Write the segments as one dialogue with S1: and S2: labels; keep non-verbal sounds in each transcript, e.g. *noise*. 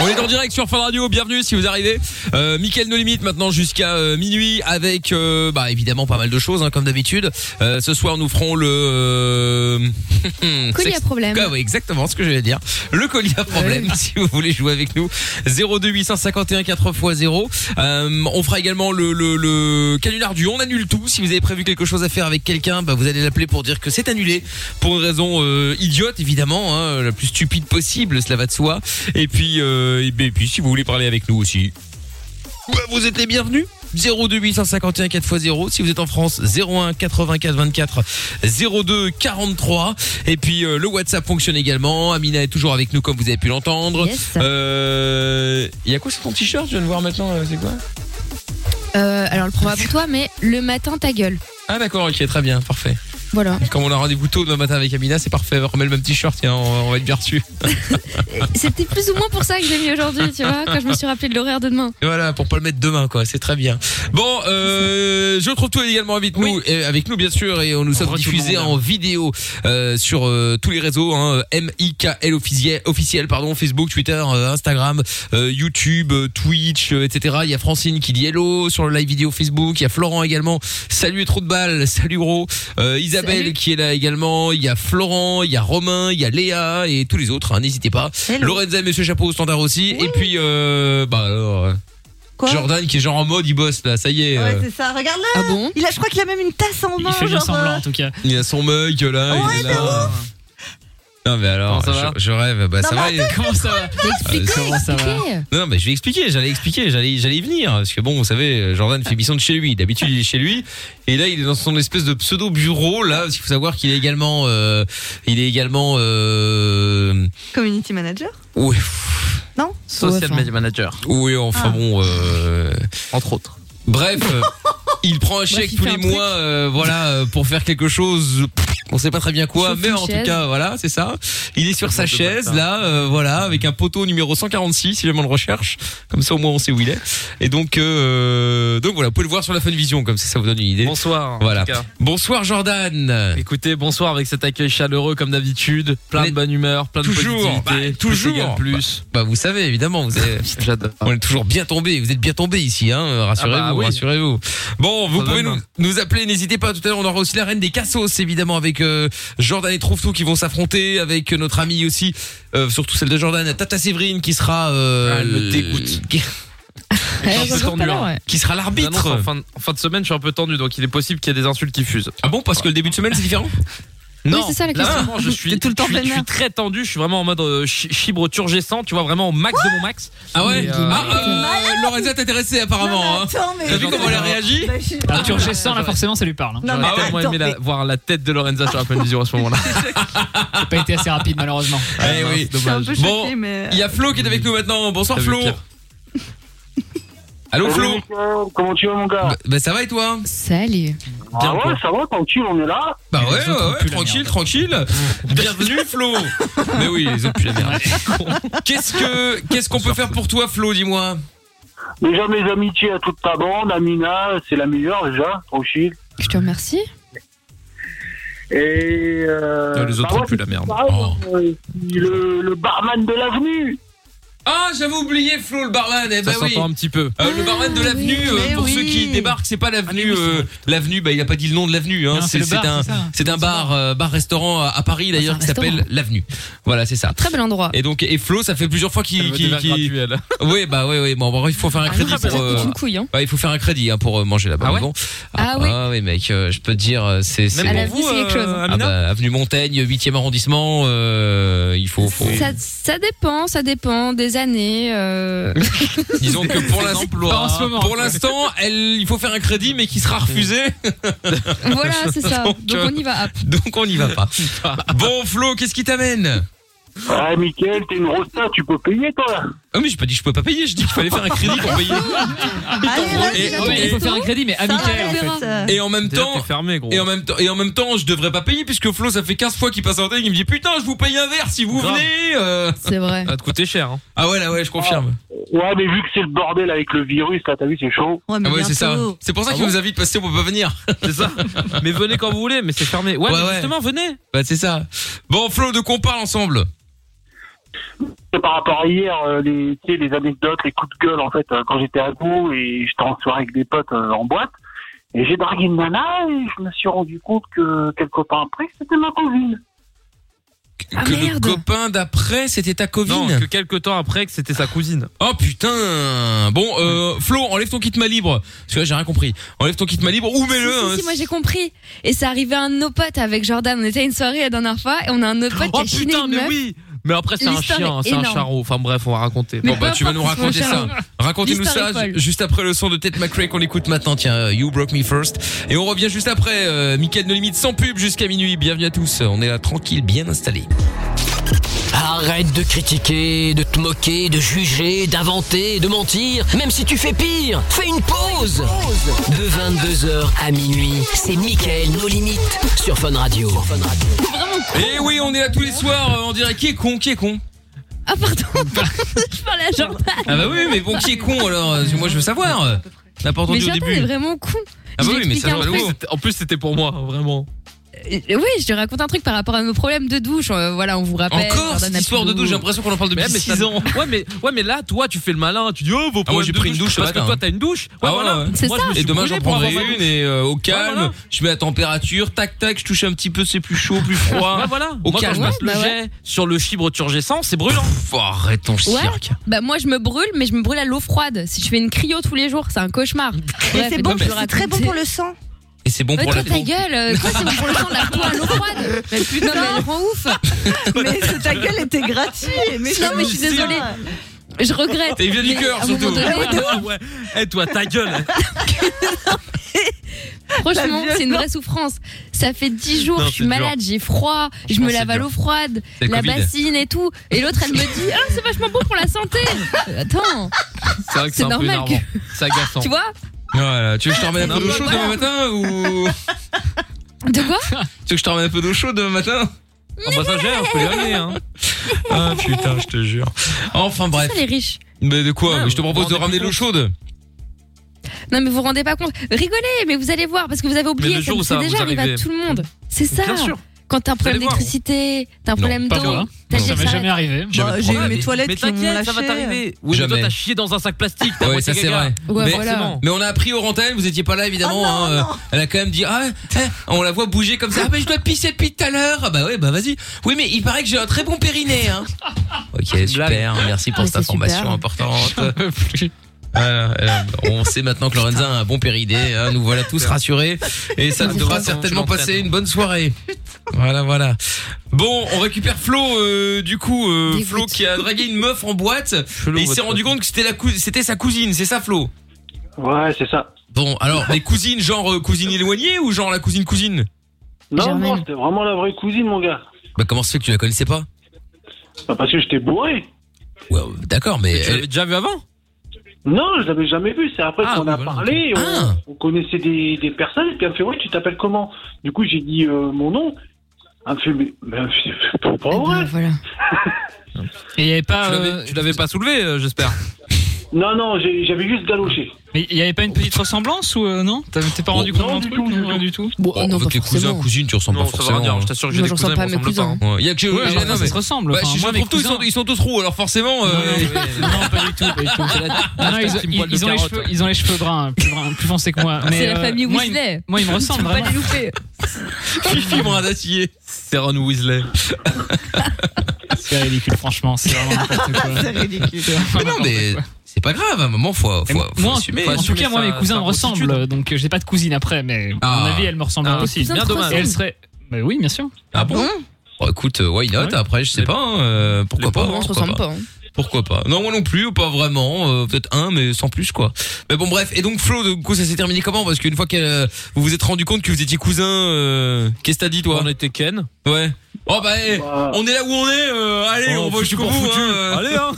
S1: On est en direct sur Fun Radio, bienvenue si vous arrivez. Euh, Mickaël No Limite maintenant jusqu'à euh, minuit avec euh, bah, évidemment pas mal de choses hein, comme d'habitude. Euh, ce soir nous ferons euh, *laughs* le...
S2: Colis à problème.
S1: Ah oui, exactement ce que j'allais dire. Le colis à problème *laughs* si vous voulez jouer avec nous. 02851 4x0. Euh, on fera également le, le, le canular du on annule tout. Si vous avez prévu quelque chose à faire avec quelqu'un, bah, vous allez l'appeler pour dire que c'est annulé pour une raison euh, idiote évidemment, hein, la plus stupide possible, cela va de soi. Et puis, euh, et puis si vous voulez parler avec nous aussi, bah, vous êtes les bienvenus 02851 4x0 si vous êtes en France 01 84 24 02 43 et puis euh, le WhatsApp fonctionne également Amina est toujours avec nous comme vous avez pu l'entendre
S2: Yes.
S1: Euh, il y a quoi sur ton t-shirt je viens de voir maintenant euh, c'est quoi
S2: Euh, alors, le prendra pour toi, mais le matin, ta gueule.
S1: ah d'accord ok très bien parfait
S2: Voilà.
S1: comme on a rendez-vous tôt demain matin avec Amina c'est parfait on remet le même t-shirt tiens, on, on va être bien reçu
S2: C'était plus ou moins pour ça que j'ai mis aujourd'hui, tu vois, quand je me suis rappelé de l'horaire de demain.
S1: Et voilà, pour pas le mettre demain, quoi. C'est très bien. Bon, euh, je retrouve tout également avec nous, et avec nous bien sûr, et on nous sommes diffusés en vidéo euh, sur euh, tous les réseaux, hein, M.I.K.L. officiel, officiel, pardon, Facebook, Twitter, euh, Instagram, euh, YouTube, euh, Twitch, euh, etc. Il y a Francine qui dit hello sur le live vidéo Facebook. Il y a Florent également. Salut et trop de balles. *laughs* Salut gros. Euh, Isabelle
S2: Salut.
S1: qui est là également. Il y a Florent, il y a Romain, il y a Léa et tous les autres. hein, N'hésitez pas. Lorenza et Monsieur Chapeau au standard aussi. Et puis, euh, bah alors. euh,
S3: Quoi
S1: Jordan qui est genre en mode il bosse là, ça y est.
S3: Ouais,
S1: euh,
S3: c'est ça. Regarde-le.
S2: Ah bon
S3: Il a, je crois qu'il a même une tasse en main.
S2: Oh,
S4: Il fait bien
S3: genre,
S4: semblant
S3: euh,
S4: en tout cas.
S1: il a son mug là, il est là. Non mais alors,
S4: Comment ça va
S1: je, je rêve, bah ça
S3: mais
S1: va.
S3: attends,
S1: il- Euh,
S4: Comment ça va
S2: Explique,
S4: Comment ça va
S2: expliquez.
S1: Non, non, mais je vais expliquer, j'allais expliquer, j'allais j'allais y venir parce que bon, vous savez, Jordan fait mission de chez lui. D'habitude, il est chez lui et là, il est dans son espèce de pseudo bureau là, parce qu'il faut savoir qu'il est également euh, il est également euh,
S3: Community manager
S1: oui,
S3: Non
S2: Social Ouais, enfin.
S4: media manager,
S1: oui, enfin
S3: Ah.
S1: bon euh,
S4: entre autres.
S1: Bref, euh, *laughs* il prend un chèque
S2: il
S1: tous
S2: fait
S1: les
S2: un truc.
S1: mois, euh, voilà, euh, pour faire quelque chose. pff, On sait pas très bien quoi,
S2: Chauffe
S1: mais
S2: une
S1: en tout
S2: chaise.
S1: cas, voilà, c'est ça. Il est sur sa
S4: Bande de
S1: chaise,
S4: bâtards.
S1: là, euh, voilà, avec un poteau numéro 146, si jamais on le recherche. Comme ça, au moins, on sait où il est. Et donc, euh, donc voilà, vous pouvez le voir sur la Fun Vision, comme ça, ça vous donne une idée.
S4: Bonsoir. en
S1: Voilà.
S4: tout cas.
S1: Bonsoir, Jordan.
S4: Écoutez, bonsoir avec cet accueil chaleureux comme d'habitude, plein
S1: Mais-
S4: de bonne humeur, plein de
S1: Toujours,
S4: positivité,
S1: bah, toujours.
S4: plus égale plus.
S1: Bah, vous savez, évidemment, vous avez-
S4: *laughs* J'adore.
S1: On est toujours bien tombé, vous êtes bien tombé ici, hein, euh, rassurez-vous,
S4: Ah bah oui.
S1: rassurez-vous. Bon, vous
S4: Ça
S1: pouvez
S4: donne.
S1: nous, nous appeler, n'hésitez pas, tout à l'heure on aura aussi la reine des cassos évidemment avec euh, Jordan et Trouve-Tout qui vont s'affronter, avec euh, notre amie aussi, euh, surtout celle de Jordan, Tata Séverine qui sera... Euh,
S4: Ah, elle me
S1: le-
S4: dégoûte.
S1: Qui, Eh,
S2: Elle
S4: J'en suis
S2: revient tout
S4: tendu,
S2: à l'heure,
S4: hein.
S2: ouais.
S1: qui sera
S4: J'annonce,
S1: l'arbitre.
S4: en, fin de, en fin de semaine, je suis un peu tendu, donc il est possible qu'il y ait des insultes qui fusent.
S1: Ah bon, parce que le début de semaine c'est différent
S2: Oui, c'est ça la
S4: là,
S2: question.
S3: *laughs*
S4: vraiment, je suis,
S3: T'es tout le temps
S4: je, suis, je
S3: peinard.
S4: suis très tendu, je suis vraiment en mode euh, chi- chibre turgescent, tu vois, vraiment au max de mon max.
S1: Ah ouais
S4: Mais, euh,
S1: Ah, euh, Lorenza t'est intéressée apparemment, hein.
S3: attends, mais.
S1: T'as vu comment elle a réagi
S3: Bah, je suis-
S5: Alors tu
S3: Ah,
S5: rejettes ça,
S3: ouais.
S5: là forcément ça lui parle. hein.
S3: Non, mais
S4: J'aurais
S3: attends,
S4: tellement aimé la-
S3: mais- Eh
S4: voir la tête de Lorenza sur la pleine vision à
S3: *laughs*
S4: ce moment-là. Ah,
S5: T'as pas été assez rapide malheureusement.
S1: *laughs* Eh oui.
S3: Je suis un peu
S1: Bon,
S3: choquée, mais. euh.
S1: Il y a Flo qui est avec nous maintenant, bonsoir
S4: T'as vu
S1: Flo.
S4: le pire.
S1: Allô
S6: Salut,
S1: Flo
S6: Mickaël, Comment tu vas mon gars
S1: bah, bah, ça va et toi
S2: Salut.
S6: Ah ouais,
S4: quoi.
S6: ça va, tranquille, on est là.
S1: Bah
S5: Et les
S1: ouais,
S5: autres
S1: ouais,
S5: puent la
S1: tranquille,
S5: merde.
S1: tranquille.
S6: *laughs*
S1: Bienvenue Flo. Mais oui, les autres puent la merde. Qu'est-ce que qu'est-ce qu'on peut faire pour toi Flo, dis-moi
S6: Déjà mes amitiés à toute ta bande, Amina, c'est la meilleure déjà, tranquille.
S2: Je te remercie.
S6: Et euh,
S1: Ah,
S4: Non, Les autres
S6: bah
S4: ont
S6: ouais,
S4: plus la merde.
S6: pareil,
S1: Oh.
S6: euh, le, le barman de l'avenue.
S1: Ah, j'avais oublié Flo le barman. Eh
S4: Ça
S1: ben oui.
S4: s'entend un petit peu.
S1: Euh, le barman de
S2: Ah,
S1: l'avenue,
S2: oui,
S1: euh,
S3: mais
S1: pour
S3: oui.
S1: ceux qui débarquent, c'est pas l'avenue. euh, l'avenue, bah il a pas dit le nom de l'avenue. Hein.
S5: Non,
S1: C'est
S5: le
S1: c'est
S5: bar,
S1: un,
S5: c'est ça.
S1: c'est un bar, euh, bar-restaurant à, à Paris d'ailleurs
S2: Ah,
S1: qui
S2: c'est un
S1: s'appelle l'avenue. Voilà, c'est ça.
S2: Très bel endroit.
S1: Et donc et Flo, ça fait plusieurs fois qu'il,
S4: Elle veut
S1: qu'il,
S4: des verres
S1: qu'il-
S4: gratuits, elle.
S1: *laughs* oui bah oui oui. Bon, bon, il faut faire un
S2: Ah non,
S1: crédit
S2: ça
S1: pour. euh,
S2: coûte une couille, hein.
S1: Ouais, il faut faire un crédit hein, pour euh, manger là-bas.
S4: Ah
S1: mais
S4: ouais
S1: bon.
S2: Ah oui.
S1: mec, euh, je peux te dire, euh, c'est. c'est-
S4: Même
S2: À
S4: pour
S2: la vie,
S4: vous,
S2: c'est
S4: euh,
S2: quelque chose.
S1: Ah
S4: Amina
S1: bah, avenue Montaigne, 8e arrondissement, euh, il faut. faut-
S2: Ça, ça dépend, ça dépend des années.
S1: *laughs*
S2: euh.
S1: *laughs* Disons que pour l'instant,
S4: Pas en ce moment.
S1: pour l'instant, elle, il faut faire un crédit, mais qui sera refusé, *laughs*
S2: voilà, c'est ça.
S1: Donc,
S3: euh,
S2: Donc on y va. Ah,
S1: *laughs*
S4: *laughs*
S1: donc on n'y va pas. Bon, Flo, qu'est-ce qui t'amène
S6: Ah, Mickaël, t'es une rosta, tu peux payer, toi.
S1: Ah, mais j'ai pas dit que je pouvais pas payer, je dis qu'il fallait faire un crédit *laughs* pour
S4: *laughs*
S1: payer.
S3: Allez, vas-y,
S1: Et-
S3: j'attends
S5: Ouais, mais il faut
S3: tout.
S5: faire un crédit, mais
S3: Ça va,
S5: amical
S3: on
S5: en fait.
S3: verra.
S1: Et en même
S4: Déjà,
S1: temps,
S4: t'es fermé, gros.
S1: Et en même temps, et en même temps, je devrais pas payer puisque Flo, ça fait 15 fois qu'il passe en tête, il me dit putain, je vous paye un verre si vous
S4: Grave.
S1: venez. euh.
S2: C'est vrai.
S4: Ça va te coûter cher. Hein.
S1: Ah ouais, là, ouais, je confirme.
S6: Ah, Ouais, mais vu que c'est le bordel avec le virus, là, t'as vu, c'est chaud.
S3: Oh.
S6: Ah
S3: Ouais, mais
S1: Ah ouais, c'est ça.
S3: bientôt.
S1: C'est pour ça qu'il nous invite parce qu'on peut pas venir.
S4: Ah *laughs* C'est ça. mais venez quand vous voulez, mais c'est fermé. Ouais,
S1: Ouais,
S4: mais
S1: ouais.
S4: justement, venez.
S1: Bah c'est ça. Bon Flo, de quoi on parle ensemble
S6: C'est par rapport à hier, euh, les, tu sais, les anecdotes, les coups de gueule, en fait, euh, quand j'étais ado et j'étais en soirée avec des potes euh, en boîte. Et j'ai dragué une nana et je me suis rendu compte que quelques temps après, c'était ma cousine.
S2: Ah,
S1: Que le
S2: merde.
S1: copain d'après, c'était ta
S4: Non,
S1: covine.
S4: que quelques temps après que c'était sa cousine.
S1: Oh putain. Bon euh, Flo, enlève ton kit ma libre. Parce que là, j'ai rien compris. Enlève ton kit ma libre ou
S2: Si,
S1: mets-le.
S2: si,
S1: hein.
S2: si, moi j'ai compris. Et c'est arrivé à un de nos potes avec Jordan. On était à une soirée la dernière fois et on a un de nos potes
S4: Oh
S2: qui a chiné
S4: putain,
S2: une
S4: mais
S2: meuf. *laughs*
S4: oui. Mais après, c'est un
S2: L'histoire
S4: chien,
S2: est
S4: c'est un
S2: énorme.
S4: charreau. Enfin bref, on va raconter.
S2: Mais
S1: Bon bah
S2: peu
S1: tu vas nous
S2: importe,
S1: raconter
S2: mon
S1: ça.
S2: cher.
S1: Racontez-nous
S2: L'histoire
S1: ça
S2: est folle.
S1: ju- juste après le son de Tête McRae qu'on écoute maintenant. Tiens, euh, You Broke Me First. Et on revient juste après. Euh, Mickaël No Limite sans pub jusqu'à minuit. Bienvenue à tous. On est là tranquille, bien installé.
S7: Arrête de critiquer, de te moquer, de juger, d'inventer, de mentir. Même si tu fais pire, fais une pause. De 22h à minuit, c'est Mickaël nos limites sur Fun Radio.
S1: Et Eh oui, on est là tous les soirs. euh, on dirait qui est con, qui est con.
S2: Ah pardon, je parlais à Jordan.
S1: Ah bah oui, mais bon, qui est con alors euh, Moi je veux savoir. euh, On n'a pas
S2: Mais
S1: entendu au
S2: Jordan est
S1: début.
S2: vraiment con.
S1: Ah
S2: Je
S1: bah
S2: vais
S1: oui, mais ça
S2: expliquer un
S1: va
S2: truc.
S1: lourd.
S4: C'était- En plus, c'était pour moi,
S1: hein,
S4: vraiment.
S2: Euh, Oui, je te raconte un truc par rapport à nos problèmes de douche. Euh, voilà, on vous
S4: Ah
S2: rappelle.
S1: Encore
S2: Jordan
S1: cette
S2: a
S1: histoire
S2: plus
S1: de douche. J'ai l'impression qu'on en parle depuis
S4: bah, Ouais, mais
S1: 6
S4: ça-
S1: ans.
S4: *laughs*
S1: Ah,
S4: Ouais, mais, ouais, mais là, toi, tu fais le malin. Tu dis, oh, vos problèmes
S1: moi, j'ai
S4: de
S1: pris une douche ce
S4: Parce
S1: matin.
S4: que toi, t'as une douche. Ouais,
S1: Ah,
S4: voilà.
S1: ouais.
S2: C'est
S4: Moi,
S2: ça.
S4: je me suis
S1: Et demain j'en
S4: brûlé pour avoir
S1: prendrai
S4: ma douche.
S1: une et euh, au calme,
S4: voilà.
S1: je mets à température, tac tac, je touche un petit peu, c'est plus chaud,
S4: *laughs*
S1: plus froid.
S4: Ouais, voilà.
S1: Au
S4: Moi, quand
S1: calme.
S4: je passe le
S2: Ouais, bah
S4: jet sur le chibre turgescent, c'est brûlant.
S1: Pff, arrête ton cirque.
S2: Bah moi je me brûle, mais je me brûle à l'eau froide. Si je fais une cryo tous les jours, c'est un cauchemar.
S3: Mais
S2: Bref,
S3: c'est
S2: et
S3: bon,
S2: donc, je
S3: c'est
S2: le
S3: très bon
S2: racontais.
S3: pour le sang.
S1: Et c'est bon
S2: Euh,
S1: pour
S2: toi
S1: la
S2: ta
S1: peau.
S2: gueule, euh, quoi c'est bon pour le sang, lave-toi à l'eau froide. Mais putain, non, mais elle rend ouf.
S1: *laughs*
S3: Mais c'est- ta gueule était gratuite. Mais
S2: Non, mais je suis désolée. Je regrette.
S1: Et il vient du
S2: Mais
S1: cœur,
S2: à un moment
S1: surtout. *laughs*
S2: donné,
S4: Ah ouais. Eh, toi, ta gueule.
S2: *laughs* Franchement,
S3: La
S2: c'est une vraie souffrance. Ça fait 10 jours,
S4: Non,
S2: je suis
S4: c'est dur.
S2: malade, j'ai froid, je me
S4: c'est
S2: lave à
S4: dur.
S2: l'eau froide,
S1: C'est le
S2: la
S1: Covid.
S2: bassine et tout. Et l'autre, elle me dit, ah, c'est vachement bon pour la santé. Euh, Attends,
S4: C'est vrai que c'est
S2: C'est
S4: un peu
S2: normal
S4: énervant. C'est agaçant.
S2: tu vois
S1: Voilà, tu veux que je te ramène un peu d'eau chaude demain matin ou
S2: De quoi
S1: tu veux que je te ramène un peu d'eau chaude demain matin
S4: Ah, bah, ça gère, on peut y aller, hein.
S1: *laughs* Ah putain, je te jure. Enfin
S2: C'est
S1: bref,
S2: ça les riches.
S1: mais de quoi
S4: Ouais,
S1: Mais Je te
S4: vous vous
S1: propose de
S4: rendez Ah,
S1: ramener
S4: plus Ah,
S1: l'eau chaude.
S2: Non mais vous vous rendez pas compte. Rigolez, mais vous allez voir parce que vous avez oublié.
S4: le jour où ça
S2: ça c'est
S4: va
S2: déjà
S4: vous
S2: arrivé à
S4: arriver.
S2: tout le monde. C'est ça.
S4: Bien sûr.
S2: Quand t'as un problème
S4: allez voir. hein.
S2: d'électricité, t'as un
S1: Non,
S2: problème
S5: pas
S2: d'eau,
S5: moi.
S2: t'as
S1: Non,
S5: Ça
S2: le
S5: m'est
S2: gel
S5: jamais arrivé.
S1: Jamais
S3: Bah,
S1: de
S3: j'ai eu
S1: problème.
S3: mes toilettes
S4: Mais
S3: qui m'ont
S4: t'inquiète,
S3: lâché.
S4: ça va t'arriver. Oui, mais toi,
S1: Jamais.
S4: t'as chié dans un sac plastique. t'as
S1: Ouais,
S4: moitié
S1: ça c'est
S4: gaga.
S1: vrai.
S2: Ouais,
S1: mais,
S2: voilà.
S1: mais on a appris au time, vous étiez pas là évidemment.
S3: Oh,
S4: Ah,
S3: non,
S1: hein, euh,
S3: non.
S1: Elle a quand même dit ah eh, on la voit bouger comme ça. Ah mais je dois pisser depuis tout à l'heure. Ah, bah ouais bah vas-y. Oui mais il paraît que j'ai un très bon périnée. Hein. *laughs* ok super, merci pour
S2: Ouais,
S1: cette
S2: Ah, c'est
S1: information
S2: super.
S1: importante. Voilà, euh, on sait maintenant que Lorenza a un bon péridée. hein, nous voilà tous rassurés. Et ça nous devra certainement passer une bonne soirée. Voilà, voilà. Bon, on récupère Flo, euh, du coup, euh,
S2: Dégoûte.
S1: Flo qui a dragué une meuf en boîte.
S4: Chelou,
S1: et il
S4: votre
S1: s'est rendu
S4: truc.
S1: compte que c'était la cou- c'était sa cousine, c'est ça Flo
S6: Ouais, c'est ça.
S1: Bon, alors, les cousines, genre euh, cousine éloignée ou genre la cousine-cousine
S6: Non,
S2: Germaine.
S6: non, c'était vraiment la vraie cousine, mon gars.
S1: Bah, comment ça se fait que tu la connaissais pas
S6: Bah, parce que j'étais bourré.
S1: Ouais, ouais, d'accord, mais. euh,
S4: Tu l'avais
S1: elle-
S4: déjà vu avant
S6: Non, je l'avais jamais vu. C'est après
S4: Ah,
S6: qu'on
S4: oui,
S6: a
S4: voilà.
S6: parlé. et On,
S1: Ah.
S6: on connaissait des, des personnes. Et puis elle me fait Oui, tu t'appelles comment Du coup, j'ai dit euh, mon nom. Elle me fait Mais, mais c'est pas
S2: Eh ben,
S6: vrai.
S2: voilà.
S5: Et *laughs* il y avait pas,
S4: Tu
S5: euh,
S4: l'avais- Tu l'avais pas soulevé, euh, j'espère.
S6: Non, non, j'ai- j'avais juste galoché.
S5: mais il y avait pas une petite ressemblance ou euh, non T'as- T'es pas rendu
S6: Non,
S5: compte d'un
S6: du
S5: truc
S6: tout, du
S5: non,
S6: tout.
S5: du tout
S2: Bon,
S1: Bon,
S2: non,
S1: avec
S2: pas
S1: les cousins,
S2: forcément.
S1: cousines, tu ressembles
S4: Non,
S1: pas
S4: ça va
S1: forcément.
S4: rien. Je
S1: hein.
S4: t'assure que j'ai
S2: Moi,
S4: des
S2: je
S4: cousins,
S2: ressemble pas à
S4: mais
S2: mes
S4: on ressemble pas.
S2: cousins.
S4: hein.
S1: Ouais, y a que
S5: Ouais,
S1: j'ai-
S5: enfin,
S1: non,
S5: ça
S1: mais-
S5: se ressemble.
S1: Bah,
S5: Enfin,
S1: je
S5: moi,
S1: trouve
S5: mes
S1: tous, ils
S5: cousins-
S1: sont, ils sont tous roux, alors
S5: Non,
S1: forcément. euh,
S5: non,
S1: *laughs*
S5: mais- non, pas du tout. pas du tout.
S1: Ah,
S5: Non, non, ils, ont-
S4: Une poêle de
S5: ils ont les
S4: carotte.
S5: cheveux, ils ont les cheveux bruns, plus, bruns, plus foncés que moi. Mais,
S2: C'est la
S5: euh,
S2: famille
S5: moi, ils-
S2: Weasley.
S5: Moi, ils me
S2: *laughs* Tu
S5: ressemblent
S2: peux pas
S5: vraiment.
S2: les louper.
S5: *laughs*
S1: Fifi brin d'acier.
S4: C'est Ron Weasley.
S5: C'est ridicule, franchement. C'est
S2: *laughs*
S5: vraiment n'importe quoi.
S3: C'est ridicule.
S5: *laughs* C'est vraiment
S1: Mais non,
S5: n'importe
S1: mais
S5: quoi.
S1: c'est pas grave, à un moment, faut, faut,
S5: Et
S1: faut,
S5: moi, en-
S1: assumer.
S5: en tout
S4: assumer
S5: cas, moi,
S4: sa-
S5: mes cousins
S4: sa
S5: me ressemblent.
S4: prostitute.
S5: Donc, euh, j'ai pas de cousine après, mais à mon
S1: Ah.
S5: avis, elle me ressemble
S4: Ah,
S5: aussi.
S2: Cousin
S4: bien
S2: se
S4: dommage.
S5: Et elle
S2: ressemble.
S5: serait. Bah oui, bien sûr.
S1: Ah bon Bon, Écoute, euh, why not
S5: Ah Ouais.
S1: Après, je sais pas, hein, euh, pourquoi
S4: les
S1: pas.
S2: Non,
S1: hein,
S2: on se
S1: pourquoi
S2: ressemble pas. hein.
S1: Pourquoi pas Non, moi non plus, pas vraiment. euh, Peut-être un, mais sans plus quoi. Mais bon, bref. Et donc Flo, du coup, ça s'est terminé comment Parce qu'une fois que euh, vous vous êtes rendu compte que vous étiez cousins, euh, qu'est-ce que t'as dit toi
S4: On était Ken.
S1: Ouais. Oh, Oh bah, eh, on est là où on est. euh, allez,
S4: Oh,
S1: on va
S4: foutu
S1: jusqu'au
S4: pour
S1: bout.
S4: foutu.
S1: hein.
S4: Allez, hein.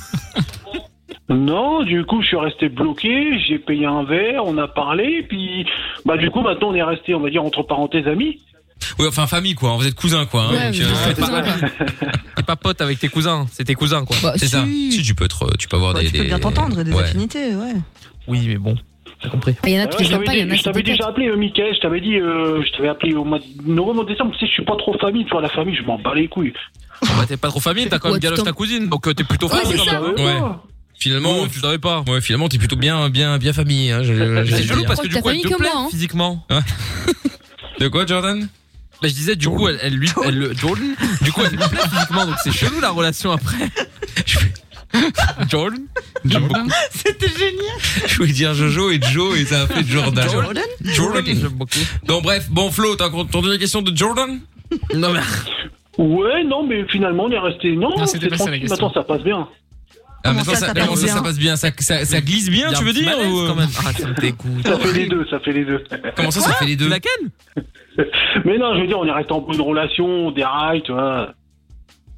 S6: Non, du coup, je suis resté bloqué, j'ai payé un verre, on a parlé, puis bah du coup, maintenant on est resté, on va dire entre parenthèses amis.
S1: *laughs* Oui, enfin famille quoi. Vous êtes cousins quoi. hein,
S2: Ouais,
S1: donc,
S2: vous
S1: euh,
S2: êtes cousins, quoi.
S4: T'es pas pote avec tes cousins, c'est tes cousins quoi.
S1: c'est ça. Si tu peux, te, tu peux avoir
S3: Bah,
S1: des.
S3: tu peux
S1: des-
S3: bien t'entendre et des
S1: Ouais.
S3: affinités, ouais.
S4: Oui, mais bon, t'as compris.
S2: Il y en a
S6: Ah Ouais,
S2: qui
S6: je
S2: ne
S6: t'avais
S2: pas, il y en
S6: dit-
S2: a
S6: je
S2: qui
S6: t'avais
S2: détestent.
S6: déjà appelé, euh, Mickaël, je t'avais dit, euh, je t'avais appelé au mois de novembre, décembre, tu sais, je suis pas trop famille, tu vois, la famille, je m'en bats les couilles.
S4: Bah, t'es pas trop famille, t'as quand même
S2: Ouais,
S4: galoche
S2: putain.
S4: ta cousine, donc euh, t'es plutôt
S2: Ouais,
S4: famille.
S2: Ah, c'est ça. Oh.
S6: Ouais.
S1: Ouais. Finalement,
S4: Non, tu savais pas.
S1: tu- ouais, finalement, t'es plutôt bien, bien, bien famille. Hein, je- je- je-
S4: C'est chelou
S1: je-
S4: parce que
S2: T'as
S4: du coup, elle
S2: famille
S4: te
S2: comme
S4: plaît
S2: moi, hein.
S4: physiquement.
S1: *laughs* De quoi, Jordan
S4: Bah, je disais, du coup, elle, elle lui, elle, le- Jordan, du coup, elle lui plaît physiquement, donc c'est chelou la relation
S1: *laughs*
S4: après. Jordan,
S2: *laughs*
S3: C'était génial.
S1: Je voulais dire Jojo et Joe et ça a fait Jordan.
S3: Jordan
S1: Jordan.
S4: j'aime beaucoup.
S1: Donc bref, bon Flo, t'as entendu la question de Jordan
S4: Non mais
S6: Ouais, non, mais finalement, on est resté. Non,
S5: Non, c'était
S6: c'est
S5: pas ça, la
S6: tranquille,
S5: question.
S6: maintenant ça passe bien.
S1: Ah, mais
S3: Comment ça, ça passe
S1: comment ça,
S3: bien
S1: ça passe bien, ça, ça, ça glisse bien,
S4: y a
S1: tu
S4: un
S1: veux
S4: petit
S1: dire
S4: malaise,
S1: ou-
S4: quand même. Ah, ça
S1: *laughs*
S4: me dégoûte.
S6: Ça fait les deux, ça fait les deux.
S1: Comment ça, ça fait les
S4: Tu
S1: deux
S4: la ken
S6: *laughs* Mais non, je veux dire, on est resté en bonne relation, on déraille, tu vois.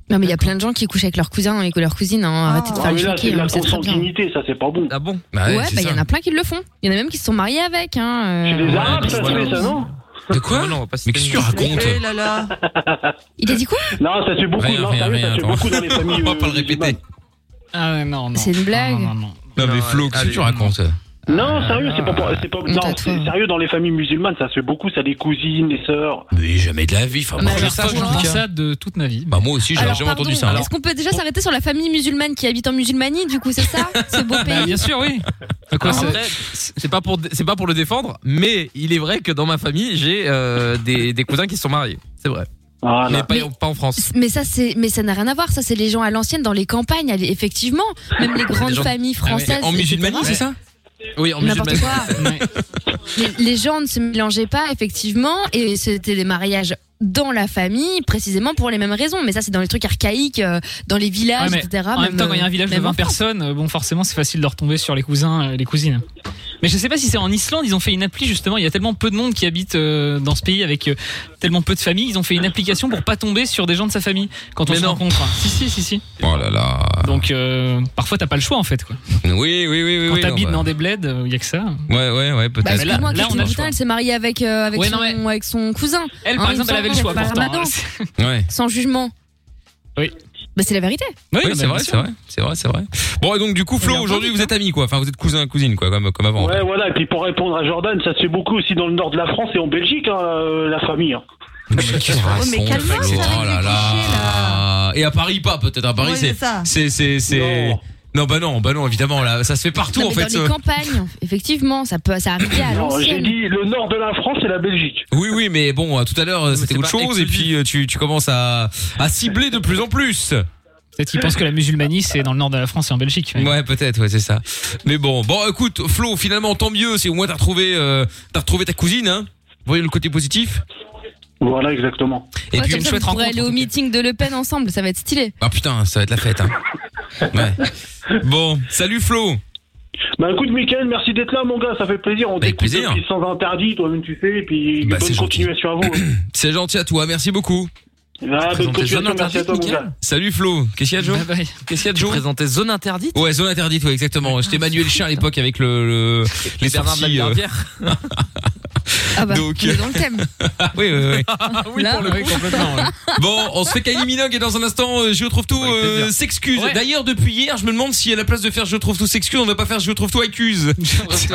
S2: Non, mais il y a plein de gens qui couchent avec leurs cousins et que leurs cousines. Hein. Arrêtez de
S6: Ah,
S2: faire le
S6: mais là, c'est
S2: choquer,
S6: de la
S2: hein, c'est très bien.
S6: consanguinité, ça, c'est pas bon.
S4: Ah bon
S1: Bah ouais,
S2: Ouais, bah
S1: c'est
S2: il y
S1: ça.
S2: en a plein qui le font. Il y en a même qui se sont mariés avec. Hein.
S6: Chez
S2: euh.
S6: les Arabes, ça se
S4: voilà.
S6: fait, ça, non
S1: De quoi
S4: Ah non, on va pas se
S1: Mais qu'est-ce que tu
S4: tenir.
S1: racontes
S3: Eh là là.
S2: Il a dit quoi
S6: Non, ça se fait beaucoup,
S1: Rien,
S6: non,
S1: rien,
S6: sérieux,
S1: rien,
S6: ça se fait
S1: attends.
S6: beaucoup dans les familles.
S1: On va pas le
S6: euh, musulmanes.
S1: répéter.
S5: Ah ouais, non, non.
S2: C'est une blague
S5: Non, non, non.
S1: Non mais
S4: Non,
S1: Flo,
S4: allez,
S1: qu'est-ce que tu
S4: allez.
S1: racontes
S6: Non,
S1: Ah.
S6: sérieux, c'est pas pour. C'est pas, non,
S2: à toi.
S6: c'est sérieux, dans les familles musulmanes, ça se fait beaucoup, ça, les cousines, les sœurs.
S1: Mais jamais de la vie, enfin
S5: La
S1: moi,
S5: première
S1: ça,
S5: fois que
S1: je
S5: j'entends
S1: dis ça.
S5: ça de toute ma vie.
S1: Bah moi aussi, j'ai
S2: hein. Alors,
S1: jamais entendu
S2: pardon,
S1: ça.
S2: Est-ce qu'on peut déjà s'arrêter sur la famille musulmane qui habite en Musulmanie, du coup,
S5: *laughs*
S2: c'est ça Ce beau
S5: Bah,
S2: pays
S5: bien sûr, oui. De quoi
S4: Alors
S5: ça-
S4: après, c'est pas pour c'est pas pour le défendre, mais il est vrai que dans ma famille j'ai euh, des, des cousins qui sont mariés, c'est vrai,
S6: Voilà.
S4: mais, pas,
S2: Mais-
S4: pas en France.
S2: mais ça, c'est, mais ça n'a rien à voir. Ça, c'est les gens à l'ancienne dans les campagnes. allez, Effectivement, même les grandes
S5: gens- Ah
S2: familles françaises.
S1: Ah, En musulmanie,
S2: etc.
S1: c'est ça
S4: Oui, en
S2: N'importe
S4: musulmanie.
S2: quoi.
S5: Ouais.
S2: les, les gens ne se mélangeaient pas, effectivement, et c'était des mariages dans la famille, précisément pour les mêmes raisons. Mais ça, c'est dans les trucs archaïques, euh, dans les villages,
S5: Ouais, mais
S2: etc.
S5: En même temps, quand il y a un village de
S2: même en
S5: 20
S2: France.
S5: personnes, euh, bon, forcément, c'est facile de retomber sur les cousins, euh, les cousines. Mais je sais pas si c'est en Islande, ils ont fait une appli justement. Il y a tellement peu de monde qui habite euh, dans ce pays avec euh, tellement peu de familles, ils ont fait une application pour pas tomber sur des gens de sa famille quand on
S4: Mais
S5: se
S4: non.
S5: rencontre. Si si si si.
S1: Oh là là.
S5: Donc euh, parfois t'as pas le choix en fait quoi.
S1: Oui, oui, oui, oui.
S5: Quand
S1: oui,
S5: t'habites
S1: non,
S5: dans des bleds, il y a que ça.
S1: bah, Ouais, ouais, ouais,
S2: Bah,
S1: peut-être.
S5: mais là- là, on a
S2: excuse-moi, Christine
S5: le
S2: Boutin,
S5: choix.
S2: elle s'est mariée avec, euh, avec,
S5: Ouais,
S2: son,
S5: non, mais-
S2: avec son cousin,
S5: Elle
S2: Ah,
S5: par
S2: il me
S5: exemple, elle avait le
S2: semble
S5: choix
S2: qu'on va
S5: pourtant.
S2: faire Ramadan.
S5: hein.
S1: Ouais.
S2: sans jugement.
S5: Oui.
S2: Bah, c'est la vérité.
S5: bah,
S1: Oui, c'est
S5: bien
S1: vrai,
S5: sûr.
S1: c'est vrai, c'est vrai, c'est vrai. Bon, et donc du coup, Flo,
S5: bien
S1: aujourd'hui, vous êtes amis, quoi. Enfin, vous êtes cousin, cousine, quoi, comme, comme avant.
S6: Ouais, voilà, et puis pour répondre à Jordan, ça se fait beaucoup aussi dans le nord de la France et en Belgique, hein, euh, la famille. hein.
S1: Mais qu'est-ce qu'on
S3: mais
S1: raconte,
S3: calme-toi, ça
S1: Flo
S3: va
S1: Oh
S3: nous
S1: là
S3: déclencher,
S1: là. Et à Paris, pas peut-être. À Paris,
S3: Ouais,
S1: c'est,
S3: c'est ça.
S1: c'est, c'est, c'est.
S6: Non.
S1: Non, bah non, bah non, évidemment, là, ça se fait partout
S2: Non,
S1: en
S2: mais
S1: fait. euh.
S2: dans
S5: euh.
S2: les
S1: ce-
S2: campagnes, effectivement, ça peut, ça arrive à
S6: Non, j'ai
S2: l'ancienne.
S6: dit le nord de la France et la Belgique.
S1: Oui, oui, mais bon, euh, tout à l'heure, euh, c'était
S4: c'est
S1: autre
S4: pas
S1: chose, et
S4: exclusif.
S1: puis euh, tu, tu commences à, à cibler de plus en plus.
S5: Peut-être qu'ils pensent que la musulmanie c'est dans le nord de la France et en Belgique. mais-
S1: Ouais, peut-être, ouais, c'est ça. Mais bon, bon, écoute, Flo, finalement, tant mieux, si au moins t'as retrouvé, euh, t'as retrouvé ta cousine, hein. Voyez le côté positif.
S6: Voilà, exactement.
S1: Et
S2: Ouais,
S1: puis
S2: comme
S1: une
S2: ça,
S1: chouette
S2: vous pourrez
S1: rencontre.
S2: aller
S1: en
S2: au
S1: tout cas.
S2: meeting de Le Pen ensemble, ça va être stylé.
S1: Ah putain, ça va être la fête.
S4: *laughs*
S1: Hein. Ouais. Bon, salut Flo.
S6: Bah écoute, Mickaël, merci d'être là, mon gars, ça fait plaisir. On
S1: Avec
S6: t'écoute
S1: plaisir.
S6: depuis sans interdit, toi-même tu sais, et puis
S1: Bah, c'est
S6: bonne
S1: gentil. *coughs*
S6: continuation à vous. hein.
S1: C'est gentil à toi, merci beaucoup.
S6: Ah, bonne
S4: Présentez
S6: continuation,
S4: Zone
S6: merci à toi, mon
S4: Interdite,
S6: gars.
S4: Mickaël.
S1: Salut Flo. Qu'est-ce qu'il y a Joe
S5: Bye bye.
S1: Qu'est-ce qu'il y a
S4: Tu
S1: Joe
S4: présentais zone interdite
S1: Ouais, zone interdite, ouais, exactement. J'étais Manuel Chat à l'époque avec le, le- les
S4: Bernard de la
S1: sorties. euh,
S4: Billardière.
S3: *laughs*
S2: Ah bah,
S1: Donc-
S2: on est dans
S1: *laughs*
S2: le thème.
S1: Ah, *laughs* oui,
S4: *laughs*
S1: oui, oui.
S2: oui, Là, pour le
S5: Oui, complètement. ouais.
S1: Bon, on se fait Kylie Minogue et dans un instant, euh, je retrouve tout
S4: Avec
S1: euh,
S4: plaisir.
S1: s'excuse.
S5: Ouais.
S1: D'ailleurs, depuis hier, je me demande si à la place de faire je trouve tout s'excuse, on va pas faire je trouve tout accuse. *laughs*
S5: *laughs*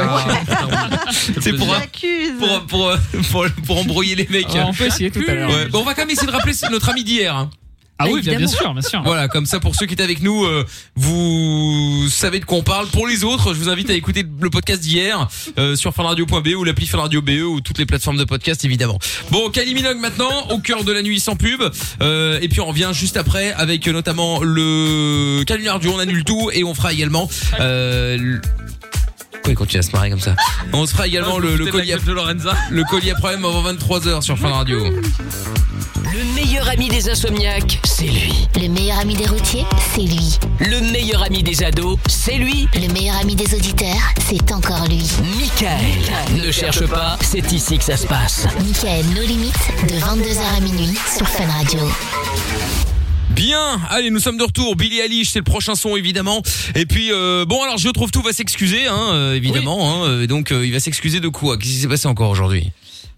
S1: C'est pour,
S3: J'accuse.
S1: pour, pour, euh, pour, pour embrouiller les mecs.
S5: Ouais, on peut essayer tout à l'heure.
S1: Ouais. Bon, on va quand même essayer de rappeler notre ami d'hier. hein.
S5: Ah oui, bien,
S2: Évidemment.
S5: bien sûr, bien sûr.
S1: Voilà, comme ça pour ceux qui étaient avec nous, euh, vous savez de quoi on parle. Pour les autres, je vous invite à écouter le podcast d'hier euh, sur fanradio.be ou l'appli fanradio.be ou toutes les plateformes de podcast évidemment. Bon, Kylie Minogue maintenant, au cœur de la nuit sans pub. Euh, et puis on revient juste après avec euh, notamment le canular du on annule tout et on fera également... Euh, le- Pourquoi il continue à se marrer comme ça On se fera également le, *laughs* le collier à-
S4: de Lorenza.
S1: E le collier à problème avant 23h sur Fan Radio.
S7: Le meilleur ami des insomniaques, c'est lui.
S8: Le meilleur ami des routiers, c'est lui.
S7: Le meilleur ami des ados, c'est lui.
S8: Le meilleur ami des auditeurs, c'est encore lui.
S7: Michael. Ne cherche pas, c'est ici que ça se passe.
S8: Michael No Limites, de 22h à minuit sur Fun Radio.
S1: Bien, allez, nous sommes de retour. Billy Eilish, c'est le prochain son évidemment. Et puis euh, bon, alors je trouve tout va s'excuser, hein, euh, évidemment. hein, euh, donc euh, il va s'excuser de quoi Qu'est-ce qui s'est passé encore aujourd'hui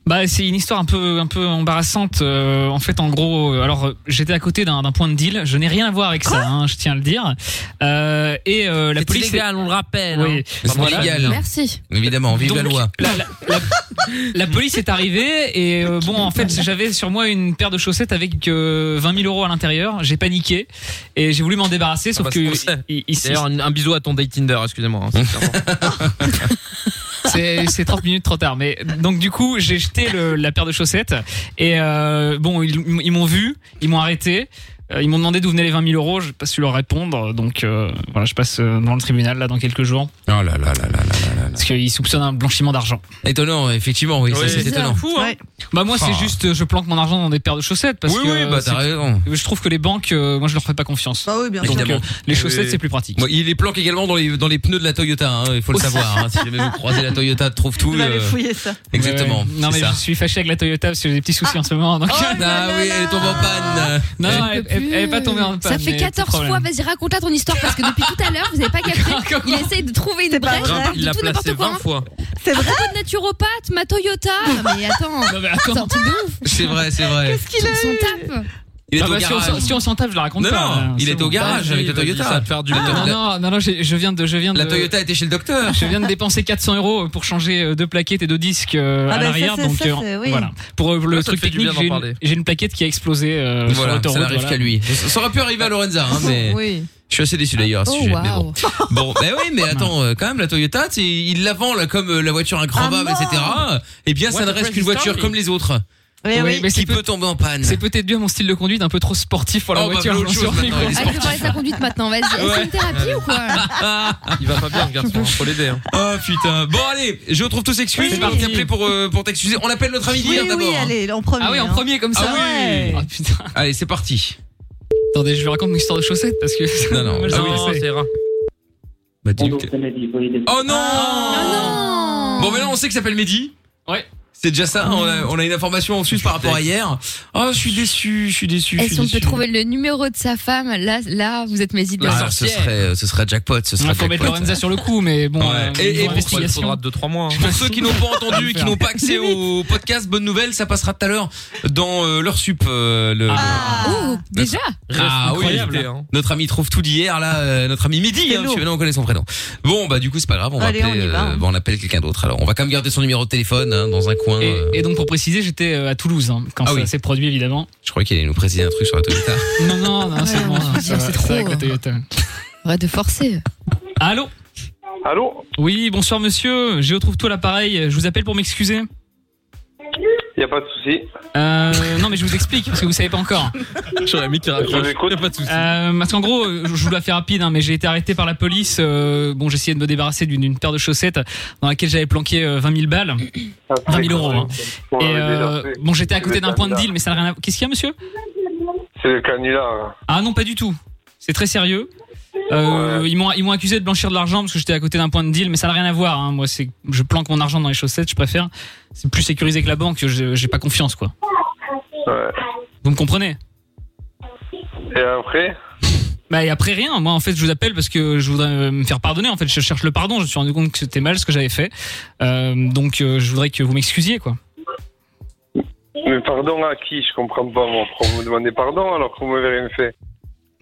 S5: Bah, c'est une histoire un peu, un peu embarrassante. Euh, en fait, en gros, euh, alors euh, j'étais à côté d'un d'un point de deal. Je n'ai rien à voir avec ça, hein, je tiens à le dire. Euh, et euh, la
S1: C'est
S5: police.
S1: illégal, on le rappelle,
S5: Oui.
S1: hein. C'est
S5: Voilà.
S1: illégal.
S2: Merci.
S1: Évidemment, vive la
S5: Donc,
S1: loi.
S5: La, la- la- *laughs* la police est arrivée et euh, bon, en fait, j'avais sur moi une paire de chaussettes avec euh, 20 000 euros à l'intérieur. J'ai paniqué et j'ai voulu m'en débarrasser,
S1: Ah
S5: sauf
S4: bah, c'est pour ça.
S5: que il- il-
S4: D'ailleurs, un, un bisou à ton date Tinder, excusez-moi. hein,
S1: *laughs*
S4: c'est important.
S5: c'est c'est 30 minutes trop tard. Mais donc du coup, j'ai jeté le- la paire de chaussettes et euh, bon, ils, ils m'ont vu, ils m'ont arrêté. euh, Ils m'ont demandé d'où venaient les 20 000 euros, je n'ai pas su leur répondre, donc euh, voilà, je passe euh, devant le tribunal là dans quelques jours,
S1: Oh là là là là là là là.
S5: parce qu'ils soupçonnent un blanchiment d'argent.
S1: Étonnant, effectivement, oui, ça,
S4: Oui.
S1: c'est
S4: C'est
S1: étonnant.
S3: hein.
S5: fou, Bah moi c'est
S1: Ah.
S5: juste, euh, je planque mon argent dans des paires de chaussettes, parce
S1: oui,
S5: que
S1: oui, bah
S5: c'est-
S1: t'as raison.
S5: je trouve que les banques, euh, moi je leur fais pas confiance.
S3: Ah oui, bien sûr.
S5: Donc,
S1: Évidemment.
S5: euh, les chaussettes
S4: Oui.
S5: c'est plus pratique.
S1: Bon, il les planque également dans les, dans les pneus de la Toyota, hein, il faut le savoir. hein. si jamais vous croisez la Toyota, trouve tout.
S3: Vous allez
S1: euh,
S3: fouiller ça.
S5: Ouais,
S1: exactement.
S5: ouais. Non
S1: c'est
S5: mais
S1: ça.
S5: je suis fâché avec la Toyota parce que j'ai des petits soucis en ce moment. donc- *laughs*
S3: Oh là là
S1: Ah oui, elle
S3: là.
S1: est tombée en panne.
S5: non,
S1: Eh,
S5: elle, elle- elle est pas tombée en panne.
S2: Ça fait
S5: mais petit
S2: 14 fois,
S5: problème.
S2: vas-y raconte-la ton histoire parce que depuis tout à l'heure vous n'avez pas capté. Il essaye de trouver une
S3: C'est pas
S2: brèche
S3: vrai.
S2: de
S4: Il l'a
S2: tout
S4: placé
S2: n'importe
S4: 20
S3: hein.
S2: quoi.
S4: fois.
S3: C'est vrai
S2: Pas de naturopathe, ma Toyota. Non mais attends,
S5: Non, mais attends.
S2: c'est un truc de ouf.
S1: C'est vrai, c'est vrai.
S3: Qu'est-ce qu'il a
S2: On
S3: eu
S2: tape.
S1: Il est
S5: Ah
S1: au
S5: bah, si on s'en-
S1: garage.
S5: si on s'en tape, je la raconte
S1: Non,
S5: pas.
S1: non,
S5: euh,
S1: il
S5: c'est
S1: est
S5: bon.
S1: au garage
S4: Vas-y,
S1: avec la
S4: vas-y,
S1: Toyota.
S4: ça va te faire du
S1: La-
S4: bien.
S5: Non,
S1: la-
S5: non, non, non, j'ai- je viens de, je viens de.
S1: La Toyota était chez le docteur.
S5: Je viens de dépenser 400 euros pour changer euh, deux plaquettes et deux disques euh,
S3: Ah bah,
S5: à
S3: ça,
S5: l'arrière.
S3: c'est-
S5: Donc
S3: ça,
S5: euh,
S3: c'est- oui.
S5: voilà. Pour euh, le
S4: Ça te
S5: truc
S4: fait du bien
S5: technique,
S4: d'en
S5: j'ai une,
S4: parler.
S5: j'ai une plaquette qui a explosé euh, sur
S1: Voilà, ça
S5: l'autoroute.
S1: n'arrive
S5: voilà.
S1: qu'à lui. Ça ça aurait pu arriver à Lorenza, hein, mais
S3: *laughs* Oui.
S1: je suis assez déçu d'ailleurs à ce
S2: Oh
S1: sujet. Mais bon.
S2: waouh.
S1: Bon, bah oui, mais attends, euh, quand même, la Toyota, tu sais, il la vend là, comme euh, la voiture incroyable,
S3: Ah,
S1: etc. Eh bien, ça
S4: What
S1: ne
S4: a
S1: reste qu'une
S4: crazy
S1: voiture
S4: story.
S1: comme
S5: *laughs*
S1: les autres,
S3: Mais
S5: Oui,
S3: oui.
S5: mais c'est
S1: qui
S5: peut-
S1: peut tomber en panne.
S5: c'est peut-être dû à mon style de conduite un peu trop sportif pour la
S1: Oh, bah,
S5: voiture.
S1: voilà autre
S5: j'en suis
S1: chose
S5: revenu,
S1: maintenant,
S5: quoi.
S2: Allez, Ah, je parler de sa conduite maintenant, vas-y. Eh, C'est une thérapie ou quoi
S1: *laughs*
S2: Ah.
S4: Il va pas bien, ce garçon. Faut l'aider. hein.
S1: Oh putain. Bon, allez, je retrouve tous excuses.
S3: Oui.
S1: Je vais t'appeler pour, euh, pour t'excuser. On appelle notre ami
S3: Oui,
S1: d'hier d'abord.
S3: oui,
S1: hein.
S3: allez, en premier.
S5: Ah oui, en
S3: hein.
S5: premier comme ça.
S1: Ah oui.
S5: Ah, putain.
S1: Allez, c'est parti.
S5: Attendez, je lui raconte une histoire de chaussettes parce que. *laughs*
S1: Non, non.
S5: Moi, je
S1: Ah
S5: sais
S4: Non,
S5: pas.
S4: ça ira.
S1: Bah, dis-lui que- Oh non
S2: Ah non
S1: Bon, mais là, on sait qu'il s'appelle Mehdi.
S5: Ouais.
S1: C'est déjà ça, hein. on a, on a une information en sus par rapport à hier. Oh, je suis déçu, je suis déçu. je
S2: Et
S1: suis
S2: si on
S1: déçu.
S2: peut trouver le numéro de sa femme, là, là vous êtes mes idées.
S1: Ah, ce serait, ce serait jackpot, ce
S5: Il
S1: serait
S5: Ah, faut mettre
S1: jackpot.
S5: Lorenza sur le coup, mais bon.
S1: Ah, Ouais. Et- et
S5: et
S1: pour-
S4: Il faudra
S5: investigation.
S4: 2-3 mois. hein.
S1: euh, Pour ceux qui *laughs* n'ont pas entendu et qui
S5: faire.
S1: n'ont pas accès au podcast, bonne nouvelle, ça passera tout à l'heure dans euh, leur sup. euh, le,
S3: Ah.
S2: Oh, déjà
S1: le- Ah oui,
S4: Incroyable.
S5: hein.
S1: c'était- notre ami trouve tout d'hier là, euh, notre ami Midi,
S3: C'est
S1: hein,
S3: lourd.
S1: parce que maintenant on connaît son prénom. Bon bah du coup c'est pas grave, on va
S3: Allez,
S1: appeler, euh,
S3: on y va, hein.
S1: bon, on appelle quelqu'un d'autre. Alors on va quand même garder son numéro de téléphone hein, dans un coin.
S5: Et,
S1: euh,
S5: et donc pour préciser, j'étais euh, à Toulouse hein, quand
S1: Ah
S5: ça
S1: oui.
S5: s'est produit évidemment.
S1: Je croyais qu'il allait nous préciser un truc sur la Toyota.
S5: Non non, non c'est
S2: Ah Ouais,
S5: bon,
S2: je
S5: ça va,
S2: veux dire, c'est
S5: ça va
S2: trop.
S5: avec la Toyota.
S2: Arrête de forcer.
S5: Allô
S6: Allô
S5: Oui, bonsoir monsieur, je retrouve toi l'appareil, je vous appelle pour m'excuser.
S6: Il a pas de souci.
S5: Euh, non mais je vous explique parce que vous savez pas encore.
S4: *laughs* J'aurais mis qu'il raccroche.
S6: écoute.
S4: Y a pas de soucis.
S5: Euh, parce qu'en gros, euh, je vous la fais rapide, hein, mais j'ai été arrêté par la police. euh, bon, j'essayais de me débarrasser d'une d'une paire de chaussettes dans laquelle j'avais planqué euh, 20 000 balles.
S6: Ah,
S5: 20 000 euros, hein. Et, euh, bon, j'étais à côté d'un point de deal, mais ça n'a rien à... Qu'est-ce qu'il y a monsieur
S6: C'est le canular.
S5: Ah non, pas du tout. C'est très sérieux. Euh, Ils m'ont ils m'ont accusé de blanchir de l'argent parce que j'étais à côté d'un point de deal, mais ça n'a rien à voir. hein. Moi, c'est je planque mon argent dans les chaussettes, je préfère. C'est plus sécurisé que la banque. je- J'ai pas confiance, quoi.
S6: hein. Ouais.
S5: Vous me comprenez
S6: Et après
S5: Bah et après rien. Moi, en fait, je vous appelle parce que je voudrais euh, me faire pardonner. En fait, je cherche le pardon. Je me suis rendu compte que c'était mal ce que j'avais fait. Euh, donc, euh, je voudrais que vous m'excusiez, quoi.
S6: Mais pardon à qui Je comprends pas, moi. Pourquoi vous me demandez pardon alors qu'on m'avait rien fait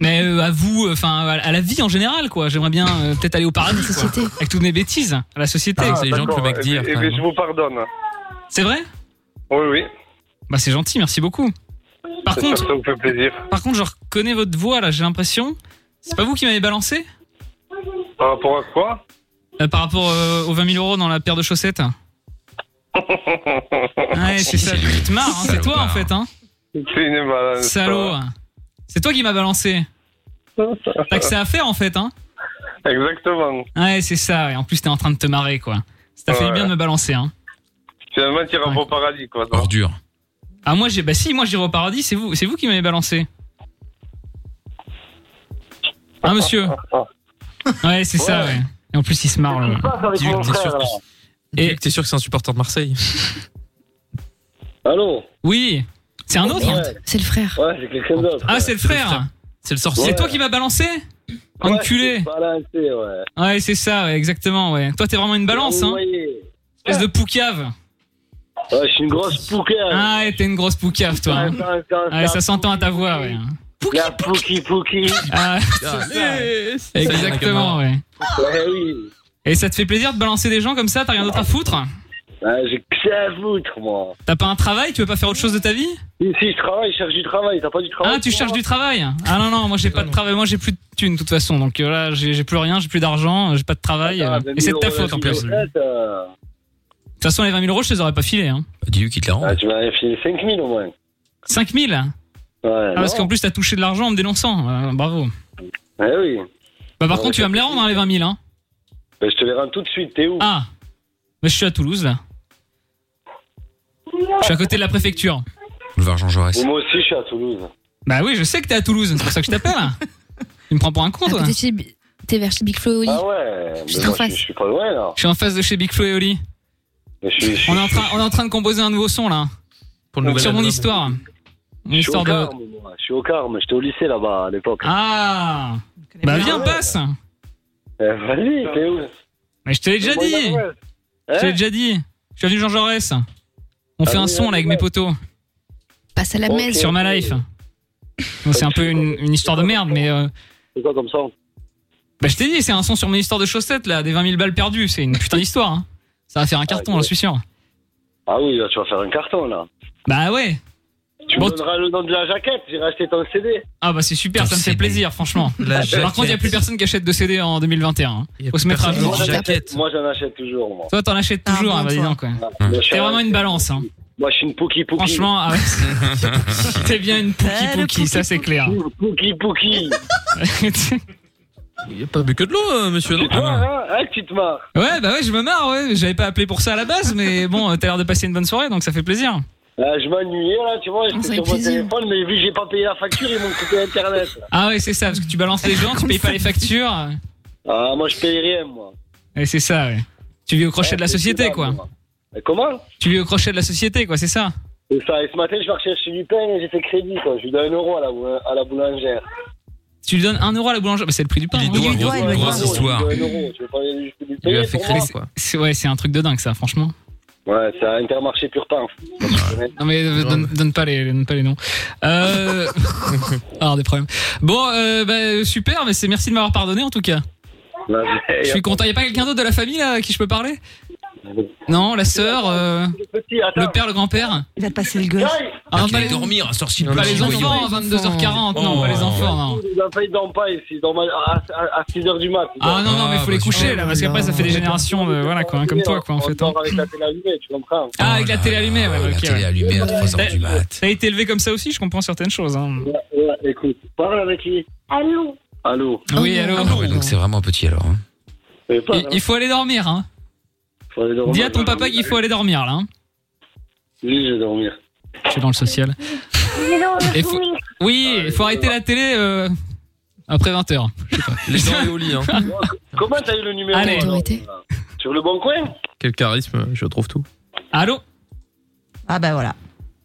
S5: Mais euh, à vous, enfin à la vie en général, quoi. J'aimerais bien euh, peut-être aller au paradis, quoi.
S2: Société.
S5: Avec toutes mes bêtises, à la société.
S4: Ah, c'est les gens que le mec
S6: d'accord.
S4: dit,
S6: Eh bien- eh bien,
S4: apparemment.
S6: je vous pardonne.
S5: C'est vrai
S6: Oui, oui.
S5: Bah c'est gentil, merci beaucoup. Par
S6: J'espère
S5: contre.
S6: que ça vous fait plaisir.
S5: Par contre, je reconnais votre voix là, j'ai l'impression. C'est pas vous qui m'avez balancé
S6: Par rapport à quoi
S5: Euh, Par rapport euh, aux 20 000 euros dans la paire de chaussettes *laughs* Ouais, c'est ça, tu te marres, hein, c'est toi en fait, hein
S6: Euh, C'est une balance.
S5: Salaud C'est toi qui m'as balancé T'as que ça à faire en fait, hein
S6: Exactement.
S5: Ouais, c'est ça, et en plus t'es en train de te marrer quoi. Ça t'a fait du bien de me balancer, hein
S6: Finalement, tu iras
S5: Ouais.
S6: au paradis, quoi. donc.
S1: Ordure.
S5: Ah, moi, j'ai. Bah, si, moi, j'irai au paradis, c'est vous, c'est vous qui m'avez balancé. Hein,
S6: *laughs*
S5: monsieur Ouais, c'est ça, ouais. Et en plus, il se marre, là.
S6: avec mon frère, alors
S5: Et
S4: T'es sûr que c'est un supporter de
S5: *laughs*
S4: Marseille
S9: Allô
S5: oui, c'est un autre
S9: Ouais,
S2: C'est le frère.
S9: ouais c'est quelqu'un d'autre.
S5: Ah, c'est le frère
S4: C'est le sorcier.
S5: C'est toi qui m'as balancé
S9: Ouais,
S5: Enculé
S9: c'est balancé, ouais.
S5: Ouais, c'est ça, ouais, exactement, ouais. Toi, t'es vraiment une balance, hein
S9: Ouais,
S5: Espèce de poucave
S9: ouais, je suis une grosse pouquère.
S5: Ah, ouais, t'es une grosse poucave, toi. hein. Ouais, ça s'entend à ta voix, ouais.
S9: La pouki pouki.
S5: Ah, *laughs*
S4: Allez, c'est ça,
S5: exactement, ouais.
S9: Ouais, oui.
S5: Et ça te fait plaisir de balancer des gens comme ça T'as rien d'autre à foutre
S9: Ouais, Ah, J'ai que ça à foutre, moi.
S5: T'as pas un travail Tu veux pas faire autre chose de ta vie
S9: Si, si, je travaille, je cherche du travail. T'as pas du travail
S5: Ah, tu
S9: toi
S5: cherches du travail Ah non, non, moi j'ai pas de travail. Moi j'ai plus de thunes, de toute façon. Donc euh, là, j'ai j'ai plus rien, j'ai plus d'argent, j'ai pas de travail.
S9: Ah,
S5: euh,
S9: ben,
S5: Et c'est de
S9: mille
S5: ta
S9: euros la
S5: faute en plus. De
S9: cigarette, euh,
S5: toute façon, les 20 000 euros, je les aurais pas filés. Hein.
S1: Dis-lui qu'il te la rend.
S9: Ah, tu m'as filé 5000 au moins.
S5: 5 000
S9: Ouais,
S5: Ah, parce
S9: non
S5: qu'en plus, t'as touché de l'argent en me dénonçant. Euh, bravo.
S9: Ouais, oui.
S5: Bah, par
S9: Ouais,
S5: contre, tu vas me les rendre, hein, les 20 000. Hein.
S9: Ben, je te les rends tout de suite. T'es où
S5: Ah Bah, je suis à Toulouse, là. Je suis à côté de la préfecture.
S1: Boulevard Jean Jaurès.
S9: Moi aussi, je suis à Toulouse.
S5: Bah oui, je sais que t'es à Toulouse, c'est pour ça que je
S9: *laughs*
S5: t'appelle. tu me prends pour un con,
S2: Ah,
S5: toi
S2: peut-être chez Bi- T'es vers chez Big Flo et Oli.
S9: Ah ouais,
S2: Je suis
S9: ben,
S2: trop
S9: moi, je,
S2: face.
S9: je suis pas loin là.
S5: Je suis en face de chez Big Flo et Oli.
S9: Je suis, je
S5: On est en train, on est en train de composer un nouveau son, là.
S4: Pour le nouvel
S5: Sur mon
S4: album.
S5: histoire. Une
S9: suis au
S5: histoire de.
S9: Carme, moi. Je suis au Carme, j'étais au lycée là-bas à l'époque.
S5: Ah Bah viens,
S9: ouais.
S5: passe
S9: Eh, Vas-y, t'es où
S5: Mais je te l'ai déjà
S9: Moi,
S5: dit
S9: Emmanuel.
S5: Je te l'ai
S9: Hein
S5: déjà dit Je suis venu Jean Jaurès. On fait
S9: Ah
S5: un
S9: oui,
S5: son, là, avec
S9: ouais.
S5: mes potos.
S2: Passe à la
S9: Ok.
S2: messe.
S5: Sur ma life. Donc c'est un peu une, une histoire de merde, mais. euh,
S9: C'est quoi comme ça
S5: Bah je t'ai dit, c'est un son sur mon histoire de chaussettes là, des 20 000 balles perdues, c'est une putain d'histoire. hein. Ça va faire un carton,
S9: ouais.
S5: j'en suis sûr.
S9: Ah oui, là, tu vas faire un carton là.
S5: Bah ouais.
S9: Tu
S5: Bon,
S9: me donneras le nom de la jaquette, j'ai racheté ton CD.
S5: Ah bah c'est super,
S1: Ton
S5: ça me fait
S1: CD.
S5: plaisir, franchement.
S4: La
S5: Par contre, il y a plus personne qui achète de CD en 2021. hein.
S4: Y a
S5: Faut se
S4: plus
S5: mettre à
S4: personne
S5: jour.
S4: qui achète.
S9: j'achète- moi j'en achète toujours moi.
S5: Toi, t'en achètes
S3: Ah,
S5: toujours,
S3: bon,
S5: hein, vas-y
S3: toi.
S5: donc, quoi.
S9: Moi, je suis
S5: T'es
S9: un-
S5: vraiment une balance, hein.
S9: Moi je suis une pouki pouki.
S5: Franchement, ah ouais.
S3: *laughs*
S5: t'es bien une pouki
S3: Ah, le
S5: pouki, ça c'est clair.
S9: Pouki
S3: *laughs*
S9: pouki.
S4: Il y a pas bu que de l'eau, euh, monsieur, non
S9: C'est toi
S5: Ah,
S9: hein, hein que tu te marres.
S5: ouais, bah ouais, je me marre, ouais. J'avais pas appelé pour ça à la base,
S4: *laughs*
S5: mais bon, euh, t'as l'air de passer une bonne soirée, donc ça fait plaisir.
S9: Là, Euh, je m'ennuyais là, tu vois,
S2: ça
S9: j'étais
S2: fait
S9: sur mon
S2: plaisir.
S9: téléphone, mais vu que j'ai pas payé la facture, ils m'ont coupé internet. là.
S5: Ah ouais, c'est ça, parce que tu balances les gens, tu payes pas les factures.
S9: Ah, moi je paye rien moi.
S5: Et c'est ça, ouais. Tu vis au crochet de la
S9: Ouais, c'est
S5: société,
S9: grave,
S5: quoi.
S9: moi. Et Comment
S5: Tu vis au crochet de la société, quoi, c'est ça
S9: C'est ça, et ce matin, je vais rechercher du pain et j'ai fait crédit, quoi. Je lui donne un euro à la, bou- à la boulangère.
S5: Tu lui donnes 1 euro à la boulangerie, bah, c'est le prix du pain.
S1: Il est
S3: doit-
S5: hein.
S1: droit,
S3: il doit, il
S1: grosse,
S3: doit.
S1: grosse histoire.
S9: Je lui donne un euro, tu veux pas juste lui
S4: Il lui a
S9: payer
S4: fait
S9: pour moi
S4: crédit, quoi.
S5: C'est- Ouais, c'est un truc de dingue, ça, franchement.
S9: Ouais, c'est un intermarché pur pain.
S5: Non, mais euh, donne, donne pas, les, donne pas les noms. *laughs* Euh... Alors, des problèmes. Bon, euh, bah, super, mais c'est merci de m'avoir pardonné en tout cas. Je suis content. Y a pas quelqu'un d'autre de la famille là à qui je peux parler Non, la sœur, euh,
S9: Petit, attends.
S5: le père, le grand-père
S3: Il va te passer le gosse.
S9: Hey,
S5: Ah, non,
S1: Il
S5: pas
S1: allait
S5: les,
S1: dormir, un sorcier
S5: pas les
S1: petit voyant.
S5: enfants à 22h40, non,
S1: Oh.
S5: pas les enfants, non.
S9: Les enfants, ils dorment pas ici, ils dorment à, à, 6h du mat.
S5: Ah non, non, mais
S1: Ah,
S5: faut les
S1: bah,
S5: coucher
S1: super.
S5: là, parce qu'après ça fait des générations, de- voilà quoi, hein, comme toi quoi en
S9: on
S5: fait. hein.
S9: dort avec la télé allumée, tu comprends
S5: Ah, avec la télé allumée, ouais,
S1: La
S5: ok.
S1: télé
S5: ouais.
S1: allumée à 3h du mat.
S5: T'as été élevé comme ça aussi, je comprends certaines choses. hein.
S9: ouais, ouais, écoute, parle avec qui Allô Allô
S5: Oui, allô
S1: Ah ouais, donc c'est vraiment petit alors. hein.
S9: Mais pas,
S5: Il- Il faut aller dormir, hein.
S9: faut aller dormir.
S5: Dis à ton papa qu'il faut aller dormir, là. hein.
S9: Oui, je vais dormir.
S5: Je suis dans le social. Et faut- Oui, il faut arrêter la télé euh, après 20h.
S4: Les gens et au lit, hein.
S9: *laughs* Comment t'as eu le numéro
S5: Allez.
S9: alors
S2: Autorité.
S9: Sur le bon coin
S4: Quel charisme, je trouve tout.
S5: Allô
S3: Ah bah voilà.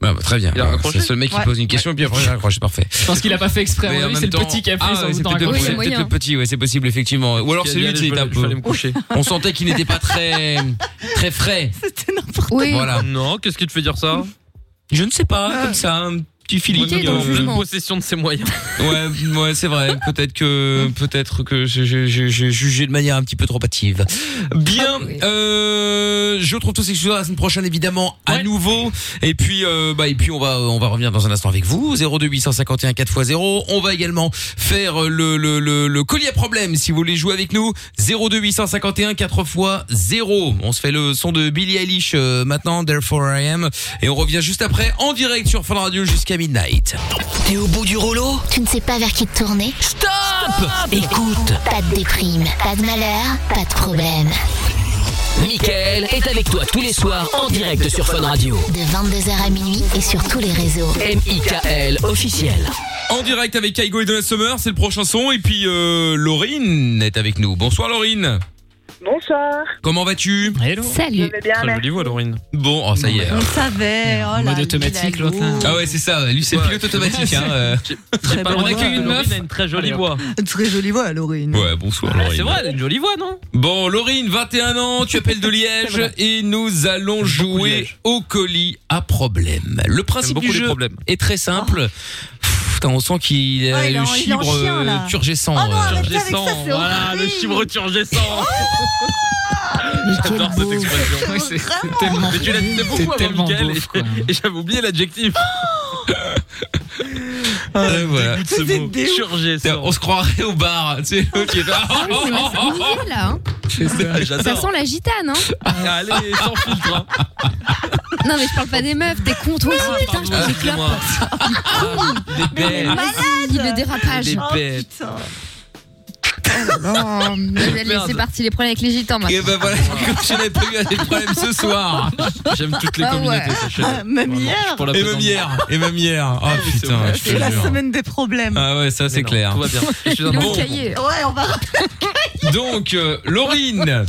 S1: Ah, bah, très bien.
S4: Il a
S1: Ah,
S4: raccroché
S1: C'est le seul mec qui
S3: Ouais.
S1: pose une question et puis après il raccroche, parfait.
S5: Je pense qu'il a pas fait exprès. à mon
S1: Mais en
S5: avis,
S1: même
S5: C'est le
S1: temps-
S5: petit qui a appuyé
S1: Ah,
S5: sur
S1: ouais,
S5: le
S1: c'est
S5: bouton
S1: peut-être le,
S5: raccourci.
S1: c'est
S2: Oui,
S1: peut-être
S2: moyen.
S1: le petit, ouais, c'est possible effectivement. Ou alors c'est lui, tu sais, il était un
S4: Je vais aller
S1: peu.
S4: me coucher.
S1: *laughs* On sentait qu'il n'était pas très, très frais.
S3: C'était n'importe
S2: Oui. Ah.
S1: Voilà.
S4: Non, qu'est-ce qui te fait dire ça
S1: Je ne sais pas, comme ça, un petit feeling.
S2: Ok, dans le
S1: euh,
S2: jugement.
S4: Possession de ses moyens.
S1: Ouais, ouais, c'est vrai. Peut-être que, peut-être que j'ai- j'ai j'ai- j'ai jugé de manière un petit peu trop hâtive. Bien, euh, je retrouve tous ces choses la semaine prochaine évidemment à nouveau. Et puis, euh, bah et puis on va, on va revenir dans un instant avec vous. 02851 4x0. On va également faire euh, le le le, le collier à problème si vous voulez jouer avec nous. 02851 4x0. On se fait le son de Billie Eilish euh, maintenant. Therefore I am. Et on revient juste après en direct sur Fun Radio jusqu'à midnight.
S7: T'es au bout du rouleau
S8: Tu ne sais pas vers qui te tourner
S7: Stop, Écoute
S8: Pas de déprime, pas de malheur, pas de problème.
S7: Michael est avec toi tous les soirs en direct sur Fun Radio.
S8: De 22h à minuit et sur tous les réseaux.
S7: M.I.K.L. officiel.
S1: En direct avec Kaigo et Donna Summer, c'est le prochain son. Et puis euh, Laurine est avec nous. Bonsoir Laurine.
S10: Bonsoir.
S1: Comment vas-tu
S5: Hello.
S10: Salut. Je vais bien, Très jolie
S1: voix Laurine. Bon, oh, ça y est.
S3: On le savait. Oh là,
S5: Mode automatique, l'autre. là.
S1: Ah ouais, c'est ça. Lui, c'est pilote automatique. Hein, euh.
S3: Très belle
S5: On
S3: voix,
S5: accueille une
S3: Laurine.
S5: meuf.
S4: Très jolie
S5: Allez,
S4: voix. Ah,
S3: Très jolie voix, Laurine.
S1: Ouais, bonsoir Laurine.
S4: C'est vrai, elle a une jolie voix, non
S1: Bon, Laurine, 21 ans, tu appelles
S4: *laughs*
S1: de Liège et nous allons jouer au colis à problème. Le principe
S4: beaucoup
S1: du
S4: les
S1: jeu
S4: problèmes.
S1: est très simple. Pff, Putain, on sent qu'il a
S3: Ah, Oh. il est
S1: le
S3: en- il est en
S1: chibre
S3: chien, là.
S1: euh, turgescent.
S3: Oh non,
S1: euh.
S3: arrêtez avec ça,
S4: Turgescent.
S3: c'est
S4: Voilà, le
S3: horrible.
S4: chibre turgescent.
S3: quel
S4: J'adore cette
S3: beau.
S4: expression.
S3: Oui, c'est- c'est
S4: tellement. Mais tu l'as dit
S5: C'est
S4: beaucoup avant
S5: tellement
S4: Mickaël
S5: beauf, quoi.
S4: et- et j'avais oublié l'adjectif. Ah,
S1: Euh, voilà.
S4: Ce
S3: Vous êtes
S4: mot.
S3: des ouf.
S1: Putain,
S4: Turgescent.
S1: On se croirait au bar, tu sais, l'autre qui est là.
S2: Ah oui, c'est vrai, c'est mignon, là. hein. Ça
S4: Ah, J'adore.
S2: sent la gitane, hein.
S1: Ah,
S4: Allez, sans filtre. hein.
S2: Non, mais je parle pas des meufs, t'es con, toi aussi, putain, je
S1: Ah,
S2: t'ai clope.
S1: excusez-moi.
S2: *laughs*
S4: Des belles.
S2: Vas-y, le dérapage.
S4: Des
S3: Oh
S4: bêtes.
S3: putain. Oh,
S2: Allez, c'est parti, les problèmes avec les gitans, maintenant.
S1: Et ben voilà, *laughs* comme je n'avais pas eu des problèmes ce soir.
S4: J'aime toutes les
S2: Ah ouais.
S4: communautés, sachez-le.
S3: Ah, Même
S4: Vraiment, je suis
S3: hier,
S4: pour la Ah,
S1: Et même
S4: présente.
S1: hier, et même hier. Oh putain, je te
S3: c'est la
S1: jure.
S3: semaine des problèmes.
S1: Ah ouais, ça c'est
S4: Mais non,
S1: clair.
S4: Tout va bien. Je suis un
S2: Il a
S4: bon.
S2: le cahier.
S3: Ouais, on va rappeler.
S1: Donc, euh, Laurine,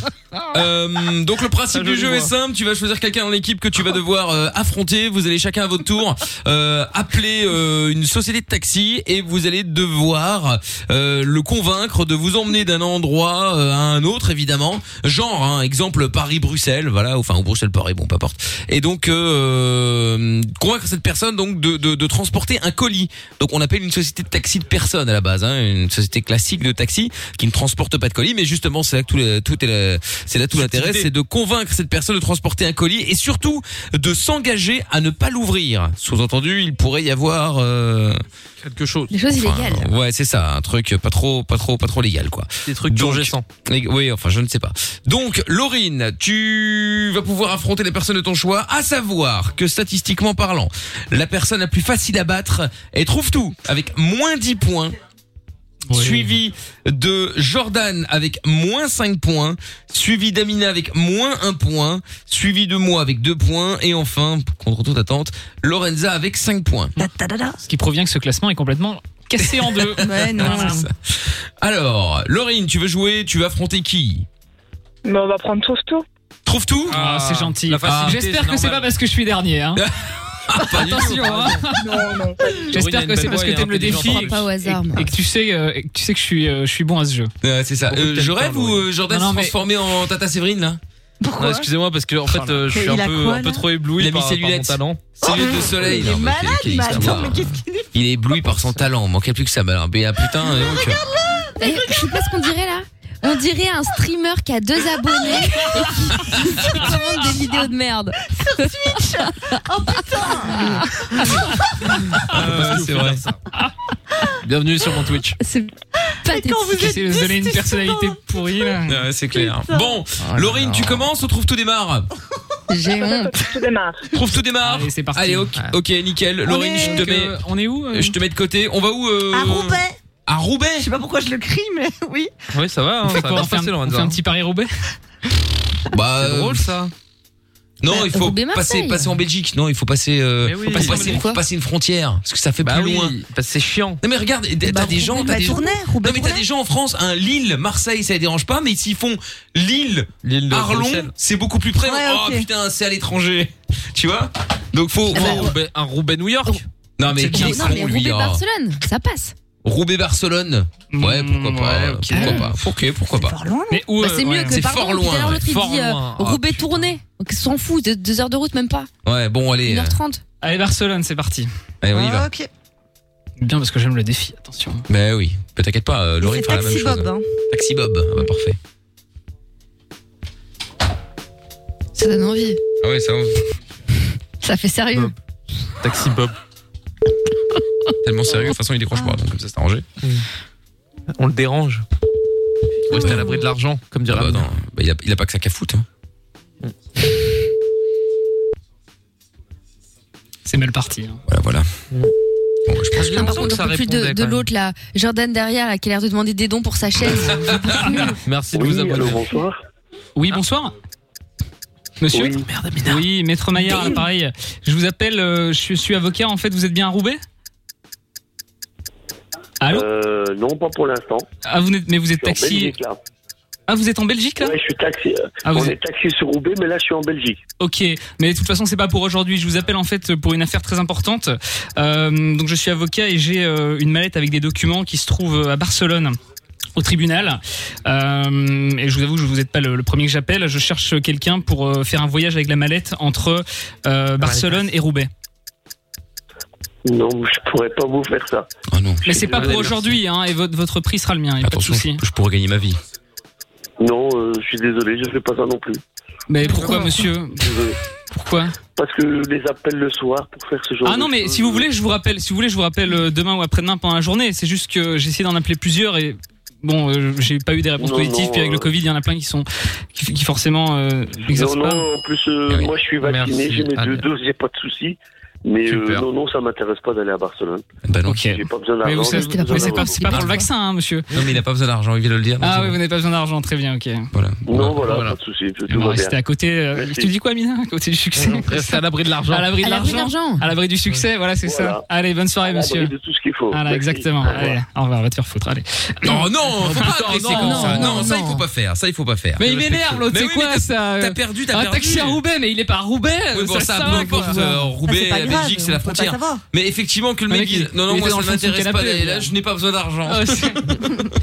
S1: euh, donc le principe
S4: Ah,
S1: du
S4: jolie
S1: jeu est
S4: voix.
S1: simple. Tu vas choisir quelqu'un dans l'équipe que tu vas devoir euh, affronter. Vous allez chacun à votre tour euh, appeler euh, une société de taxi et vous allez devoir euh, le convaincre de vous emmener d'un endroit euh, à un autre, évidemment. Genre, hein, exemple Paris-Bruxelles, voilà, enfin ou Bruxelles-Paris, bon, peu importe. Et donc, euh, convaincre cette personne donc de, de, de transporter un colis. Donc, on appelle une société de taxi de personnes à la base, hein, une société classique de taxi qui ne transporte pas de colis. Mais justement, c'est là que tout, le- tout est, le- c'est là tout l'intérêt, c'est de convaincre cette personne de transporter un colis et surtout de s'engager à ne pas l'ouvrir. Sous-entendu, il pourrait y avoir euh,
S4: Quelque chose.
S2: Les choses illégales.
S1: ouais, c'est ça, un truc pas trop, pas trop, pas trop légal, quoi.
S4: Des trucs
S1: Donc,
S4: turgescents.
S1: Et- Oui, enfin, je ne sais pas. Donc, Laurine, tu vas pouvoir affronter les personnes de ton choix, à savoir que statistiquement parlant, la personne la plus facile à battre est Trouve Tout, avec moins 10 points, suivi de Jordan avec moins 5 points, suivi d'Amina avec moins 1 point, suivi de moi avec 2 points, et enfin, contre toute attente, Lorenza avec 5 points.
S3: Da, da, da, da.
S5: Ce qui provient que ce classement est complètement cassé en *laughs* deux.
S3: *laughs* Ouais, non.
S5: Voilà.
S1: Alors, Laurine, tu veux jouer, tu veux affronter qui
S10: Mais on va prendre trouve tout.
S1: Trouve Tout
S5: Ah, c'est gentil.
S4: La facilité,
S5: J'espère que c'est pas
S4: normal.
S5: parce que je suis dernier. Hein. *laughs* Attention, hein.
S10: Non, non. pas du tout.
S5: J'espère que c'est parce que t'aimes le défi
S2: Je crois pas au hasard, moi.
S5: et que tu sais, euh, et que tu sais que je suis, euh, je suis bon à ce jeu.
S1: Ouais, c'est ça.
S4: Beaucoup de
S1: Euh,
S4: têtes
S1: je rêve
S4: parlent,
S1: ou
S4: oui.
S1: euh, Jordan
S5: Non, non,
S1: se
S5: mais-
S1: transformer en Tata Séverine là Oh
S4: Non,
S3: Pourquoi
S4: excusez-moi parce que en fait euh, je suis un
S3: Il a
S4: peu,
S3: quoi,
S4: un peu
S3: là
S4: trop
S1: Il
S4: ébloui
S1: a mis
S4: par,
S1: ses
S4: par mon
S1: lunettes.
S4: talent.
S1: C'est les de soleil.
S3: Il est
S1: Non, mais
S3: malade,
S1: quelle
S3: mais
S1: histoire.
S3: attends, mais qu'est-ce qu'il est
S1: Il est ébloui par son talent. Manquait plus que ça, malin. Mais
S3: *laughs*
S1: ah, putain, euh, donc,
S2: Eh, Je sais pas ce qu'on dirait là. On dirait un streamer qui a deux abonnés et qui, qui commande des vidéos de merde.
S3: Ah,
S1: euh, c'est vrai.
S4: Bienvenue sur mon Twitch.
S2: C'est pathétique.
S3: quand vous êtes
S5: J'essaie de se donner une
S3: dix,
S5: personnalité pourrie. là.
S1: Ouais, c'est clair.
S3: Putain.
S1: Bon,
S4: Oh
S1: Laurine, tu commences ou trouve tout démarre
S2: J'ai honte.
S10: Je démarre.
S1: Trouve tout démarre.
S5: Allez, c'est parti.
S1: Allez, ok,
S5: Ouais.
S1: ok, nickel. Laurine,
S3: est-
S1: je te
S5: Donc,
S1: mets,
S5: euh, on est où euh
S1: je te mets de côté. On va où euh,
S3: À Roubaix.
S1: À Roubaix.
S3: Je sais pas pourquoi je le crie,
S5: *laughs*
S3: mais oui.
S4: Oui, ça va, hein,
S5: On fait
S4: ça va
S5: quoi
S4: bien
S5: on
S4: se
S5: fait, un,
S4: passer,
S5: on fait
S4: Lorenza.
S5: un petit Paris Roubaix
S1: Bah,
S4: C'est
S1: hein. euh,
S4: drôle ça.
S3: Bah,
S1: Non, il faut
S2: Roubaix-Marseille.
S1: passer, passer en Belgique. Non, il faut passer, euh,
S4: Mais oui.
S1: faut passer,
S4: Mais
S1: faut passer une frontière parce que ça fait
S4: Bah
S1: plus
S4: oui,
S1: loin.
S4: parce que c'est chiant.
S1: Non mais regarde, t'as
S3: Bah,
S1: des gens,
S3: Roubaix,
S1: t'as des gens.
S3: Tournai, Roubaix,
S1: Non mais t'as des gens en France, un Lille, Marseille, ça les dérange pas, mais s'ils font Lille,
S4: L'île de
S1: Arlon,
S4: Bruxelles.
S1: c'est beaucoup plus près.
S3: Ouais,
S1: oh
S3: ok. Eh
S1: putain, c'est à l'étranger, *laughs* tu vois Donc faut.
S4: Oh,
S1: faut-
S3: ben,
S4: un Roubaix- un Roubaix New
S3: Oh.
S4: York.
S1: Non Ah, mais
S4: C'est
S1: qui
S4: bien.
S1: est
S2: Non, mais
S1: con lui hein.
S2: Roubaix-Barcelone, ça passe.
S1: Roubaix Barcelone. Ouais,
S5: Mmh,
S1: pourquoi pas.
S5: ouais,
S1: euh,
S5: ok. Ah.
S1: Pourquoi pas. Ok, pourquoi
S3: Roubaix.
S1: pas.
S3: Fort loin, non
S5: Mais où
S2: Bah,
S5: euh,
S2: c'est mieux
S5: ouais.
S2: que
S1: C'est
S2: pardon,
S1: fort
S2: tout à l'heure,
S1: loin,
S2: l'autre il
S4: fort
S2: dit euh,
S4: loin. Ah,
S2: Roubaix
S4: putain.
S2: tourné. S'en fout, de- deux heures de route, même pas.
S1: Ouais, bon allez, euh,
S2: 1h30.
S5: Allez Barcelone, c'est parti.
S1: allez, on y
S2: Ah,
S1: va.
S3: Ok.
S5: Bien parce que j'aime le défi. Attention.
S1: Mais oui, mais t'inquiète pas, euh, Laurie
S3: C'est
S1: fera la même
S3: Taxi
S1: chose.
S3: Bob. hein.
S1: Taxi Bob, ah bah parfait.
S2: Ça donne envie.
S1: Ah ouais, ça
S2: Ça fait sérieux.
S4: Taxi Bob.
S1: *laughs* tellement sérieux. De toute façon, il décroche pas, donc comme ça c'est arrangé.
S4: Hmm. On le dérange. Reste à l'abri de l'argent, comme
S1: Ah
S4: dirait.
S1: bah, non, bah, il, a, il a pas que ça qu'à foutre. hein.
S5: C'est mal parti. hein.
S1: Voilà, voilà. Bon, bah, je pense
S2: Ah, par
S4: que
S2: contre,
S4: ça
S2: on peut plus
S4: répondait
S2: de, de
S4: quand même.
S2: l'autre là. Jordan derrière là, qui a l'air
S5: *laughs*
S2: de demander des dons pour sa chaise.
S4: Merci de vous abonner.
S9: bonsoir.
S5: Oui, bonsoir. Monsieur Oh,
S6: Oui.
S5: Oui, Maître Maillard, à l'appareil. Je vous appelle, euh, je suis- je suis avocat, en fait, vous êtes bien à Roubaix Allô
S9: euh, Non, pas pour l'instant.
S5: Ah, vous n'êtes- mais vous êtes
S9: Je suis en
S5: taxi-
S9: Belgique, là.
S5: Ah, vous êtes en Belgique, là
S9: Ouais, je suis taxi. euh,
S5: Ah,
S9: on
S5: vous
S9: est taxi sur Roubaix, mais là, je suis en Belgique.
S5: Ok, mais de toute façon c'est pas pour aujourd'hui. Je vous appelle en fait pour une affaire très importante. Euh, donc je suis avocat et j'ai euh, une mallette avec des documents qui se trouvent euh, à Barcelone au tribunal. Euh, et je vous avoue, je vous êtes pas le, le premier que j'appelle. Je cherche quelqu'un pour euh, faire un voyage avec la mallette entre
S1: Ah,
S5: euh, Barcelone et Roubaix.
S9: Non, je pourrais pas vous faire ça.
S1: Ah
S5: Mais c'est pas pour
S9: désolé,
S5: aujourd'hui, hein, et votre, votre prix sera le mien, y a pas de souci.
S1: Je pourrais gagner ma vie.
S9: Non, euh, je suis désolé, je fais pas ça non plus.
S5: Mais pourquoi, monsieur
S9: Désolé.
S5: Pourquoi
S9: Parce que je les appelle le soir pour faire ce genre
S5: Ah non,
S9: de
S5: mais
S9: choses. euh.
S5: si vous voulez, je vous rappelle, si vous voulez, je vous rappelle euh, demain ou après-demain pendant la journée. C'est juste que j'ai essayé d'en appeler plusieurs et bon, euh, j'ai pas eu des réponses
S9: Non,
S5: positives.
S9: non,
S5: puis avec le
S9: euh,
S5: Covid, il y en a plein qui sont qui, qui forcément euh, n'exercent
S9: Non, non,
S5: pas.
S9: en plus, euh, moi, je suis vacciné,
S5: Merci,
S9: j'ai mes
S5: Anne.
S9: deux doses, j'ai pas de soucis. Mais euh, non, non, ça m'intéresse pas d'aller à Barcelone.
S1: Bah non.
S9: J'ai pas besoin
S5: Mais
S9: d'argent.
S5: vous savez,
S9: j'ai besoin
S5: mais c'est
S9: d'argent.
S5: pas, c'est pas pour le vaccin, hein, monsieur.
S1: Non, mais il a pas besoin d'argent, il vient de le dire.
S5: Ah oui, vous n'avez pas besoin d'argent, très bien, ok.
S1: Voilà.
S9: Non, voilà, pas de soucis. tout
S5: On
S9: va
S5: va
S9: bien.
S5: rester à côté. euh, tu dis quoi, Mina À côté du
S1: *laughs*
S5: succès.
S4: Rester à l'abri de l'argent.
S5: À l'abri de
S4: À l'abri de
S5: l'argent. À l'abri du succès, voilà, c'est ça. Allez, bonne soirée, Ah, monsieur.
S9: de tout ce qu'il faut.
S5: Voilà,
S4: Merci.
S5: exactement.
S4: Au revoir.
S5: Allez, au revoir, va te faire foutre. Allez.
S1: Non, non, faut pas
S5: Putain,
S1: agresser
S5: non,
S1: comme
S5: non,
S1: ça.
S5: non,
S1: Non, ça il
S5: non.
S1: faut pas faire. Ça il faut pas faire.
S5: Mais il m'énerve l'autre,
S1: Mais
S5: c'est
S1: oui,
S5: quoi
S1: mais
S5: ça euh
S1: T'as perdu, t'as
S5: Un
S1: perdu.
S5: taxi à Roubaix, mais il est pas à Roubaix
S1: Oui, bon,
S5: ça, hein.
S1: ça,
S5: ça
S1: peu
S5: va,
S1: importe,
S5: quoi. Ah,
S1: euh, Roubaix, la Belgique, c'est la frontière. Mais effectivement, que le
S5: Le
S1: mec,
S5: mec,
S1: il-
S5: il-
S1: non, non,
S5: il était
S1: moi,
S5: dans
S1: ça
S5: le fond de son
S1: m'intéresse pas.
S5: canapé,
S1: Et là,
S5: ouais.
S1: je n'ai pas besoin d'argent. *laughs*
S5: Ah, euh, c'est-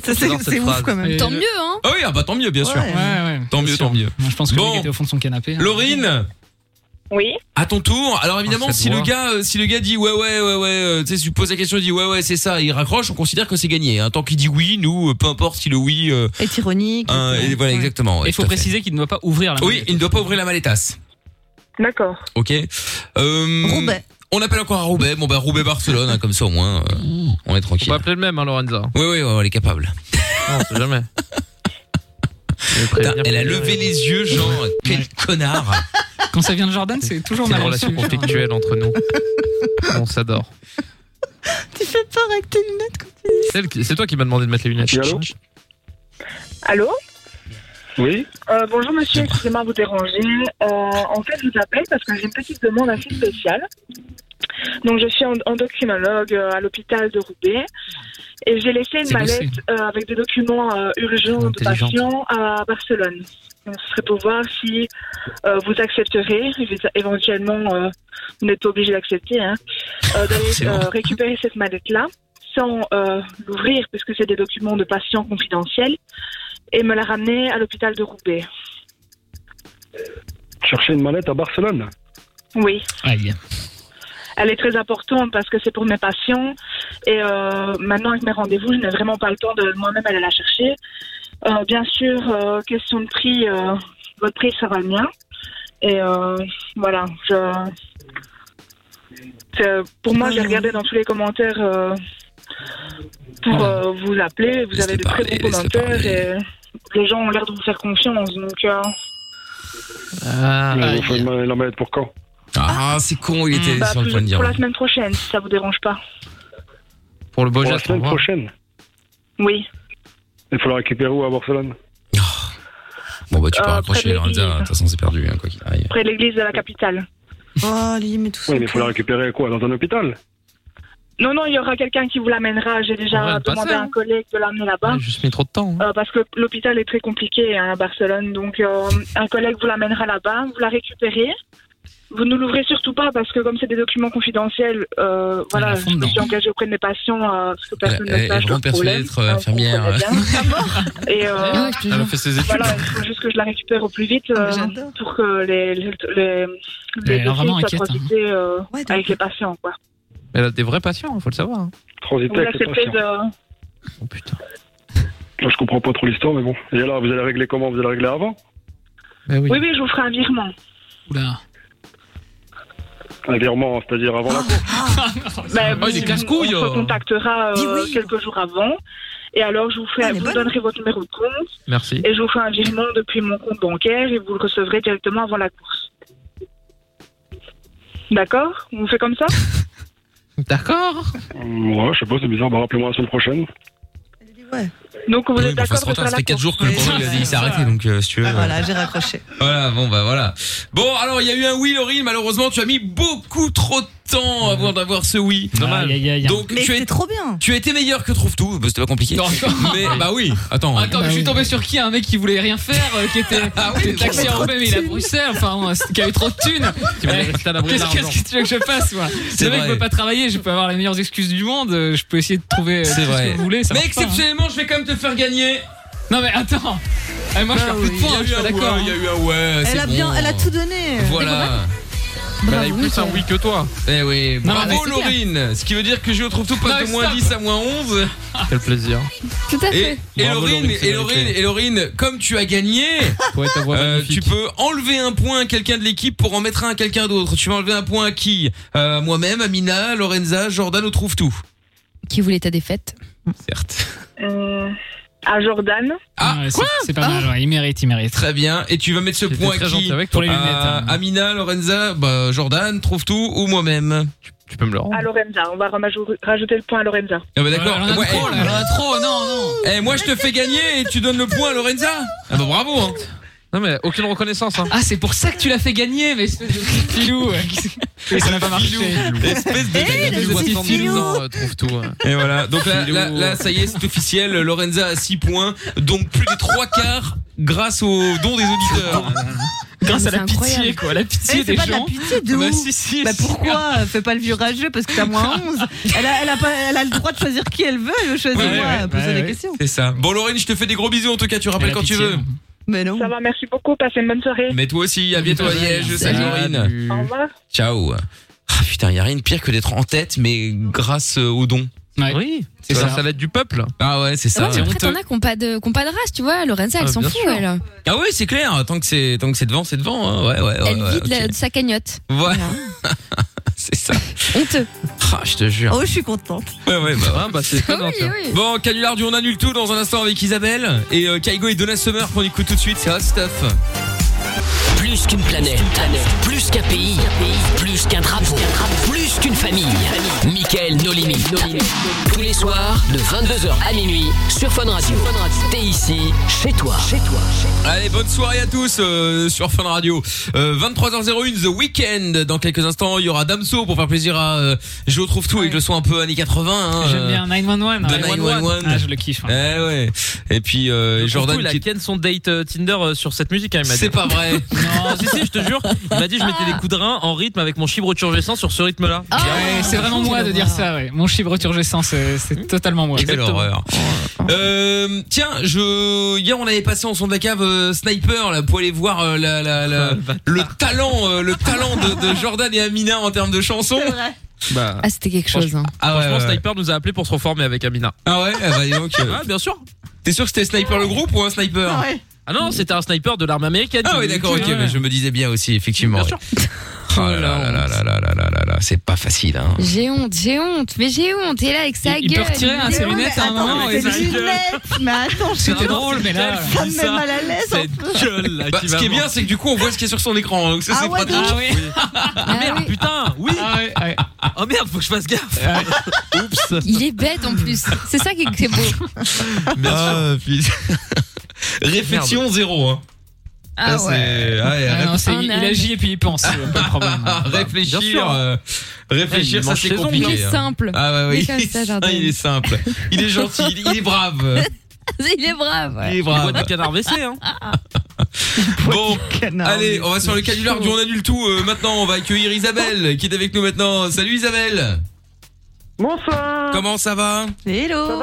S1: J'adore cette phrase.
S2: Tant mieux, hein.
S1: Ah oui, ah bah tant mieux, bien sûr.
S2: Ouais, ouais.
S1: Tant mieux, tant mieux.
S5: Je pense que le
S1: Bon,
S5: mec était au fond de son canapé. hein.
S1: Laurine, Ah,
S10: Oui.
S1: à ton tour. Alors évidemment,
S5: Ah, ça
S1: si
S5: doit.
S1: le gars, euh, si le gars dit ouais, ouais, ouais, ouais, euh, tu sais, si tu poses la question, il dit ouais, ouais, c'est ça, il raccroche, on considère que c'est gagné. hein. Tant qu'il dit oui, nous, euh, peu importe si le oui. euh,
S3: Est ironique.
S1: hein, et voilà, exactement. ouais,
S5: Il faut
S1: tout à fait.
S5: préciser qu'il ne doit pas ouvrir la
S1: Oui, il ne doit pas ouvrir la mallettasse.
S10: D'accord.
S1: Ok. Euh, On appelle encore à Roubaix. Bon bah Roubaix Barcelone, hein, comme ça au moins, euh, on est tranquille.
S4: On va appeler le même, hein, Lorenza.
S1: Oui, oui, oui, elle est capable.
S4: Non, on sait jamais.
S1: *laughs* Putain, elle a levé les yeux, genre quel connard.
S5: Quand ça vient de Jordan, c'est toujours
S4: C'est
S5: mal
S4: une relation
S5: reçu.
S4: conflictuelle entre nous. On s'adore.
S3: Tu fais peur avec tes lunettes.
S4: C'est elle qui- c'est toi qui m'as demandé de mettre les lunettes.
S10: Allô
S9: Oui
S10: Euh, bonjour monsieur, excusez-moi de vous déranger. Euh, en fait, je vous appelle parce que j'ai une petite demande assez spéciale. Donc, je suis en- endocrinologue euh, à l'hôpital de Roubaix et j'ai laissé une
S5: C'est bossé.
S10: mallette euh, avec des documents euh, urgents de
S5: Intelligente.
S10: patients à Barcelone. Donc, ce serait pour voir si euh, vous accepterez, évi- éventuellement, euh, vous n'êtes pas obligé d'accepter, hein, euh, d'aller euh, récupérer cette mallette-là sans euh, l'ouvrir puisque c'est des documents de patients confidentiels et me la ramener à l'hôpital de Roubaix.
S9: Chercher une mallette à Barcelone
S10: Oui.
S5: Aïe.
S10: Elle est très importante parce que c'est pour mes patients. Et euh, maintenant, avec mes rendez-vous, je n'ai vraiment pas le temps de moi-même aller la chercher. Euh, bien sûr, euh, question de prix, euh, votre prix sera le mien. Et euh, voilà, je- c'est- pour moi, j'ai regardé dans tous les commentaires euh, pour euh, vous appeler. Vous avez de très bons commentaires et les gens ont l'air de vous faire confiance. Donc, euh,
S4: Ah,
S9: Il faut une mallette- la mallette pour quand
S1: Ah, c'est con, il était
S10: bah,
S1: sur le point de dire.
S10: pour la semaine prochaine, si ça vous dérange pas.
S4: Pour le beau
S9: Pour la
S4: geste,
S9: semaine
S4: au revoir.
S9: prochaine.
S10: Oui.
S9: Il faut la récupérer où à Barcelone
S1: Bon bah tu peux
S10: Euh,
S1: raccrocher
S10: près de
S1: Lorenza, de toute façon c'est perdu hein, quoi qu'il arrive.
S10: près de l'église de la capitale.
S3: Oh, lui, mais tout ça.
S9: Oui, mais il faut la récupérer quoi Dans un hôpital
S10: Non, non, il y aura quelqu'un qui vous l'amènera. J'ai
S4: On va
S10: déjà
S4: le passer,
S10: demandé à
S4: hein.
S10: un collègue de l'amener là-bas.
S4: J'ai juste mis trop de temps. hein.
S10: euh, parce que l'hôpital est très compliqué hein, à Barcelone. Donc, euh, un collègue vous l'amènera là-bas, vous la récupérez. Vous ne l'ouvrez surtout pas parce que, comme c'est des documents confidentiels, euh, voilà,
S5: la
S10: je
S5: fond dedans.
S10: suis engagée auprès de mes patients euh, parce que personne
S1: Elle-
S10: ne
S1: elle
S10: sache
S1: est vraiment
S10: leur
S1: persuadée
S10: problème.
S1: d'être euh, infirmière.
S10: *laughs* Très bien. Et euh,
S3: Ah,
S4: Elle a fait ses études.
S10: voilà, il faut juste que je la récupère au plus vite euh,
S3: J'adore.
S10: pour que les, les,
S5: Mais
S10: les, les
S5: alors, vraiment
S10: dossiers soient
S5: inquiète, hein.
S10: transmités, euh,
S3: Ouais, donc-
S10: avec les patients. Quoi.
S4: Elle a des vrais patients, faut le savoir. hein.
S9: Transiter
S10: Vous
S9: avec les
S10: acceptez
S9: patients.
S10: de...
S4: Oh putain.
S9: Moi, je comprends pas trop l'histoire, mais bon. Et alors, vous allez régler comment Vous allez régler avant
S4: Mais Eh oui.
S10: Oui, oui, je vous ferai un virement.
S5: Oula.
S9: Un virement, c'est-à-dire
S10: *laughs*
S9: avant la course
S10: Ben,
S4: Ah, il est
S10: vous-
S4: casse-couille,
S10: On
S4: euh.
S10: se contactera euh,
S3: Dis oui.
S10: quelques jours avant. Et alors, je vous, ferai,
S3: Ah, elle est
S10: vous
S3: bonne.
S10: donnerai votre numéro de compte
S4: Merci.
S10: et je vous ferai un virement depuis mon compte bancaire et vous le recevrez directement avant la course. D'accord On fait
S4: *laughs*
S10: comme ça
S4: D'accord.
S9: Hum, Ouais, je sais pas, c'est bizarre. Bah, rappelez-moi la semaine prochaine.
S3: Elle dit ouais.
S10: Donc vous
S1: Oui,
S10: êtes
S1: mais enfin,
S10: d'accord
S1: ce
S10: de
S1: retard, ça
S10: faire la
S1: fait 4 jours que le
S10: course.
S1: programme il a dit, il s'est arrêté, donc euh, si tu veux.
S3: Ah,
S1: euh,
S3: voilà, j'ai raccroché.
S1: Voilà, bon bah voilà. Bon, alors il y a eu un oui, Laurie. Malheureusement, tu as mis beaucoup trop de temps avant d'avoir ce oui.
S5: Dommage. Aïe, aïe, aïe.
S1: Donc
S5: Mais
S1: tu as
S5: c'était
S1: trop bien. Tu as été meilleur que trouve tout. Bah, C'était pas compliqué.
S5: Non.
S1: mais bah oui. Ah Attends.
S5: Attends, mais Ah, je suis
S1: Bah
S5: tombé sur qui Un mec qui voulait rien faire, euh, qui
S1: *laughs*
S5: était, qui était taxi en mais il est à Bruxelles, enfin, euh, qui avait trop de thunes.
S4: Qui voulait
S5: Eh,
S4: rester à l'abri de
S5: Qu'est-ce
S4: l'argent.
S5: qu'est-ce que tu veux que je fasse, moi
S4: C'est
S5: Le mec
S4: vrai.
S5: peut pas travailler, je peux avoir les meilleures excuses du monde, euh, je peux essayer de trouver euh, tout
S1: C'est
S5: ce
S1: vrai.
S5: que vous voulez. ça
S1: Mais
S5: marche pas, hein.
S1: exceptionnellement, je vais quand même te faire gagner.
S5: Non, mais attends Eh, Moi, je
S1: Ah
S5: perds plus de
S1: oui.
S5: points,
S1: Il y a
S5: hein, je
S1: eu
S5: suis
S1: un
S5: d'accord.
S1: ouais, il y a eu un ouais,
S3: Elle a bien, elle a tout
S10: euh,
S3: donné.
S1: Voilà.
S3: Bravo, Elle a eu plus
S1: plus
S3: Mickaël.
S1: un
S3: un
S1: oui
S3: oui
S1: que toi. Eh oui,
S5: Non, mais
S1: bravo
S5: c'est clair.
S1: Laurine. Ce qui veut dire que je trouve tout
S5: Non,
S1: passe de
S5: mais
S1: moins
S5: stop.
S1: 10 à moins 11.
S4: Quel plaisir.
S2: Tout à
S1: Et,
S2: fait.
S1: et
S4: Bravo,
S1: Laurine,
S4: Laurine, c'est
S1: et
S4: mérité.
S1: Laurine, et Laurine, comme tu as gagné, euh, tu peux enlever un point à quelqu'un de l'équipe pour en mettre un à quelqu'un d'autre. Tu vas enlever un point à qui Euh, Moi-même, Amina, Lorenza, Jordan ou trouve tout.
S2: Qui voulait ta défaite
S10: Euh, à Jordan.
S1: Ah,
S5: c'est- C'est pas mal, ouais, il mérite, il mérite.
S1: Très bien. Et tu vas mettre ce
S5: J'étais
S1: point à
S5: très
S1: qui
S5: gentil avec toi. Pour les
S1: Euh,
S5: lunettes, hein.
S1: Amina, Lorenza, bah, Jordan, trouve tout ou moi-même. Tu peux me le
S10: À Lorenza. On va ramajou- rajouter le point à Lorenza.
S1: Ah bah d'accord.
S5: Voilà, on en a
S1: Ouais,
S5: trop,
S1: eh,
S5: là, on en a trop, non, non
S1: eh, moi je te fais gagner et tu donnes le point à Lorenza. Ah bah bravo. hein.
S4: Non mais aucune reconnaissance. Hein.
S5: Ah, c'est pour ça que tu l'as fait gagner, mais espèce de petit filou ouais. Et ça n'a pas marché.
S1: Espèce de
S4: Eh,
S1: gagner
S4: le
S1: de
S4: petit
S1: 70
S4: filou.
S1: ans, euh, trouve tout. hein. Et voilà. Donc là, là, là, ça y est, c'est officiel. Lorenza a 6 points. Donc plus des 3 quarts grâce au don des auditeurs.
S5: Grâce à la
S3: C'est incroyable.
S5: pitié, quoi. La
S3: Eh,
S5: pitié
S3: c'est
S5: des
S3: pas de la
S5: gens.
S3: pitié
S1: Ah
S3: de
S5: Bah,
S3: ouf.
S5: si, si,
S3: Bah
S5: si.
S3: pourquoi Fais pas le vieux rageux parce que t'as
S1: *laughs*
S3: moins 11. Elle a, elle, a pas, elle a le droit de choisir qui elle veut. Elle veut choisir
S1: Ouais,
S3: moi,
S1: ouais,
S3: poser
S1: ouais,
S3: des
S1: ouais.
S3: questions.
S1: C'est ça. Bon, Lorraine, je te fais des gros bisous. En tout cas, tu rappelles
S5: la
S1: quand tu
S5: pitié,
S1: veux.
S5: hein.
S3: Mais non.
S10: Ça va, merci beaucoup. Passez une bonne soirée.
S1: Mais toi aussi. À bientôt à Liège. Salut, Lorraine.
S10: Au revoir.
S1: Ciao. Ah putain, y a rien de pire que d'être en tête, mais grâce euh, au don.
S5: Ouais.
S4: Oui, c'est
S1: Ça,
S4: ça.
S1: ça
S4: Ça va être du peuple.
S1: Ah ouais, c'est ça.
S2: Ouais, mais après, t'en as qui ont pas de qui ont pas de race, tu vois. Lorenza, elle
S1: Ah,
S2: s'en
S1: bien
S2: fout,
S1: sûr.
S2: elle.
S1: Ah ouais, c'est clair. Tant que c'est tant que c'est devant, c'est devant. hein. Ouais, ouais, ouais.
S2: Elle
S1: ouais,
S2: vide
S1: ok.
S2: la- de sa cagnotte.
S1: *laughs* Voilà. c'est ça.
S2: Honteux.
S1: Ah, je te jure.
S3: Oh, je suis contente.
S1: Ouais, ouais, bah,
S4: Ah bah c'est étonnant.
S2: Oui,
S4: ça.
S2: oui.
S1: Bon, Canular du On annule tout dans un instant avec Isabelle et euh, Kaigo et Donna Summer qu'on écoute tout de suite, c'est Hot Stuff.
S7: Plus qu'une planète, plus qu'un pays, plus qu'un drapeau, plus qu'une famille. Michael No Limites. Tous les soirs, de 22h à minuit, sur Fun Radio. T'es ici, chez toi. Chez toi.
S1: Allez, bonne soirée à tous euh, sur Fun Radio. Euh, 23h01 The Weekend. Dans quelques instants, il y aura Damso pour faire plaisir à euh, Je trouve tout et que le son un peu années 80. hein,
S5: J'aime
S1: euh,
S5: bien 911.
S1: de
S5: ouais.
S1: 911.
S5: Ah, je le kiffe. ouais.
S4: hein.
S1: Eh ouais. Et puis euh,
S4: Et Jordan
S1: Jordan
S4: il a
S1: qui-
S4: ken son date euh, Tinder euh, sur cette musique, hein, il m'a dit.
S1: C'est pas vrai.
S4: *laughs* Non, si, si, je te jure. Il m'a dit, je mettais des coups de rein en rythme avec mon chibre turgescent sur ce rythme-là.
S5: Ah,
S1: Ah,
S5: Ouais, c'est vraiment moi de dire ça, ouais. Mon chibre turgescent, c'est c'est totalement moi.
S1: Mmh. Quelle horreur. Euh, tiens, je hier on avait passé en son de la cave euh, sniper là pour aller voir euh, la, la, la-
S4: Oh, *laughs* le bâtard.
S1: le talent euh, le talent de, de Jordan et Amina en termes de chansons.
S4: Bah.
S2: Ah, c'était quelque chose, hein.
S1: Ah
S4: Franchement,
S1: ouais, ouais.
S4: Sniper nous a appelé pour se reformer avec Amina.
S1: Ah ouais, ah bah, dis donc, euh,
S4: Ah, bien sûr.
S1: T'es sûr que c'était sniper le groupe ou un sniper
S3: Ouais.
S4: Ah non, c'était un sniper de l'arme américaine.
S1: Ah ouais d'accord, OK,
S4: Ouais.
S1: mais je me disais bien aussi effectivement.
S4: Bien
S1: ouais.
S4: sûr.
S1: *laughs* Oh là là là là là là là là là, c'est pas facile hein.
S2: J'ai honte, j'ai honte, mais j'ai honte. Et là, avec sa
S5: Il- il peut
S2: gueule.
S5: retirer
S1: hein,
S5: un
S2: mais-
S5: ses
S3: Non,
S5: lunettes
S3: mais
S5: à un
S3: attends,
S5: moment,
S3: mais
S5: et
S3: c'est
S5: ça-
S3: des lunettes. Mais attends, je suis
S5: C'était drôle, mais là.
S3: Ça me met mal à l'aise. en fait.
S4: Cette gueule là
S1: Bah,
S4: qui
S1: ce
S4: va
S1: qui est bien
S4: voir.
S1: c'est que du coup on voit ce qui est sur son écran. hein, donc ça,
S3: Ah
S1: c'est
S3: ouais,
S1: pas
S3: donc-
S5: Ah oui.
S2: Ah oui.
S4: Putain, oui.
S5: Ah ouais, ouais.
S4: Oh merde, faut que je fasse gaffe. Oups.
S2: Il est bête en plus. C'est ça qui est, qui est beau.
S1: Ah, putain. *laughs* Réflexion zéro hein.
S2: Ah
S1: Là, c'est-
S2: ouais.
S1: ah, et
S5: Ah non, c'est-
S2: Un
S5: il
S2: âne.
S5: agit et puis il pense. euh, Pas de
S1: *laughs*
S5: problème.
S1: Ah,
S4: bien
S1: réfléchir,
S4: sûr.
S1: euh, réfléchir,
S4: Eh, il
S1: ça
S4: mange
S1: c'est
S4: ses ongles,
S1: compliqué.
S2: Il est
S1: hein.
S2: simple.
S1: Ah ouais, ouais,
S2: Il est
S1: il,
S2: comme
S1: est
S2: ça,
S1: sain,
S2: Jordan.
S1: il est simple. Il est gentil, il, il est brave.
S2: *laughs* Il est brave. ouais.
S1: euh,
S2: Ah,
S1: Il est
S4: Bois du
S1: brave.
S4: canard WC, hein.
S1: Bon,
S3: Canard,
S1: allez,
S3: mais
S1: on va sur le
S3: c'est
S1: canular
S3: chaud.
S1: du on annule tout. euh, maintenant, on va accueillir Isabelle qui est avec nous maintenant. Salut Isabelle.
S10: Bonsoir.
S1: Comment ça va
S3: Hello.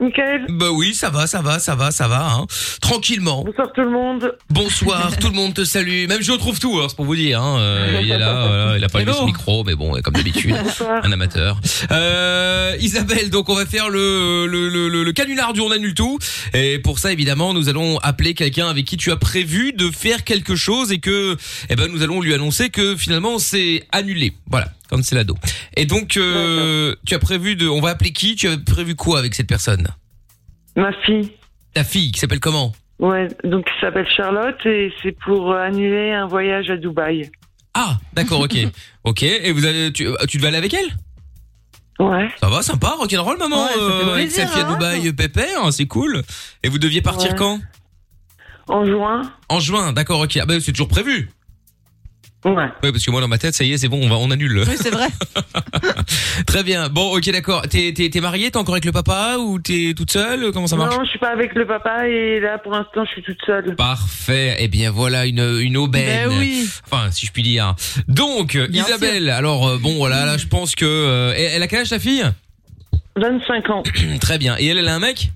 S10: Michael
S1: Bah oui, ça va, ça va, ça va, ça va. hein. Tranquillement.
S10: Bonsoir tout le monde.
S1: Bonsoir, tout le monde te salue. Même je trouve tout, alors c'est pour vous dire. hein. Euh, il est là, voilà, il a pas levé
S5: Hello.
S1: son micro, mais bon, comme d'habitude, un amateur. Euh, Isabelle, donc on va faire le le, le, le- le canular du on annule tout. Et pour ça, évidemment, nous allons appeler quelqu'un avec qui tu as prévu de faire quelque chose et que, eh ben, nous allons lui annoncer que finalement c'est annulé. Voilà, comme c'est l'ado. Et donc, euh, tu as prévu de, on va appeler qui Tu as prévu quoi avec cette personne
S10: *laughs* Ma fille.
S1: Ta fille, qui s'appelle comment
S10: Ouais, donc elle s'appelle Charlotte et c'est pour euh, annuler un voyage à Dubaï. *laughs*
S1: euh, Ah, d'accord, ok, ok. Et vous allez, tu, tu devais aller avec elle
S10: Ouais.
S1: Ça va, sympa, rock'n'roll, maman, euh, avec sa fille à Dubaï, euh, pépère, hein, c'est cool. Et vous deviez partir
S10: Ouais.
S1: quand
S10: En juin.
S1: En juin, d'accord, ok. Ah bah, c'est toujours prévu. Ouais. parce que moi, dans ma tête, ça y est, c'est bon, on va, on annule. *laughs*
S3: Oui, c'est vrai.
S1: Très bien. Bon, ok, d'accord. T'es, t'es, t'es mariée, t'es encore avec le papa ou t'es toute seule Comment ça marche
S10: Non, je suis pas avec le papa et là pour l'instant je suis toute seule.
S1: Parfait. Eh bien voilà une une aubaine.
S10: Ben oui.
S1: Enfin, si je puis dire. Donc
S10: Bien
S1: Isabelle, alors euh, bon voilà, là je pense que euh, elle elle a quel âge ta fille
S10: 25 ans.
S1: *clears throat* Très bien. Et elle elle a un mec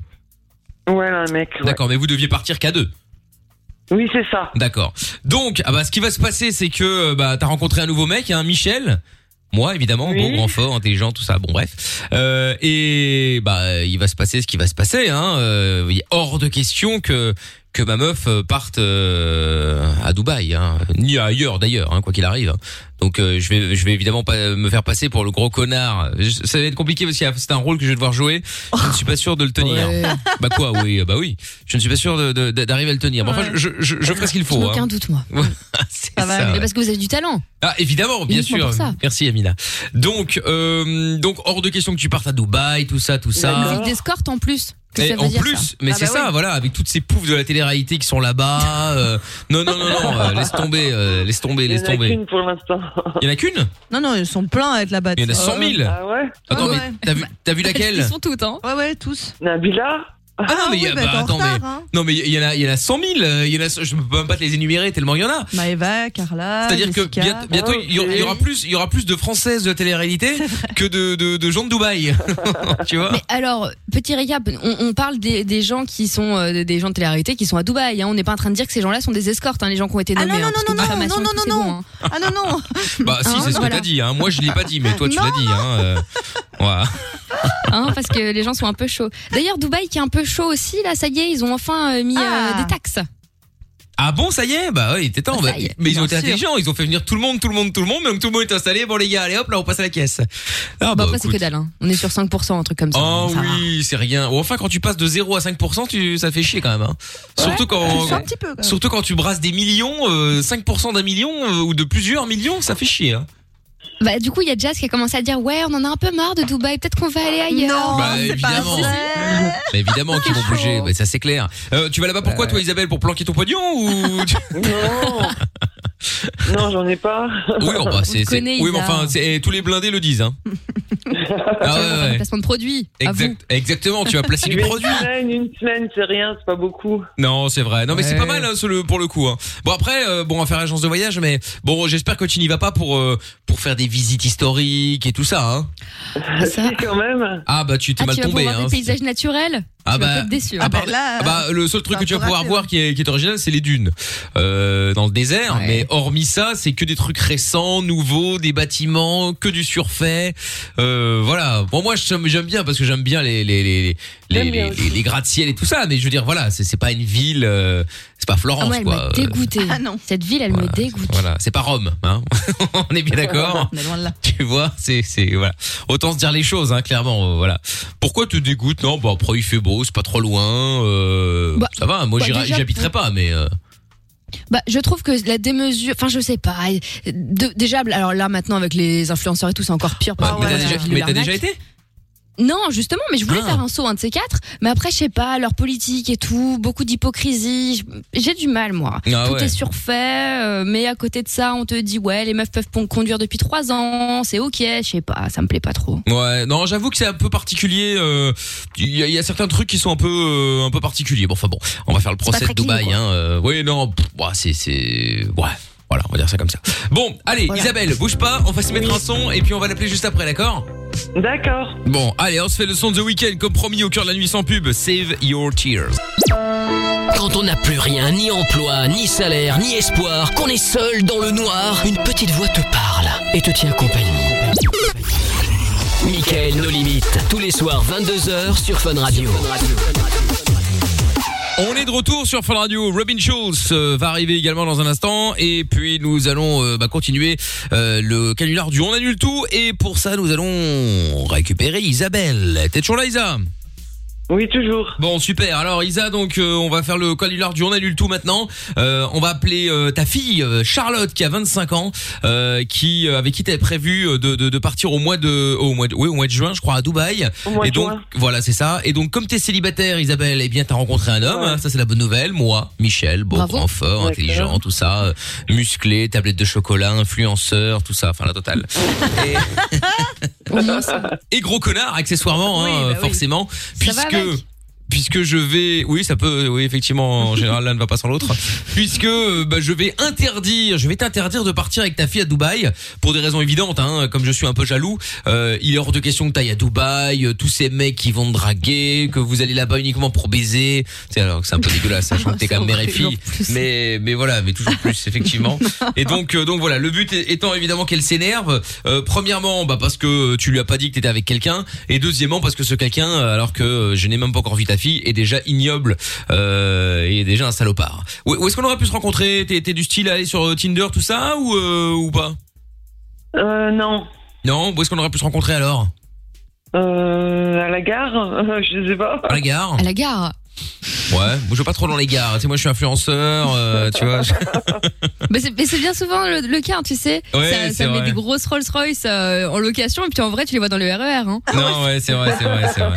S10: Ouais, là, un mec. ouais.
S1: D'accord, mais vous deviez partir qu'à deux.
S10: Oui, c'est ça.
S1: D'accord. Donc ah bah ce qui va se passer c'est que euh, bah t'as rencontré un nouveau mec, hein, Michel. Moi évidemment,
S10: Oui.
S1: bon grand fort, intelligent, tout ça. Bon bref. Euh, et bah il va se passer ce qui va se passer hein. Euh, il est hors de question que que ma meuf euh, parte euh, à Dubaï hein, ni ailleurs d'ailleurs hein, quoi qu'il arrive. Donc euh, je vais je vais évidemment pas me faire passer pour le gros connard. Je- ça va être compliqué parce que c'est un rôle que je vais devoir jouer. Je ne suis pas sûr de le tenir.
S7: Ouais.
S1: Bah quoi oui, bah oui. Je ne suis pas sûr de- de- d'arriver à le tenir. Bon, enfin je, je, je ferai ce qu'il
S2: J'en ai
S1: faut. hein.
S2: aucun doute, moi.
S1: *laughs* C'est ça,
S2: Mais
S1: ouais.
S2: parce que vous avez du talent.
S1: Ah évidemment, bien
S2: Uniquement
S1: sûr.
S2: pour ça.
S1: Merci Amina. Donc euh, donc hors de question que tu partes à Dubaï, tout ça, tout
S2: Une
S1: ça.
S2: vie d'escorte en plus. Qu'est-ce
S1: Et
S2: que ça veut
S1: en
S2: dire,
S1: plus,
S2: ça
S1: mais
S2: Ah
S1: c'est
S2: bah
S1: ça,
S2: oui.
S1: voilà, avec toutes ces poufs de la télé-réalité qui sont là-bas.
S2: *laughs*
S1: euh, non, non, non, non, euh, laisse tomber, euh, laisse tomber,
S3: Il y en
S1: laisse
S3: a
S1: tomber.
S3: qu'une pour l'instant.
S1: Il y en a qu'une
S3: Non, non, ils sont pleins à être là-bas.
S1: Il y en a 100 000.
S3: Ah ouais
S1: Attends,
S3: Ah
S1: mais
S3: ouais.
S1: t'as vu, t'as vu laquelle
S2: toutes, hein
S3: Ouais, ouais, tous.
S10: Nabila
S1: Ah, non, mais il y a-
S3: oui, bah,
S1: bah,
S3: t'es en
S1: attends, mais,
S3: retard, hein.
S1: non, mais il y en a, il y en a 100 000, euh, il y en a, je peux même pas te les énumérer tellement il y en a.
S3: Maëva,
S2: Ah,
S3: Carla.
S1: C'est-à-dire que
S3: Jessica.
S1: bientôt, bientôt, il y aura- il y aura plus, il y aura plus de françaises de télé-réalité que de, de, de gens de Dubaï. *laughs* tu vois?
S2: Mais alors, petit récap, on, on parle des, des gens qui sont euh, des gens de télé-réalité qui sont à Dubaï. hein. On n'est pas en train de dire que ces gens-là sont des escortes, hein, les gens qui ont été nommés. hein, parce que diffamation et tout, c'est bon, hein.
S3: Ah non, non.
S1: Bah, si,
S2: Hein,
S1: c'est ce que
S2: voilà.
S1: t'as dit, hein. Moi, je l'ai pas dit, mais toi, tu l'as dit, hein. euh, voilà.
S2: *laughs* Hein, parce que les gens sont un peu chauds. D'ailleurs, Dubaï qui est un peu chaud aussi, là, ça y est, ils ont enfin euh, mis euh, des taxes.
S1: Ah bon, ça y est Bah oui, il était temps.
S2: Ah, Ça
S1: Bah,
S2: y est,
S1: mais ils ont
S2: bien
S1: été
S2: sûr.
S1: intelligents, ils ont fait venir tout le monde, tout le monde, tout le monde, donc tout le monde est installé. Bon les gars, allez hop, là on passe à la caisse. Ah
S2: Bon, après, c'est que
S1: écoute.
S2: dalle. hein. On est sur 5%, un truc comme ça.
S1: Oh
S2: donc ça va.
S1: oui, c'est rien. Ou enfin quand tu passes de 0 à 5%, tu ça fait chier quand même hein. Surtout quand
S3: c'est un petit peu, quand même.
S1: surtout quand tu brasses des millions, euh, 5% d'un million euh, ou de plusieurs millions, ça fait chier hein.
S2: Bah, du coup, il y a Jazz qui a commencé à dire Ouais, on en a un peu marre de Dubaï, peut-être qu'on va aller ailleurs.
S1: Bah, évidemment. *laughs* Bah, évidemment qu'ils vont bouger, bah, ça c'est clair. Euh, tu vas là-bas
S2: Bah
S1: pourquoi toi Isabelle pour planquer ton pognon ou
S2: *laughs*
S10: Non. non, j'en ai pas.
S1: Oui, oh, bah, c'est c'est- Oui, mais enfin, c'est- tous les blindés le
S2: *laughs*
S1: disent hein. Ah ouais, *laughs* ouais.
S2: Placement de produit. à vous.
S1: Exact- exactement, tu vas placer du
S10: Une
S1: produit.
S10: semaine, Une semaine, c'est rien, c'est pas beaucoup.
S1: Non, c'est vrai. Non, mais c'est
S10: Ouais.
S1: pas mal hein, ce- le- pour le coup. hein. Bon après, euh, bon, on va faire agence de voyage, mais bon, j'espère que tu n'y vas pas pour euh, pour faire des visites historiques et tout ça. Hein.
S10: *laughs* Si, quand même.
S1: Ah bah tu t'es
S2: Ah,
S1: mal
S2: tu vas
S1: tombé.
S2: pouvoir voir
S1: Hein.
S2: des paysages naturels
S1: Ah
S2: Tu vas
S1: bah,
S2: peut-être déçu.
S1: à part- ah bah, le seul truc que tu vas pouvoir voir qui est, qui est original, c'est les dunes euh, dans le désert. Mais hormis ça, c'est que des trucs récents, nouveaux, des bâtiments, que du surfait. Euh, voilà. Bon, moi, j'aime j'aime bien parce que j'aime bien les les les les, les, les, les gratte-ciel et tout ça. Mais je veux dire, voilà, c'est c'est pas une ville, euh, c'est pas Florence
S2: Ah ouais, elle
S1: quoi.
S2: m'a
S1: Euh,
S2: dégoûtée. Cette ville, elle me dégoûte.
S1: Voilà, c'est pas Rome, hein. *laughs* On est bien d'accord.
S3: On est loin de là.
S1: Tu vois, c'est c'est voilà. Autant se dire les choses, hein, clairement. euh, voilà. Pourquoi te dégoûte Non, bah après il fait beau, c'est pas trop loin. euh,
S2: Bah,
S1: ça va. Moi,
S2: bah,
S1: j'irai-
S2: déjà,
S1: j'y habiterai pas, mais euh,
S2: Bah, je trouve que la démesure, enfin, je sais pas. euh, De- déjà, alors là, maintenant, avec les influenceurs et tout, c'est encore pire. parce
S3: Ah
S1: bah,
S2: que
S1: mais t'as
S2: c'est
S1: déjà,
S2: une ville
S1: mais t'as
S2: d'arnaque.
S1: déjà été
S2: Non, justement, mais je voulais
S1: Ah.
S2: faire un saut, un de ces quatre. Mais après, je sais pas, leur politique et tout, beaucoup d'hypocrisie. je- J'ai du mal, moi.
S11: Ah
S2: tout
S11: ouais.
S2: est surfait, euh, mais à côté de ça, on te dit, ouais, les meufs peuvent pon- conduire depuis trois ans, c'est ok, je sais pas, ça me plaît pas trop.
S1: Ouais, non, j'avoue que c'est un peu particulier. euh, Il y, a- il y a certains trucs qui sont un peu, euh, un peu particuliers. Bon, enfin bon, on va faire le procès de
S4: très clean,
S1: Dubaï.
S4: quoi.
S1: Hein, euh, oui, non, pff, ouais, c'est, c'est, ouais, voilà, on va dire ça comme ça. Bon, allez, Isabelle, bouge pas, on va se mettre un son et puis on va l'appeler juste après, d'accord
S10: D'accord.
S1: Bon, allez, on se fait le son de The Weeknd, comme promis au cœur de la nuit sans pub. Save your tears.
S7: Quand on n'a plus rien, ni emploi, ni salaire, ni espoir, qu'on est seul dans le noir, une petite voix te parle et te tient compagnie. Michael, nos limites, tous les soirs 22h sur Fun Radio.
S1: On est de retour sur Fun Radio. Robin Schulz euh, va arriver également dans un instant et puis nous allons euh, bah, continuer euh, le canular du on annule tout et pour ça nous allons récupérer Isabelle. T'es toujours là Isa
S10: Oui, toujours.
S1: Bon, super. Alors, Isa, donc, euh, on va faire le canular du on annule tout maintenant. Euh, on va appeler euh, ta fille euh, Charlotte qui a 25 ans, euh, qui euh, avec qui t'avais prévu euh, de, de, de partir au mois de au mois de, oui, au mois de juin, je crois, à Dubaï.
S10: Au mois
S1: Et
S10: de
S1: donc,
S10: juin.
S1: voilà, c'est ça. Et donc, comme t'es célibataire, Isabelle, eh bien, t'as rencontré un homme. hein, ça, c'est la bonne nouvelle. Moi, Michel, beau,
S7: Bravo.
S1: grand, fort,
S7: D'accord.
S1: intelligent, tout ça, euh, musclé, tablette de chocolat, influenceur, tout ça, enfin la totale.
S7: *laughs*
S1: *laughs* Et gros connard, accessoirement, hein, forcément,
S7: bah Ça va
S1: puisque puisque je vais, oui, ça peut, oui, effectivement, en général, l'un ne va pas sans l'autre, puisque euh, bah, je vais interdire, je vais t'interdire de partir avec ta fille à Dubaï pour des raisons évidentes, hein, comme je suis un peu jaloux. euh, il est hors de question que t'ailles à Dubaï, euh, tous ces mecs qui vont te draguer, que vous allez là-bas uniquement pour baiser. C'est alors que c'est un peu dégueulasse, sachant que t'es quand même mère et fille, mais mais voilà, mais toujours plus effectivement. Et donc euh, donc voilà, le but é- étant évidemment qu'elle s'énerve. euh, premièrement, bah parce que tu lui as pas dit que t'étais avec quelqu'un, et deuxièmement parce que ce quelqu'un, euh, alors que euh, je n'ai même pas encore vu ta fille, est déjà ignoble euh, et est déjà un salopard. Où, où est-ce qu'on aurait pu se rencontrer T'es t'es du style à aller sur euh, Tinder tout ça ou euh, ou pas
S10: Euh, non.
S1: Non. Où est-ce qu'on aurait pu se rencontrer alors
S10: Euh, à la gare euh, Je sais pas.
S1: À la gare À
S2: la gare.
S1: Ouais. Moi, je vais pas trop dans les gares. Tu sais, moi, je suis influenceur. euh, tu
S10: *laughs*
S1: vois. je-
S2: Mais c'est- mais c'est bien souvent le, le cas, hein, tu sais.
S1: Ouais,
S2: ça
S1: c'est
S2: ça met
S1: vrai.
S2: des grosses Rolls Royce euh, en location, et puis en vrai, tu les vois dans le RER. Hein.
S1: Non, ouais, c'est vrai, c'est vrai, c'est vrai.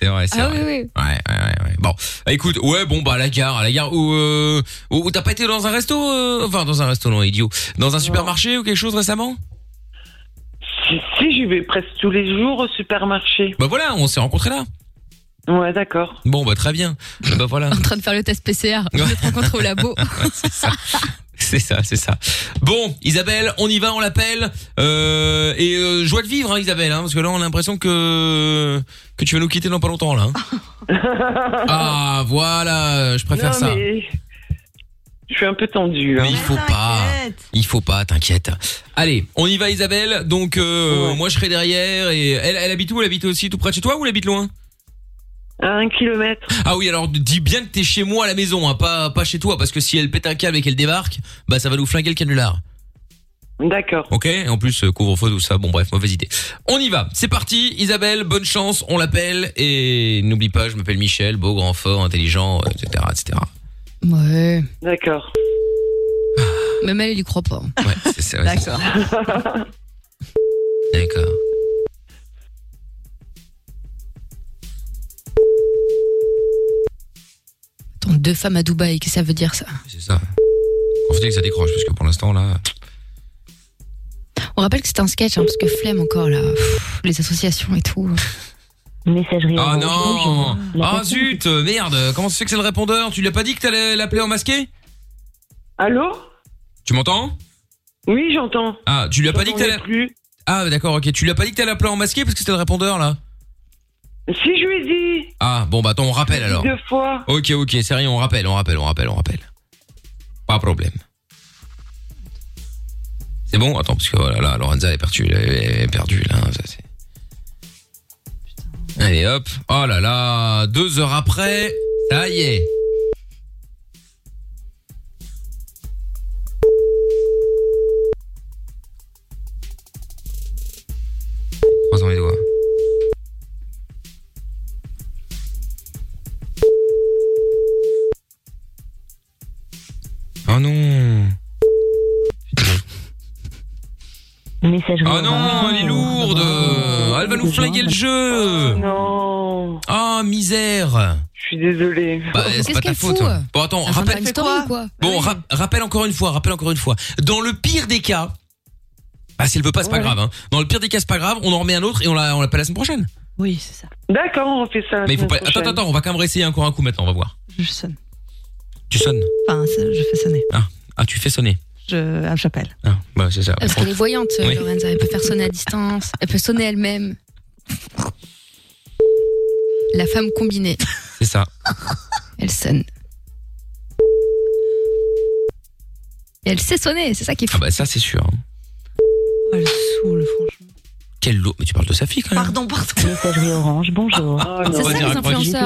S1: C'est vrai, c'est
S2: Ah
S1: vrai.
S2: oui, oui.
S1: Ouais, ouais, ouais, ouais. Bon, Bah, écoute, ouais, bon, bah à la gare, à la gare où, euh, où, où t'as pas été dans un resto, euh, enfin dans un resto, non, idiot, dans un supermarché ou quelque chose récemment
S10: Si, si, j'y vais presque tous les jours au supermarché.
S1: Bah voilà, on s'est rencontrés là.
S10: Ouais, d'accord.
S1: Bon, bah très bien. Bah
S10: *laughs*
S1: voilà.
S2: En train de faire le test PCR, on
S1: Ouais.
S2: se rencontre au labo.
S1: *laughs* Ouais, c'est ça. C'est ça, c'est ça. Bon, Isabelle, on y va, on l'appelle. Euh, et euh, joie de vivre, hein, Isabelle, hein, parce que là, on a l'impression que que tu vas nous quitter dans pas longtemps, là. hein.
S10: *laughs*
S1: Ah, voilà, je préfère
S10: Non,
S1: ça.
S10: mais Je suis un peu
S12: hein.
S10: tendue.
S1: Mais il faut pas. Il faut pas, t'inquiète. Allez, on y va Isabelle. Donc euh, moi je serai derrière et elle, elle habite où Elle habite aussi tout près de chez toi ou elle habite loin
S10: À un kilomètre.
S1: Ah oui, alors dis bien que t'es chez moi à la maison, hein, pas pas chez toi parce que si elle pète un câble et qu'elle débarque, bah ça va nous flinguer le canular.
S10: D'accord.
S1: Ok, et en plus euh, couvre-feu tout ça. Bon bref, mauvaise idée. On y va. C'est parti Isabelle, bonne chance, on l'appelle et n'oublie pas, je m'appelle Michel, beau, grand, fort, intelligent, euh, etc., etc.
S2: Ouais.
S10: D'accord.
S2: Même elle, elle y croit pas. hein.
S1: Ouais, c'est ça. ouais, c'est ça. D'accord.
S2: Attends, deux femmes à Dubaï, qu'est-ce que ça veut dire ça
S1: C'est ça. Profitez que ça décroche parce que pour l'instant là.
S2: On rappelle que c'est un sketch, hein, parce que flemme encore là. Pff, les associations et tout. Messagerie.
S1: Ah non Ah zut euh, Merde Comment ça se fait que c'est le répondeur Tu lui as pas dit que t'allais l'appeler en masqué
S10: Allô
S1: Tu m'entends
S10: Oui, j'entends.
S1: Ah, tu lui as pas dit que t'allais...
S10: J'entendais plus.
S1: Ah d'accord, ok. Tu lui as pas dit que t'allais l'appeler en masqué parce que c'était le répondeur là
S10: Si je lui ai dit
S1: Ah bon bah attends, on rappelle alors.
S10: deux fois.
S1: Ok, ok, c'est rien, on rappelle, on rappelle, on rappelle, on rappelle. Pas de problème. C'est bon Attends, parce que voilà, là, Lorenza elle est perdue, elle est elle est perdue là. hein, ça, c'est- Allez hop, oh là là, deux heures après, ça y est. Croisons les doigts. Oh
S10: *laughs*
S1: non Oh non, elle est lourde
S10: Ah,
S1: Elle va nous flinguer le jeu
S10: Oh, Non
S1: Ah, misère
S10: Je suis désolée.
S1: Bah, c'est pas ta faute. Bon, Ah, attends, rappelle.
S2: quoi, quoi
S1: Bon, ra- rappelle encore une fois, rappelle encore une fois. Dans le pire des cas, bah, si elle veut pas, c'est pas grave. Hein. Dans le pire des cas, c'est pas grave. On en remet un autre et on la- on l'appelle la semaine prochaine.
S3: Oui, c'est ça.
S10: D'accord, on refait ça. la
S1: Mais il faut
S10: semaine
S1: pas. Attends,
S10: prochaine.
S1: attends, attends, on va quand même réessayer encore un coup maintenant, on va voir.
S3: Je sonne.
S1: Tu sonnes
S3: Enfin, ça- je fais sonner.
S1: Ah, tu fais sonner.
S3: Je, elle m'appelle.
S1: Ah, bah, c'est ça.
S2: Parce qu'elle est voyante,
S1: Oui.
S2: Lorenza. Elle peut faire sonner à distance. Elle peut sonner elle-même. La femme combinée.
S1: C'est ça.
S2: Elle sonne. Et elle sait sonner, c'est ça qui est
S1: Ah,
S2: fou.
S1: bah, ça, c'est sûr. hein.
S3: Elle saoule, Ah, franchement.
S1: Quel lot. Mais tu parles de sa fille quand même.
S3: Pardon, pardon. Messagerie orange, bonjour.
S1: Oh,
S10: Ah,
S1: On va dire à quoi qu'il-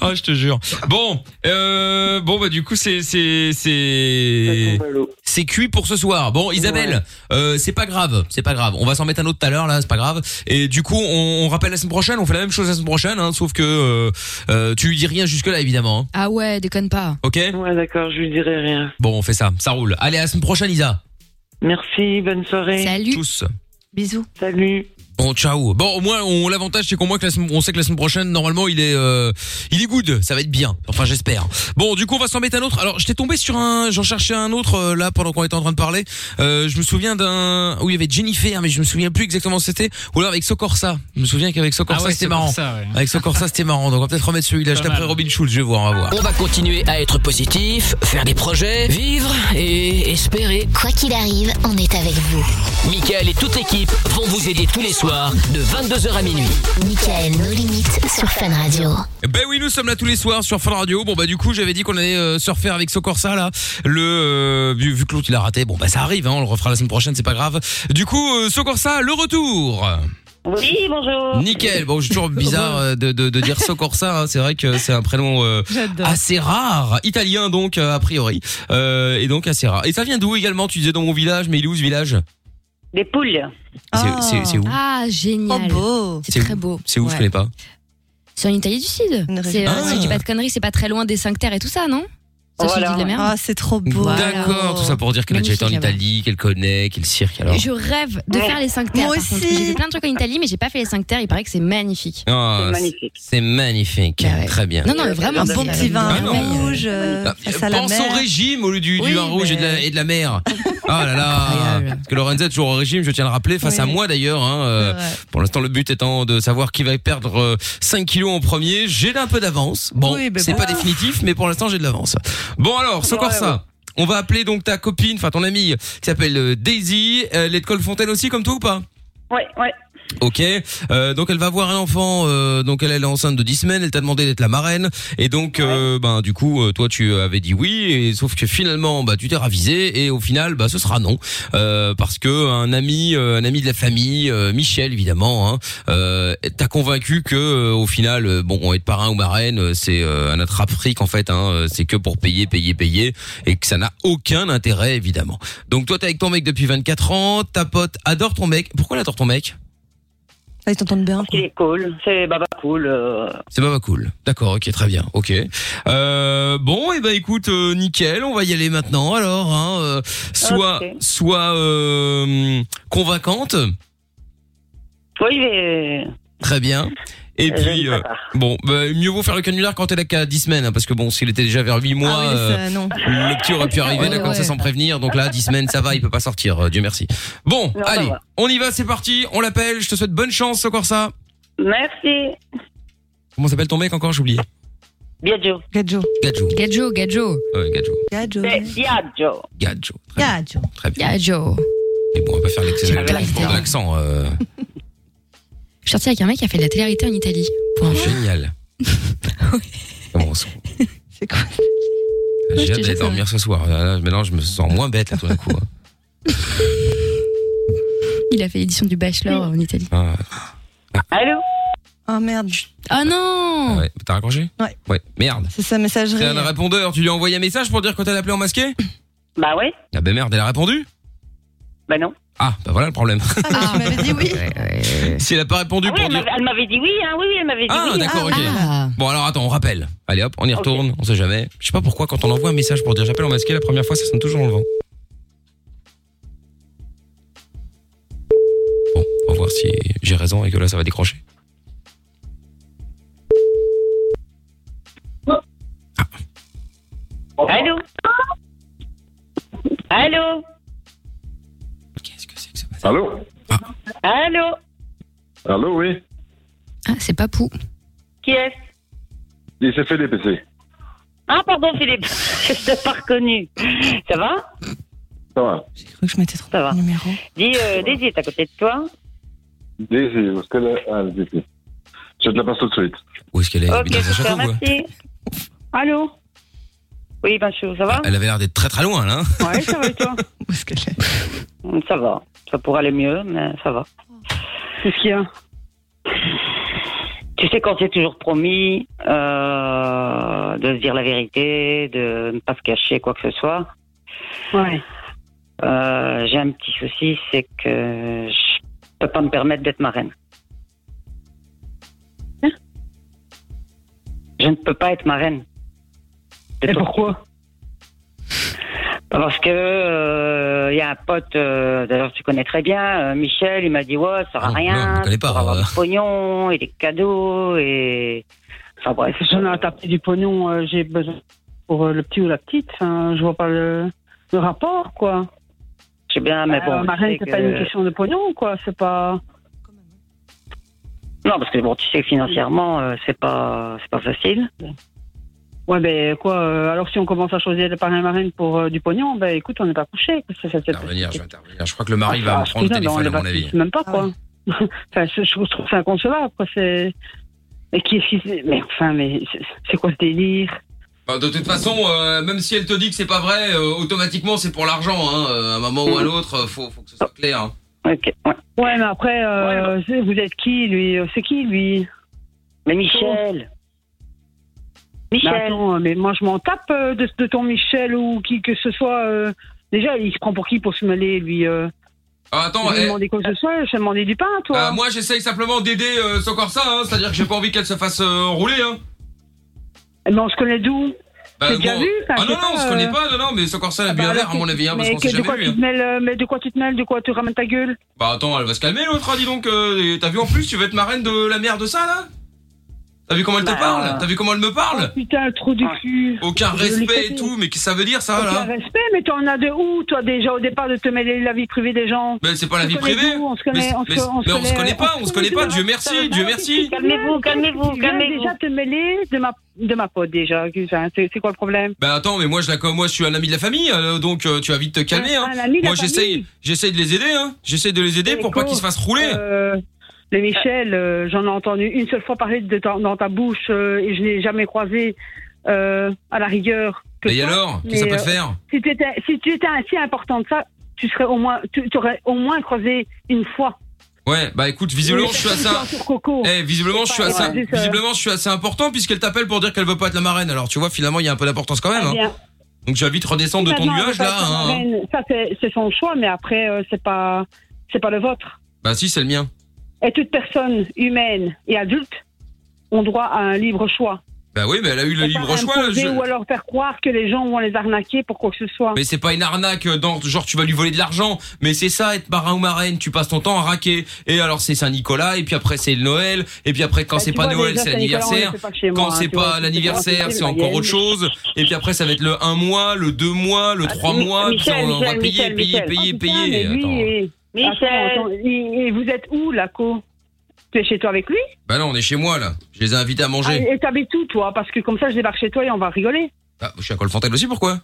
S1: Ah, je te jure. Bon, euh, bon bah du coup c'est c'est c'est c'est cuit pour ce soir. Bon, Isabelle, euh, c'est pas grave, c'est pas grave. On va s'en mettre un autre tout à l'heure là, c'est pas grave. Et du coup, on, on rappelle la semaine prochaine, on fait la même chose la semaine prochaine, hein, sauf que euh, euh, tu lui dis rien jusque là évidemment. hein.
S2: Ah ouais, déconne pas.
S1: Ok. Ouais, d'accord, je lui dirai rien. Bon, on fait ça, ça roule. Allez, à la semaine prochaine, Isa.
S10: Merci, bonne soirée.
S2: Salut.
S1: Tous.
S2: Bisous.
S10: Salut.
S1: Bon, ciao. Bon, au moins, on l'avantage c'est qu'au moins que la semaine- on sait que la semaine prochaine, normalement, il est, euh, il est good. Ça va être bien. Enfin, j'espère. Bon, du coup, on va s'en mettre un autre. Alors, j'étais tombé sur un, j'en cherchais un autre euh, là pendant qu'on était en train de parler. Euh, je me souviens d'un où il y avait Jennifer, mais je me souviens plus exactement ce que c'était. Ou alors avec Socorsa. Je me souviens qu'avec Socorsa
S7: Ah ouais,
S1: c'était marrant.
S7: Socorsa, ouais.
S1: Avec Socorsa c'était marrant. Donc, on va peut-être remettre celui-là. Je taperai Robin Schulz. Je vais voir, on va voir.
S7: On va continuer à être positif, faire des projets, vivre et espérer.
S8: Quoi qu'il arrive, on est avec vous.
S7: Michael et toute l'équipe vont vous aider tous les soirs de 22h à minuit.
S8: Michael, nos limites sur Fun *laughs* Radio.
S1: Ben oui, nous sommes là tous les soirs sur Fun Radio. Bon bah du coup, j'avais dit qu'on allait euh, surfer avec Socorsa là. Le euh, vu, vu que l'autre il a raté, bon bah ça arrive hein, on le refera la semaine prochaine, c'est pas grave. Du coup, euh, Socorsa, le retour.
S2: Oh.
S10: Oui, bonjour.
S1: Nickel. Bon, c'est
S2: *laughs*
S1: toujours bizarre euh, de, de, de dire Socorsa, hein. c'est vrai que c'est un prénom euh,
S10: J'adore.
S1: assez rare, italien donc euh, a priori. Euh, et donc assez rare. Et ça vient d'où également Tu disais dans mon village, mais il est où ce village
S10: Des poules. Oh,
S1: C'est- c'est- c'est où
S2: Ah, génial. C'est
S1: où
S2: très beau.
S1: C'est où
S2: Ouais.
S1: je connais pas.
S2: C'est en Italie du Sud. C'est, euh,
S1: Ah.
S2: Si je dis pas de conneries, c'est pas très loin des 5 terres et tout ça, non Ça, je dis de la merde.
S3: Ah, c'est trop beau.
S1: D'accord, tout ça pour dire qu'elle a déjà été en
S2: Magnifique, là-bas.
S1: Italie, qu'elle connaît, qu'elle cirque alors.
S2: Je rêve de faire les 5 terres. Moi aussi. J'ai fait plein de trucs en Italie, mais j'ai pas fait les 5 terres. Il paraît que c'est magnifique.
S1: Ah,
S2: C'est
S1: c'est-
S2: magnifique.
S1: C'est magnifique. Très bien.
S2: Bah Non, non, mais vraiment.
S3: Un bon petit vin rouge euh,
S1: Ah,
S3: face à la
S1: Pense
S3: mer.
S1: au régime au lieu du, du
S3: Oui,
S1: vin rouge et de la, et de la mer. Ah là là. Parce que Lorenzo est toujours au régime, je tiens à le rappeler, face à moi d'ailleurs. hein, euh, pour l'instant, le but étant de savoir qui va perdre euh, 5 kilos en premier. J'ai un peu d'avance. Bon,
S7: Oui, ben
S1: c'est
S7: bon.
S1: pas définitif, mais pour l'instant, j'ai de l'avance. Bon alors, c'est encore
S7: Ouais, ouais.
S1: ça. On va appeler donc ta copine, enfin ton amie, qui s'appelle euh, Daisy. Elle est de Colfontaine aussi, comme toi ou pas
S10: Ouais, ouais.
S1: Ok, euh, donc elle va avoir un enfant, euh, donc elle, elle est enceinte de 10 semaines, elle t'a demandé d'être la marraine, et donc euh, ben du coup euh, toi tu avais dit oui, et sauf que finalement bah tu t'es ravisé et au final bah ce sera non Euh, parce que un ami, euh, un ami de la famille, euh, Michel évidemment, hein, euh, t'a convaincu que euh, au final euh, bon être parrain ou marraine euh, c'est euh, un attrape-fric en fait, hein, euh, c'est que pour payer, payer, payer, et que ça n'a aucun intérêt évidemment. Donc toi t'es avec ton mec depuis 24 ans, ta pote adore ton mec, pourquoi elle adore ton mec
S3: Ah, ils t'entendent bien.
S10: Il est cool. C'est baba cool. euh.
S1: C'est pas cool. D'accord, ok, très bien, ok. Euh, bon, et ben écoute, euh, nickel, on va y aller maintenant. Alors, hein, euh, soit,
S10: Ok.
S1: soit euh, convaincante,
S10: Toi, il est.
S1: très bien. Et
S10: Euh, je
S1: puis,
S10: ne sais
S1: euh, bon, bah, mieux vaut faire le canular quand elle a qu'à 10 semaines, hein, parce que bon, s'il était déjà vers 8 mois,
S3: Ah oui, ça,
S1: euh,
S3: non.
S1: le petit aurait pu arriver
S3: Ouais,
S1: là, comme ça
S3: ouais.
S1: sans prévenir. Donc là, 10 semaines, ça va, il peut pas sortir, euh, Dieu merci. Bon,
S10: Non, ça
S1: allez,
S10: va.
S1: on y va, c'est parti, on l'appelle, je te souhaite bonne chance encore ça.
S10: Merci.
S1: Comment s'appelle ton mec encore, j'ai oublié
S10: Biagio.
S3: Gadjo.
S1: Gadjo.
S2: Gadjo, Gadjo.
S1: Ouais, Euh, Gadjo.
S3: Gadjo.
S10: Eh, Biagio.
S1: Gadjo.
S3: Gadjo.
S1: Très bien.
S2: Gadjo.
S1: On va pas faire l'excès-
S2: J'avais l'accent.
S1: l'accent. euh,
S2: Je suis sortie avec un mec qui a fait de la télé-réalité en Italie. Point.
S1: Génial. Comment C'est quoi J'ai
S2: je te
S1: hâte d'aller
S2: jure, ça
S1: dormir ce soir. Là, là, Maintenant, je me sens moins bête là tout d'un coup. hein.
S2: Il a fait l'édition du Bachelor en Italie.
S1: Ah,
S10: Allô
S3: Oh merde.
S2: Oh non
S1: ouais. T'as raccroché
S3: Ouais.
S1: Merde.
S3: C'est sa
S2: Ah,
S3: messagerie.
S1: C'est un répondeur. Tu lui as envoyé un message pour dire que t'allais appeler en masqué
S10: Bah ouais.
S1: Ah ben merde, elle a répondu
S10: Bah non.
S1: Ah, bah voilà le problème.
S3: Ah, tu m'avais dit oui.
S1: *laughs*
S2: bah.
S1: si elle a pas répondu
S10: Ah oui,
S1: pour
S10: elle
S1: dire.
S10: m'avait- elle m'avait dit oui, hein, oui, oui, elle m'avait dit
S1: Ah,
S10: oui.
S1: d'accord, ok. Bon, alors attends, on rappelle. Allez hop, on y retourne, on sait jamais. Je sais pas pourquoi, quand on envoie un message pour dire j'appelle en masqué, la première fois, ça sonne toujours en levant. Bon, on va voir si j'ai raison et que là, ça va décrocher.
S10: Allô Allô
S11: Allô
S10: Allô
S11: Allô, oui
S2: Ah, c'est pas pou.
S10: Qui est-ce
S11: Il s'est fait dépecer.
S10: Ah, pardon, Philippe. *laughs* Je t'ai pas reconnu. Ça va
S11: Ça va.
S3: J'ai cru que je m'étais trompé de numéro.
S10: Dis, euh, Daisy est à côté de toi
S11: Daisy, où est-ce qu'elle est Ah, Daisy. Je te la passe tout de suite.
S1: Où est-ce qu'elle est
S10: Ok, super, merci. Allô Oui, bonjour,
S3: *laughs*
S10: ça va
S1: Elle avait l'air d'être très très loin, là. hein.
S10: Ouais, ça va et toi Mm, Ça va. Ça pourrait aller mieux, mais ça va. Qu'est-ce qu'il y a Tu sais qu'on s'est toujours promis euh, de se dire la vérité, de ne pas se cacher quoi que ce soit.
S13: Ouais. Euh, j'ai un petit souci, c'est que je peux pas me permettre d'être marraine. Je ne peux pas être marraine. Et pourquoi Parce que il y a un pote, euh, d'ailleurs tu connais très bien, euh, Michel, il m'a dit ouais, ça sert à rien,
S1: connais pas,
S13: pour avoir
S1: euh.
S13: du pognon et des cadeaux et enfin bref.
S14: J'en ai à taper du pognon, euh, j'ai besoin pour euh, le petit ou la petite. Enfin, je vois pas le, le rapport, quoi.
S13: Je sais bien, Ah, mais bon.
S14: Euh, marraine,
S13: tu sais
S14: c'est pas
S13: que-
S14: une question de pognon, quoi. C'est pas.
S13: Non, parce que bon, tu sais que financièrement, euh, c'est pas, c'est pas facile.
S14: Ouais, ben quoi. euh, alors, si on commence à choisir les parrains et marraines pour euh, du pognon, ben écoute, on n'est pas couché.
S1: Intervenir, je vais intervenir. Je crois que le mari
S14: Ah,
S1: va me prendre le téléphone, à mon avis.
S14: Même pas, quoi. *laughs* enfin, je, je trouve ça inconcevable, quoi. C'est. Mais qui est-ce qui- Mais enfin, mais c'est- c'est quoi ce délire
S1: Bah, de toute façon, euh, même si elle te dit que c'est pas vrai, euh, automatiquement c'est pour l'argent. Hein, euh, à un moment
S14: Mm.
S1: ou à l'autre, euh, faut, faut que ce soit clair. hein.
S14: Ouais, mais après, euh, c'est- vous êtes qui, lui Euh, C'est qui, lui
S13: Mais Michel.
S14: Michel. Mais attends, mais moi, je m'en tape euh, de, de ton Michel ou qui que ce soit. euh. déjà, il se prend pour qui pour se mêler, lui euh.
S1: Ah, attends,
S14: Je vais
S1: eh,
S14: demander quoi que ce soit, je vais demander du pain, toi.
S1: euh, moi j'essaye simplement d'aider euh, ce corps ça, hein, c'est-à-dire que j'ai pas envie qu'elle se fasse euh, rouler. Hein.
S14: Eh, Mais on se connaît d'où
S1: Bah,
S14: T'as déjà
S1: bon,
S14: vu
S1: Ah
S14: ça,
S1: non,
S14: je
S1: non,
S14: sais
S1: on se
S14: pas,
S1: connaît
S14: euh.
S1: pas, non, non, mais ce corps ça, elle a bu
S14: Bah,
S1: un verre
S14: alors,
S1: à mon avis, hein, parce
S14: mais
S1: qu'on s'est
S14: que- de
S1: jamais
S14: quoi
S1: vu.
S14: tu
S1: hein.
S14: te mêles, euh, mais de quoi tu te mêles, de quoi tu ramènes ta gueule
S1: Bah attends, elle va se calmer l'autre, ah, dis donc. euh, et T'as vu en plus, tu veux être marraine de la mère de ça là T'as vu comment elle te
S14: Bah,
S1: parle T'as vu comment elle me parle
S14: Putain, le trou du cul.
S1: Aucun
S14: Je l'ai
S1: respect et
S14: tapé.
S1: tout, mais qu'est-ce que ça veut dire ça
S14: Aucun
S1: là
S14: respect, mais t'en as de où, toi, déjà, au départ, de te mêler de la vie privée des gens
S1: Mais c'est pas la
S14: On se
S1: vie
S14: connaît
S1: Bah, privée.
S14: d'où On se
S1: Mais
S14: connaît,
S1: mais- mais on se connaît pas, on se connaît pas, Dieu merci, Dieu merci.
S14: Calmez-vous, calmez-vous, calmez-vous. déjà te mêler de ma, de ma peau, déjà. Enfin, C'est c'est quoi le problème
S1: Bah attends, mais moi je la co- moi je suis un ami de la famille, euh, donc euh, tu vas vite te calmer.
S14: Un-
S1: hein.
S14: Ah, un ami de la
S1: moi j'essaye, j'essaye de les aider, hein. J'essaye de les aider pour pas qu'ils se fassent rouler.
S14: Euh, le Michel, euh, j'en ai entendu une seule fois parler de ta- dans ta bouche euh, et je n'ai jamais croisé euh, à la rigueur. que
S1: Et
S14: toi.
S1: alors Oh, Qu'est-ce
S14: Mais,
S1: que ça peut
S14: euh,
S1: faire
S14: si tu, étais, si tu étais si importante ça, tu serais au moins, tu, tu aurais au moins croisé une fois.
S1: Ouais, bah écoute, visiblement
S14: Mais
S1: je suis
S14: c'est
S1: assez.
S14: *laughs* une culture euh, coco.
S1: Eh, visiblement je suis
S14: C'est pas-
S1: assez.
S14: c'est juste, euh,
S1: Visiblement je suis assez important puisqu'elle t'appelle pour dire qu'elle veut pas être la marraine. Alors tu vois, finalement il y a un peu d'importance quand même.
S14: Ah,
S1: hein.
S14: bien.
S1: Donc tu vas vite redescendre de ton
S14: Maintenant,
S1: nuage
S14: elle veut
S1: là.
S14: pas être
S1: hein.
S14: marraine. Ça c'est c'est son choix, mais après euh, c'est pas c'est pas le vôtre.
S1: Bah si, c'est le mien.
S14: Et toute personne humaine et adulte ont droit à un libre choix.
S1: Bah oui, mais elle a eu le libre choix. là,
S14: Imposer
S1: je-
S14: Ou alors faire croire que les gens vont les arnaquer pour quoi que ce soit.
S1: Mais c'est pas une arnaque euh, dans genre tu vas lui voler de l'argent, mais c'est ça être marin ou marraine, tu passes ton temps à raquer. Et alors c'est Saint Nicolas et puis après c'est le Noël et puis après quand
S14: Bah,
S1: c'est
S14: tu
S1: pas
S14: vois,
S1: Noël,
S14: déjà,
S1: c'est
S14: Saint-Nicolas, on le
S1: l'anniversaire.
S14: fait pas chez moi,
S1: Quand
S14: hein,
S1: c'est
S14: tu vois,
S1: pas
S14: c'est
S1: l'anniversaire,
S14: pas
S1: c'est
S14: ma
S1: encore
S14: gueule.
S1: autre chose. Et puis après ça va être le 1 mois, le 2 mois, le 3
S14: Ah, Mi-
S1: mois, puis
S14: Michel,
S1: on, on va payer,
S14: Michel, Michel,
S1: payer,
S14: Michel.
S1: payer,
S14: Oh,
S1: payer.
S14: putain, mais lui,
S1: Attends.
S14: et- Attends, attends, et, et vous êtes où, là, co Tu es chez toi avec lui
S1: Bah non, on est chez moi là. Je les ai invités à
S14: Ah,
S1: manger.
S14: Et t'habites où, toi Parce que comme ça, je débarque chez toi et on va rigoler.
S1: Ah, je suis à Colfontaine aussi, pourquoi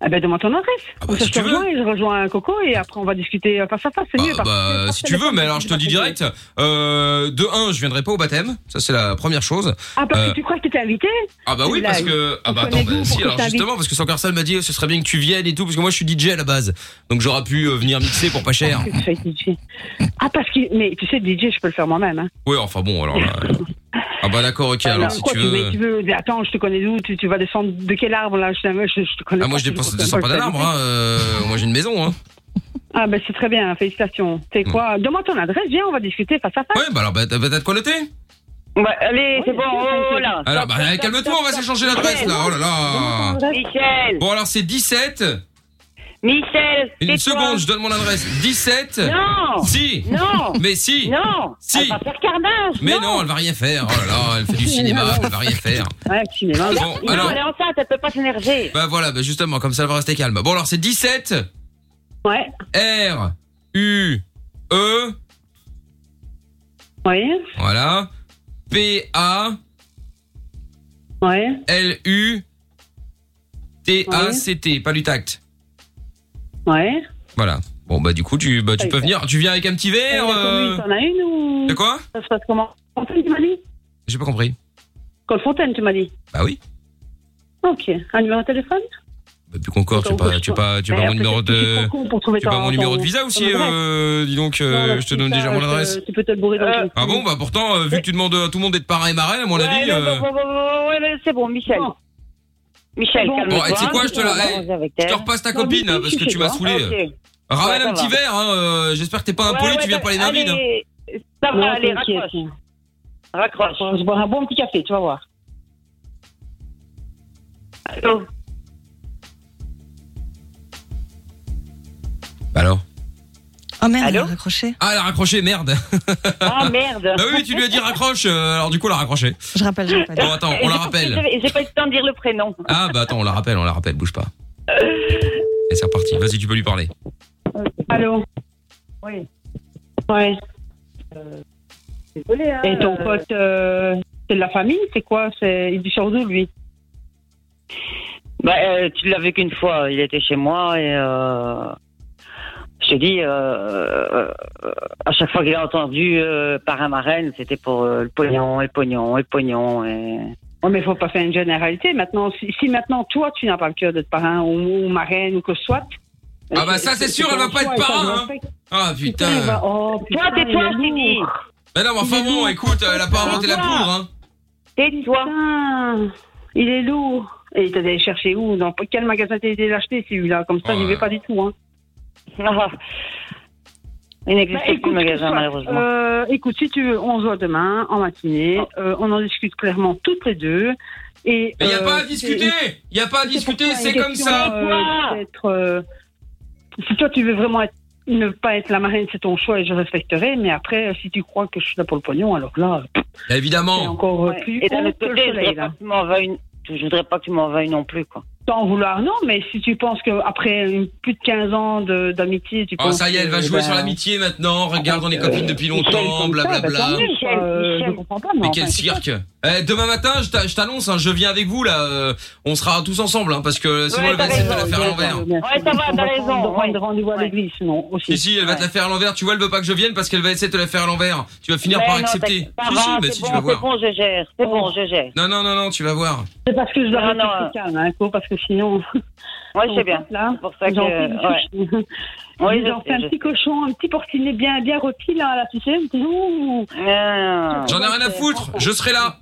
S14: Ah ben, demande ton adresse. Comme
S1: bah,
S14: ça,
S1: si
S14: je te
S1: tu veux.
S14: rejoins et je rejoins un coco et après, on va discuter euh, face à face. C'est mieux. parce que-
S1: Bah, si tu veux, mais alors je te dis direct. Euh, de 1, je viendrai pas au baptême. Ça, c'est la première chose.
S14: Ah, parce
S1: Euh,
S14: que tu crois que t'étais invité
S1: Ah bah oui
S14: Là,
S1: parce que ah bah
S14: on
S1: attends
S14: connaît
S1: bah
S14: d'où
S1: si
S14: pour
S1: alors
S14: que t'invites.
S1: justement parce que sans Carcel m'a dit euh, ce serait bien que tu viennes et tout parce que moi je suis DJ à la base donc j'aurais pu euh, venir mixer pour pas
S14: *laughs*
S1: cher
S14: Qu'est-ce que tu fais, DJ Ah, parce que. Mais tu sais, DJ, je peux le faire moi-même. Hein.
S1: ouais enfin bon alors là, euh. ah bah d'accord ok alors
S14: Alors,
S1: si
S14: quoi,
S1: tu veux
S14: mais tu veux- mais Attends, je te connais d'où tu, tu vas descendre de quel arbre, là je, je- je te connais
S1: ah moi
S14: pas,
S1: je
S14: tu
S1: dépense
S14: vois,
S1: 200
S14: tu
S1: pas
S14: vois,
S1: d'alarme hein euh, moi j'ai une maison hein
S14: Ah, ben, c'est très bien. Félicitations. C'est quoi Demande ton adresse. Viens, on va discuter face à face.
S1: Hmm. ouais bah alors bah t'as bah, t'as de quoi noter
S13: Bah,
S14: allez, c'est bon.
S13: Oh là
S1: alors bah allez, calme-toi on va s'échanger l'adresse là oh là là
S13: Michel
S1: bon alors c'est 17
S13: Michel
S1: une
S13: tais-toi.
S1: seconde je donne mon adresse 17
S13: Non
S1: si
S13: Non
S1: mais si
S13: Non
S1: Si.
S13: Elle
S14: Ah,
S13: va faire carnage
S1: mais non elle va rien faire oh là là elle fait
S14: *laughs*
S1: du cinéma elle va rien faire
S14: Ouais, cinéma.
S1: Bon,
S13: Non,
S1: alors-
S13: elle est enceinte, elle peut pas s'énerver.
S1: Bah voilà, bah justement, comme ça, elle va rester calme. Bon, alors c'est 17.
S14: Ouais.
S1: R. U. E.
S14: Ouais.
S1: Voilà. P. A.
S14: Ouais.
S1: L. U. T. A.
S14: Ouais.
S1: C. T. Pas du tact.
S14: Ouais.
S1: Voilà. Bon, bah du coup, tu, bah, tu peux venir. Tu viens avec un petit
S14: Et la
S1: verre.
S14: commune,
S1: euh,
S14: t'en as une ou
S1: De quoi
S14: Ça se passe comment Colfontaine, tu m'as dit
S1: J'ai pas compris.
S14: Colfontaine, tu m'as dit
S1: Bah oui.
S14: Ok. Un numéro de téléphone
S1: Bah, plus qu'encore, tu as pas, tu as pas, tu as pas
S14: Eh,
S1: mon numéro
S14: peut-être que tu es
S1: de.
S14: trop con pour trouver
S1: Tu as Euh, pas
S14: ton-
S1: mon numéro de
S14: ton-
S1: visa
S14: ton
S1: aussi,
S14: adresse.
S1: euh, dis donc, euh, je te donne
S14: Ça,
S1: déjà mon
S14: euh,
S1: adresse.
S14: Tu peux te le bourrer dans le cul.
S1: Ah bon, bah pourtant, euh, vu que tu demandes à tout le monde d'être parrain et marraine, à mon
S13: Ouais,
S1: avis.
S13: non,
S1: euh,
S13: bon, bon, bon, bon, ouais, mais c'est bon, Michel. Michel,
S1: Bon,
S13: calme-toi.
S1: eh, tu sais quoi, je te la-
S13: On va manger avec
S1: je te
S13: elle.
S1: repasse ta copine,
S13: Non, mais
S1: parce que
S13: chez
S1: tu m'as
S13: toi.
S1: saoulé.
S13: Ah, ok.
S1: Ramène
S13: Ouais,
S1: un
S13: ça
S1: petit
S13: va.
S1: verre, hein, euh, j'espère que t'es pas impoli,
S13: Ouais, ouais,
S1: tu viens pas les mains vides. hein.
S13: allez, Ça
S14: Non,
S13: va, allez,
S14: t'inquiète.
S13: raccroche. Raccroche.
S14: Je vais boire un bon petit café, tu vas voir.
S13: Allô
S1: Bah alors
S15: Oh merde, elle a raccroché.
S1: Ah, elle a raccroché, merde.
S13: *laughs* Ah merde.
S1: Bah oui, tu lui as dit raccroche, euh, alors du coup, elle a raccroché.
S15: Je rappelle, je rappelle.
S1: Bon, attends, on la
S13: *laughs*
S1: rappelle.
S13: J'ai j'ai pas eu le temps de dire le prénom.
S1: Ah, bah attends, on la rappelle, on la rappelle, bouge pas. Et c'est reparti, vas-y, tu peux lui parler.
S14: Allô
S13: Oui.
S14: Ouais.
S13: Euh, hein,
S14: Et ton pote, euh, c'est de la famille C'est quoi C'est Il est du Chardou, lui
S13: Bah, euh, tu l'as vu qu'une fois. Il était chez moi et euh, je te dis, euh, euh, à chaque fois qu'il a entendu euh, par un marraine, c'était pour euh, le pognon, et le pognon, et le pognon. Et...
S14: Oui, mais il faut pas faire une généralité. Maintenant, si, si maintenant, toi, tu n'as pas le cœur d'être parrain ou, ou marraine ou que ce soit.
S1: Ah, bah ça, c'est sûr, elle va pas être parrain. hein. Ah,
S14: Il va-
S1: putain.
S14: oh, putain,
S13: Toi, tais-toi,
S14: il est
S13: Sylvie.
S14: lourd.
S1: Bah non, mais enfin bon, écoute, elle a pas inventé la poudre, hein.
S13: Tais-toi.
S14: Putain, Il est lourd. Et t'es allé chercher où Dans quel magasin t'es allé l'acheter, celui-là Comme ça,
S13: Oh
S14: j'y
S13: là
S14: vais pas du tout. Hein.
S13: Il n'existe plus
S14: Bah, écoute,
S13: de
S14: que
S13: magasin,
S14: ce soit,
S13: malheureusement.
S14: euh, écoute, si tu veux, on se voit demain, en matinée.
S13: Oh.
S14: Euh, on en discute clairement toutes les deux. Et,
S1: Mais y a
S14: euh,
S1: pas à
S14: c'est-
S1: discuter Y a pas à discuter,
S14: pas une
S1: c'est comme
S14: question,
S1: ça
S14: euh,
S13: Ah,
S14: d'être, euh, si toi tu veux vraiment être- ne pas être la marraine, c'est ton choix et je respecterai. Mais après, euh, si tu crois que je suis là pour le pognon, alors là, euh, c'est
S1: Bah, Évidemment.
S14: encore euh,
S13: Ouais.
S14: plus
S13: Et d'un
S14: haut
S13: autre
S14: que le
S13: côté, je voudrais
S14: soleil,
S13: pas
S14: là.
S13: que tu m'en veuilles une- je voudrais pas que tu m'en veuilles non plus, quoi.
S14: Sans vouloir, non. Mais si tu penses que après une- plus de 15 ans de- d'amitié, tu
S1: Oh,
S14: penses
S1: ça y est, elle va
S14: que,
S1: jouer
S14: ben,
S1: sur l'amitié maintenant.
S14: bah,
S1: Regarde, on est copines depuis longtemps,
S14: euh, comme ça, bah,
S1: blablabla.
S14: tant mieux, quoi. Euh, je comprends pas. Mais,
S1: Mais
S14: enfin,
S1: quel
S14: c'est ça.
S1: cirque Eh, Demain matin, je t'a- je t'annonce, hein, je viens avec vous là. euh, on sera tous ensemble, hein, parce que sinon
S14: Ouais,
S1: elle va
S14: t'as
S1: essayer de te la
S14: raison,
S1: faire hein. à
S14: bien
S1: l'envers.
S14: sûr, bien sûr.
S13: Ouais, ça va,
S14: On
S13: t'as
S14: prendre-
S13: raison,
S14: on va prendre rendez-vous à l'église, non aussi.
S1: Si, si, elle va te la faire à l'envers. Tu vois, elle veut pas que je vienne parce qu'elle va essayer de te la faire à l'envers. Tu vas finir
S13: Mais
S1: par
S13: non,
S1: accepter.
S13: t'inquiète pas,
S1: Si,
S13: va,
S1: si, bah
S13: c'est
S1: si,
S13: bon,
S1: tu vas
S13: C'est
S1: voir.
S13: bon, je gère. C'est bon, je gère.
S1: Non, non, non, non, tu vas voir.
S14: C'est parce que je dois
S13: Non,
S14: rester
S13: non, euh,
S14: plus calme, hein, Co, parce que sinon.
S13: *laughs* Ouais, je sais bien.
S14: C'est
S13: pour ça que- euh,
S14: J'en fais du
S13: ouais.
S14: *laughs* cochon.
S13: Oui, je
S14: J'en fais
S13: sais,
S14: un
S13: je
S14: petit cochon, un petit porcinet bien, bien rôti, là, à la ficelle. Ouh.
S1: J'en ai rien à foutre. Je serai là.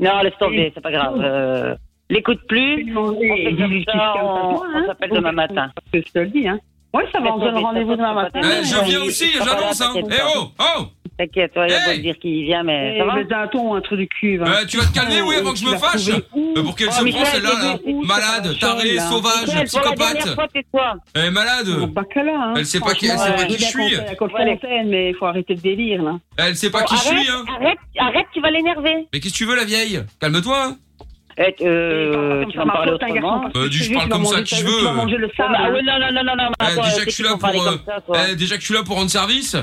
S13: Non, laisse tomber, c'est pas grave. Euh, L'écoute plus. On fait comme ça, on on s'appelle demain hein. matin.
S14: Je te le dis, hein. Oui, ça va, on se donne
S13: Laisse tomber,
S14: rendez-vous
S13: ça
S14: demain
S13: va,
S14: matin.
S13: ça va.
S14: Eh, je viens
S1: aussi,
S13: Ça va,
S1: j'annonce, hein.
S13: t'inquiète
S1: Eh
S13: pas.
S1: oh, oh
S13: T'inquiète, toi, il va te dire qu'il vient, mais
S14: Eh,
S13: ça va.
S14: mais un ton, un truc hein. du cul. va.
S13: Bah,
S1: Euh, tu vas te calmer, oui, avant que je
S14: Oh,
S1: me fâche. Euh, pour qu'elle
S13: Oh,
S1: se prend
S13: Michel,
S1: celle-là, là.
S13: t'es où, t'es pas
S1: Malade,
S13: dans le
S1: tarée,
S13: champ, là
S1: sauvage,
S13: Michel, pour la dernière
S1: psychopathe.
S13: fois, tais-toi.
S1: Elle est malade.
S13: hein.
S1: Elle
S14: Hein,
S1: sait pas qui elle sait pas qui je
S13: euh,
S1: suis.
S14: À Colfontaine, mais il faut arrêter le délire, là.
S1: Elle sait pas qui je suis, hein.
S13: Arrête, arrête, tu vas l'énerver.
S1: Mais qu'est-ce que tu veux, la vieille Calme-toi. hein.
S13: Eh, euh, tu vas me parler autrement.
S1: Euh, dis, je parle comme ça que je veux.
S13: Ah ouais, non, non, non, non, non.
S1: Eh,
S13: attends,
S1: déjà
S13: c'est
S1: que je suis
S13: qui
S1: là
S13: qu'on parlait
S1: pour. euh,
S13: comme ça, toi
S1: eh, déjà que je suis là pour rendre service.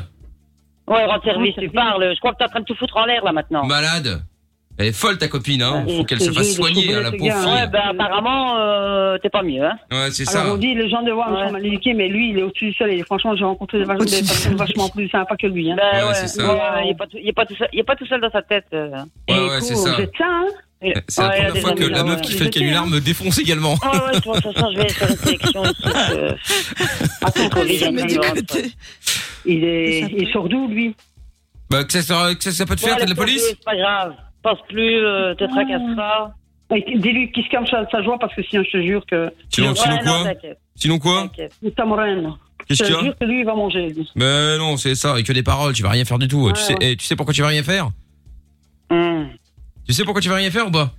S13: Ouais, rends service, tu parles. Je crois que t'es en train de tout foutre en l'air, là, maintenant.
S1: Bah, Malade. Elle est folle ta copine, hein.
S13: Ouais.
S1: Faut qu'elle se
S13: Et
S1: fasse
S13: j'ai
S1: soigner,
S13: découvert
S1: hein, la
S13: ce
S1: pauvre
S13: gars. Ouais,
S1: fille.
S13: bah, apparemment, euh, t'es pas mieux, hein.
S1: Ouais, c'est
S14: Alors
S1: ça.
S14: on dit les gens de Warm sont mal éduqués, mais lui il est au-dessus du sol et franchement j'ai rencontré des vachement, des personnes vachement plus sympas que lui. Hein.
S13: Bah, ouais,
S1: c'est ça.
S13: ouais, Il est pas tout- il est pas tout seul- il est pas tout seul dans sa tête. euh.
S1: Ouais, ouais, c'est ça.
S14: C'est ça, hein
S13: Il-
S1: Euh, C'est la
S13: ouais, il a
S1: première
S13: des
S1: fois que
S13: amis,
S1: la
S13: là,
S1: meuf
S13: ouais.
S1: qui fait le canular me défonce également.
S13: Ah ouais, de toute façon, je vais
S1: *laughs*
S13: faire une sélection ici. euh. Attends, qu'on vienne
S14: met
S13: en
S14: du
S13: Europe.
S14: Il est, il sort d'où lui
S1: Bah, que ça, soit- que ça, ça peut te
S13: Ouais,
S1: faire, t'as de la
S13: laisse tomber,
S1: police
S13: C'est pas grave. Pense plus, euh, te tracasse pas.
S14: Ouais, Dis-lui qu'il se calme sa, sa joie parce que sinon je te jure que.
S1: Sinon, sinon quoi Sinon quoi
S14: Sa moraine.
S1: Qu'est-ce
S14: Je
S1: qu'il y
S14: te
S1: a
S14: jure que lui il va manger. lui.
S1: Mais Bah, non, c'est ça, et que des paroles, tu vas rien faire du tout.
S14: Ouais,
S1: tu, sais,
S14: ouais.
S1: eh, tu sais pourquoi tu vas rien faire
S13: Hum.
S1: Tu sais pourquoi tu vas rien faire ou pas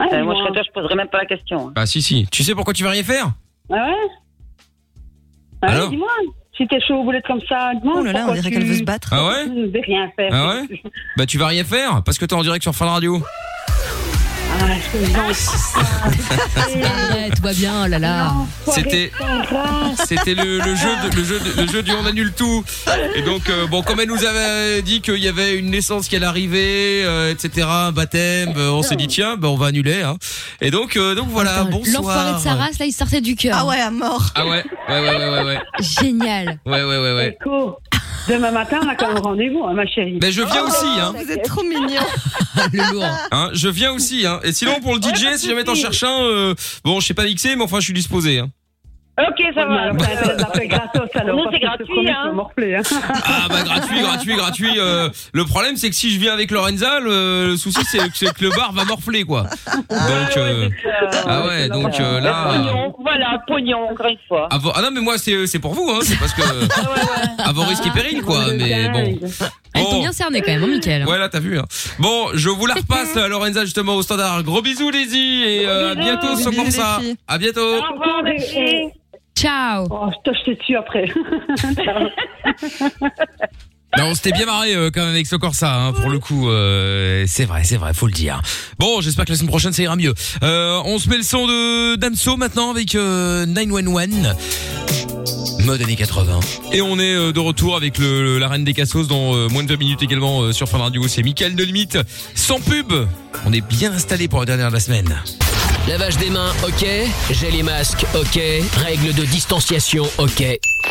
S14: Ouais,
S13: Euh,
S14: moi.
S13: moi, je serais toi, je poserais même pas la question. hein.
S1: Bah si si. Tu sais pourquoi tu vas rien faire
S14: Ah ouais Ah ouais,
S1: Alors
S14: Dis-moi, si t'es chaud aux boulettes comme ça, dis-moi.
S15: Oh là là, on dirait qu'elle veut se battre.
S1: Ah ouais
S14: Je vais rien faire.
S1: Ah ouais Bah tu vas rien faire parce que t'es en direct sur Fun Radio.
S14: Ah, je suis
S2: tout va bien, oh là là.
S1: C'était C'était le, le jeu de- le jeu de- le jeu du on annule tout. Et donc euh, bon comme elle nous avait dit qu'il y avait une naissance qui allait arriver, euh, etc. Un baptême, euh, on s'est dit tiens bah on va annuler. hein. Et donc euh, donc voilà bonsoir.
S2: L'enfoiré de sa race, là, il sortait du cœur. Ah ouais, à mort.
S1: Ah ouais ouais ouais ouais ouais ouais
S2: Génial.
S1: ouais ouais ouais. ouais.
S14: Nico, Demain matin, on a quand même rendez-vous, hein, ma chérie.
S1: Mais je viens aussi, hein.
S15: Vous êtes trop mignon. Ah,
S2: le lourd.
S1: Hein, je viens
S2: Oh,
S1: aussi. Hein. Et sinon, pour le DJ, si jamais t'en cherches un, euh, bon, je sais pas mixer, mais enfin, je suis disposé. Hein.
S10: Ok, ça va.
S14: alors, ça s'appelle gratos, alors,
S10: Nous,
S14: parce
S10: c'est
S14: que je te
S10: gratuit,
S14: promets, je
S10: hein.
S14: vais morfler, hein.
S1: Ah bah gratuit, gratuit, gratuit. euh, le problème c'est que si je viens avec Lorenza, le, le souci c'est que, c'est que le bar va morfler quoi. Donc euh, ah ouais, donc euh, là.
S10: Pognon, voilà, pognon, encore une fois.
S1: à vo- Ah non mais moi c'est c'est pour vous hein, c'est parce que
S14: Ah
S1: à vos risques et périls quoi. Mais bon.
S2: Elles t'ont bien cerné quand même, hein, Mickaël.
S1: Ouais, là, t'as vu. hein. Bon, je vous la repasse, euh, Lorenza, justement, au standard. Gros bisous, Daisy, et euh, à
S14: bisous.
S1: bientôt,
S14: Gros
S1: sans
S14: bisous,
S1: pour ça.
S14: les filles.
S1: À bientôt.
S2: Ciao.
S14: Oh, je te jetais dessus après.
S1: Non, on s'était bien marré euh, quand même avec ce Corsa, hein, pour le coup. euh, c'est vrai, c'est vrai, faut le dire. Bon, j'espère que la semaine prochaine ça ira mieux. Euh, on se met le son de Damso maintenant avec euh, 911. Mode années 80. Et on est euh, de retour avec le, le- la reine des cassos dans euh, moins de 2 minutes également euh, sur Fin Radio. C'est Mickaël de Limite, sans pub. On est bien installé pour la dernière de la semaine.
S7: Lavage des mains, ok. J'ai les masques, ok. Règles de distanciation, ok.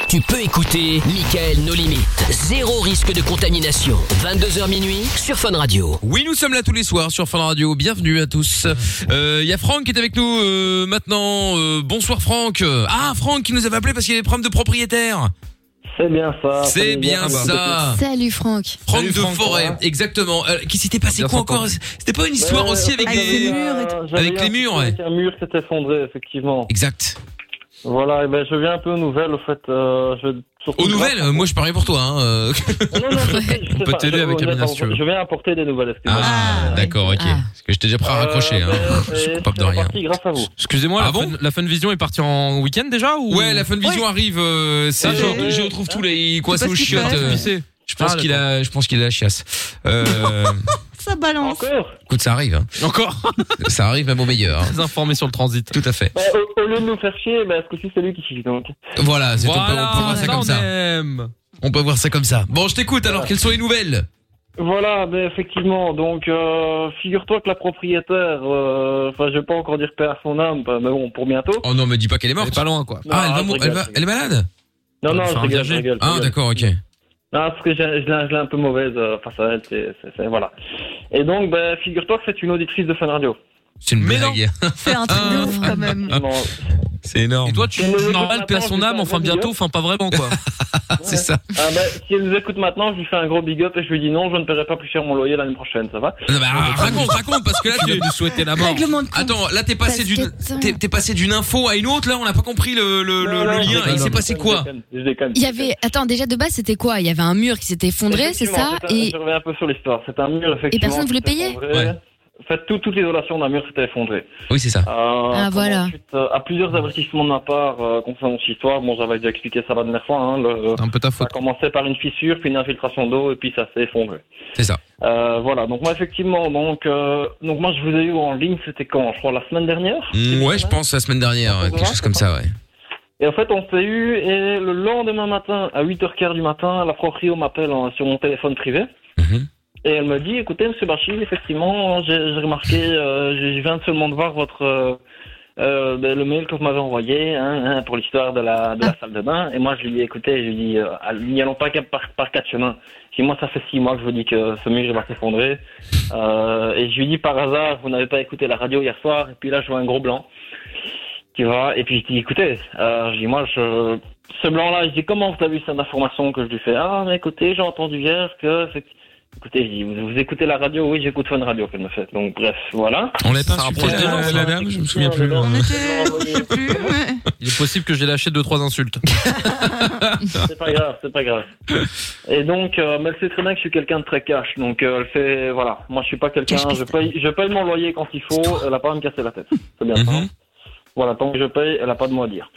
S7: Tu peux écouter Michael No Limites. Zéro risque de contamination. 22h minuit sur Fun Radio.
S1: Oui, nous sommes là tous les soirs sur Fun Radio. Bienvenue à tous. Euh, Il y a Franck qui est avec nous euh, maintenant. Euh, bonsoir Franck. Euh, Ah, Franck qui nous avait appelé parce qu'il y avait des problèmes de propriétaire.
S12: C'est bien ça.
S1: C'est Ah, bien ça.
S2: Salut Franck.
S1: Franck de Forêt, exactement. Euh, qui s'était passé quoi encore C'était pas une histoire
S12: Ouais,
S1: aussi avec
S12: j'avais
S1: des...
S12: eu un- j'avais eu
S1: avec
S12: un
S1: les
S12: truc
S1: murs, ouais.
S12: avec un mur qui s'est effondré, effectivement.
S1: Exact.
S12: Voilà, et ben, je viens un peu aux nouvelles, en fait. euh, je... surtout-
S1: Aux nouvelles, euh, moi je parie pour toi. Hein. euh.
S12: Je sais
S1: peut
S12: pas,
S1: t'aider
S12: je-
S1: avec
S12: je-
S1: Amina, si tu veux.
S12: Je viens apporter des nouvelles, Euh, excusez-moi.
S1: Ah, *laughs* d'accord, ok. Parce que je t'ai déjà prêt à raccrocher. hein.
S12: *laughs*
S1: Ah
S12: Je suis coupable de rien. grâce à vous.
S4: Excusez-moi, la,
S1: bon
S4: fun, la Fun Vision est partie en week-end déjà ou...
S1: Ouais, la Funvision arrive. euh, c'est
S4: Ah,
S1: genre,
S4: j'ai-
S1: je retrouve tous les coins
S4: C'est
S1: sous
S4: parce qu'il
S1: chiottes.
S4: fait
S1: euh,
S4: pisser.
S1: Je pense
S4: Ah,
S1: qu'il a, je pense qu'il a la chiasse.
S4: *laughs*
S1: Euh,
S15: Ça balance.
S1: écoute, ça arrive. hein.
S4: Encore
S1: *laughs* Ça arrive même au meilleur. hein.
S4: Très informé sur le transit.
S1: Tout à fait.
S12: Bah, au, au lieu de nous faire chier, bah, ce coup-ci, c'est lui qui chie, donc.
S1: Voilà, c'est
S12: Voilà,
S1: on peut voir ça
S12: ça,
S1: comme
S12: on
S1: ça. On peut voir ça comme ça. Bon, je t'écoute alors, quelles sont les nouvelles
S12: Voilà, ben effectivement. Donc, euh, figure-toi que la propriétaire, euh, enfin, je vais pas encore dire paix à son âme, bah, mais bon, pour bientôt.
S1: Oh non, me dis pas qu'elle est morte.
S4: Elle est pas loin, quoi.
S1: Ah, elle, va
S12: je
S1: mou-
S12: rigole,
S1: elle va-
S12: je rigole.
S1: elle est malade
S12: Non, non,
S1: Enfin,
S12: je rigole, je
S1: engagée.
S12: rigole. je
S1: Ah,
S12: rigole.
S1: d'accord, ok.
S12: Non, parce que je, je l'ai je l'ai un peu mauvaise euh, face à elle, c'est, c'est- c'est- voilà. Et donc, ben, figure-toi que c'est une auditrice de Fun Radio.
S1: C'est une blague.
S15: C'est un truc de ouf quand même.
S1: C'est énorme.
S4: Et toi, tu
S12: Mais
S4: normal, paix à son âme, enfin bientôt, enfin pas vraiment, quoi.
S1: C'est ça.
S12: Ah, ben, si elle nous écoute maintenant, je lui fais un gros big up et je lui dis non, je ne paierai pas plus cher mon loyer l'année prochaine, ça va
S4: Ah,
S1: Non, bah, raconte, raconte, parce que là, tu nous souhaiter la mort. Attends, là, t'es passé d'une, t'es- t'es passé d'une info à une autre, là, on n'a pas compris le, le- le- le lien. Il s'est passé quoi
S12: Je déconne.
S2: Il y avait. Attends, déjà de base, c'était quoi Il y avait un mur qui s'était effondré, c'est
S12: Effectivement,
S2: ça
S12: c'est un-
S2: Et
S12: Je reviens un peu sur l'histoire. C'est un mur, effectivement.
S2: personne ne voulait
S12: qui s'est
S2: payer
S12: effondré. En fait, tout- toutes les relations d'un mur s'étaient effondrées. Euh,
S1: Oui, c'est ça.
S2: Ah, voilà.
S12: Ensuite, euh, à plusieurs avertissements de ma part euh, concernant cette histoire, bon, j'avais déjà expliqué ça la dernière fois. Hein, le-
S4: un peu ta faute.
S12: Ça commençait par une fissure, puis une infiltration d'eau, et puis ça s'est effondré.
S1: C'est ça.
S12: Euh, voilà, donc moi, effectivement, donc, euh, donc moi, je vous ai eu en ligne, c'était quand Je crois la semaine dernière
S1: Mm, Ouais, je pense, la semaine dernière, euh, quelque chose comme ça, ouais.
S12: et en fait, on s'est eu, et le lendemain matin, à 8h15 du matin, la proprio m'appelle hein, sur mon téléphone privé. Et elle me dit, écoutez, monsieur Bachir, effectivement, j'ai j'ai remarqué, euh, je je viens seulement de voir votre, euh, euh, ben, le mail que vous m'avez envoyé hein, hein, pour l'histoire de la, de la salle de bain. Et moi, je lui dis, écoutez, je lui dis, euh, allez, n'y allons pas qu'à- par, par quatre chemins. Je dis, moi, ça fait six mois que je vous dis que ce mur il va s'effondrer. Euh, et je lui dis, par hasard, vous n'avez pas écouté la radio hier soir. Et puis là, je vois un gros blanc tu vois. Et puis je dis, écoutez, euh, je dis, moi, je, ce blanc-là, je dis, comment vous avez vu cette information que je lui fais Ah, mais écoutez, j'ai entendu hier que. c'est- Écoutez, je dis, vous, vous écoutez la radio Oui, j'écoute Fun Radio qu'elle me fait. Donc, bref, voilà.
S1: On l'a pas hein,
S4: insulté, la-
S12: hein.
S4: la dame
S1: je me souviens plus. euh.
S4: Il est possible que j'ai lâché deux trois insultes.
S12: C'est pas grave, c'est pas grave. Et donc, euh, mais elle sait très bien que je suis quelqu'un de très cash. Donc, euh, elle fait, voilà, moi, je suis pas quelqu'un, je paye, je paye mon loyer quand il faut, elle a pas à me casser la tête. C'est
S13: Mm.
S1: Mm-hmm.
S12: bien ça. Voilà, tant que je paye, elle a pas de mot à dire.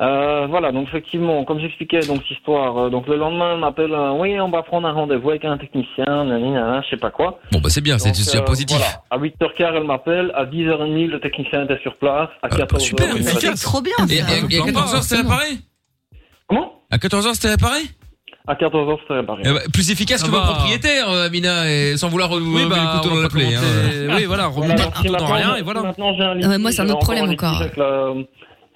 S12: Euh, voilà, donc effectivement, comme j'expliquais donc cette histoire, euh, donc le lendemain, on m'appelle, euh, oui, on va prendre un rendez-vous avec un technicien, nanana, je sais pas quoi.
S1: Bon, bah, c'est bien, c'est
S12: Donc,
S1: déjà
S12: euh,
S1: positif.
S12: voilà. À 8h15, elle m'appelle, à 10h30, le technicien était sur place, à 14h.
S1: Super,
S12: il me
S1: efficace.
S12: reste-
S1: Et, et-
S12: Ah,
S1: et à 14h, c'était réparé
S12: Comment
S1: À 14h, c'était réparé
S12: À 14h, c'était réparé.
S1: Eh bah, Plus efficace
S4: Ça
S12: Ah
S1: que votre
S4: va.
S1: propriétaire, euh, Amina, et sans vouloir euh,
S4: Oui,
S1: relever
S4: bah,
S1: le couteau
S4: on
S1: dans
S4: va
S1: la
S4: pas
S1: plaie.
S4: commenter.
S1: hein.
S4: Oui, voilà, remuer
S12: Voilà,
S4: partout
S12: si
S4: dans
S12: maintenant-
S4: rien, et voilà.
S12: Maintenant, j'ai un
S2: Ouais, moi, c'est un
S12: litige,
S2: autre
S12: j'ai
S2: problème
S12: litige
S2: encore.
S12: avec la-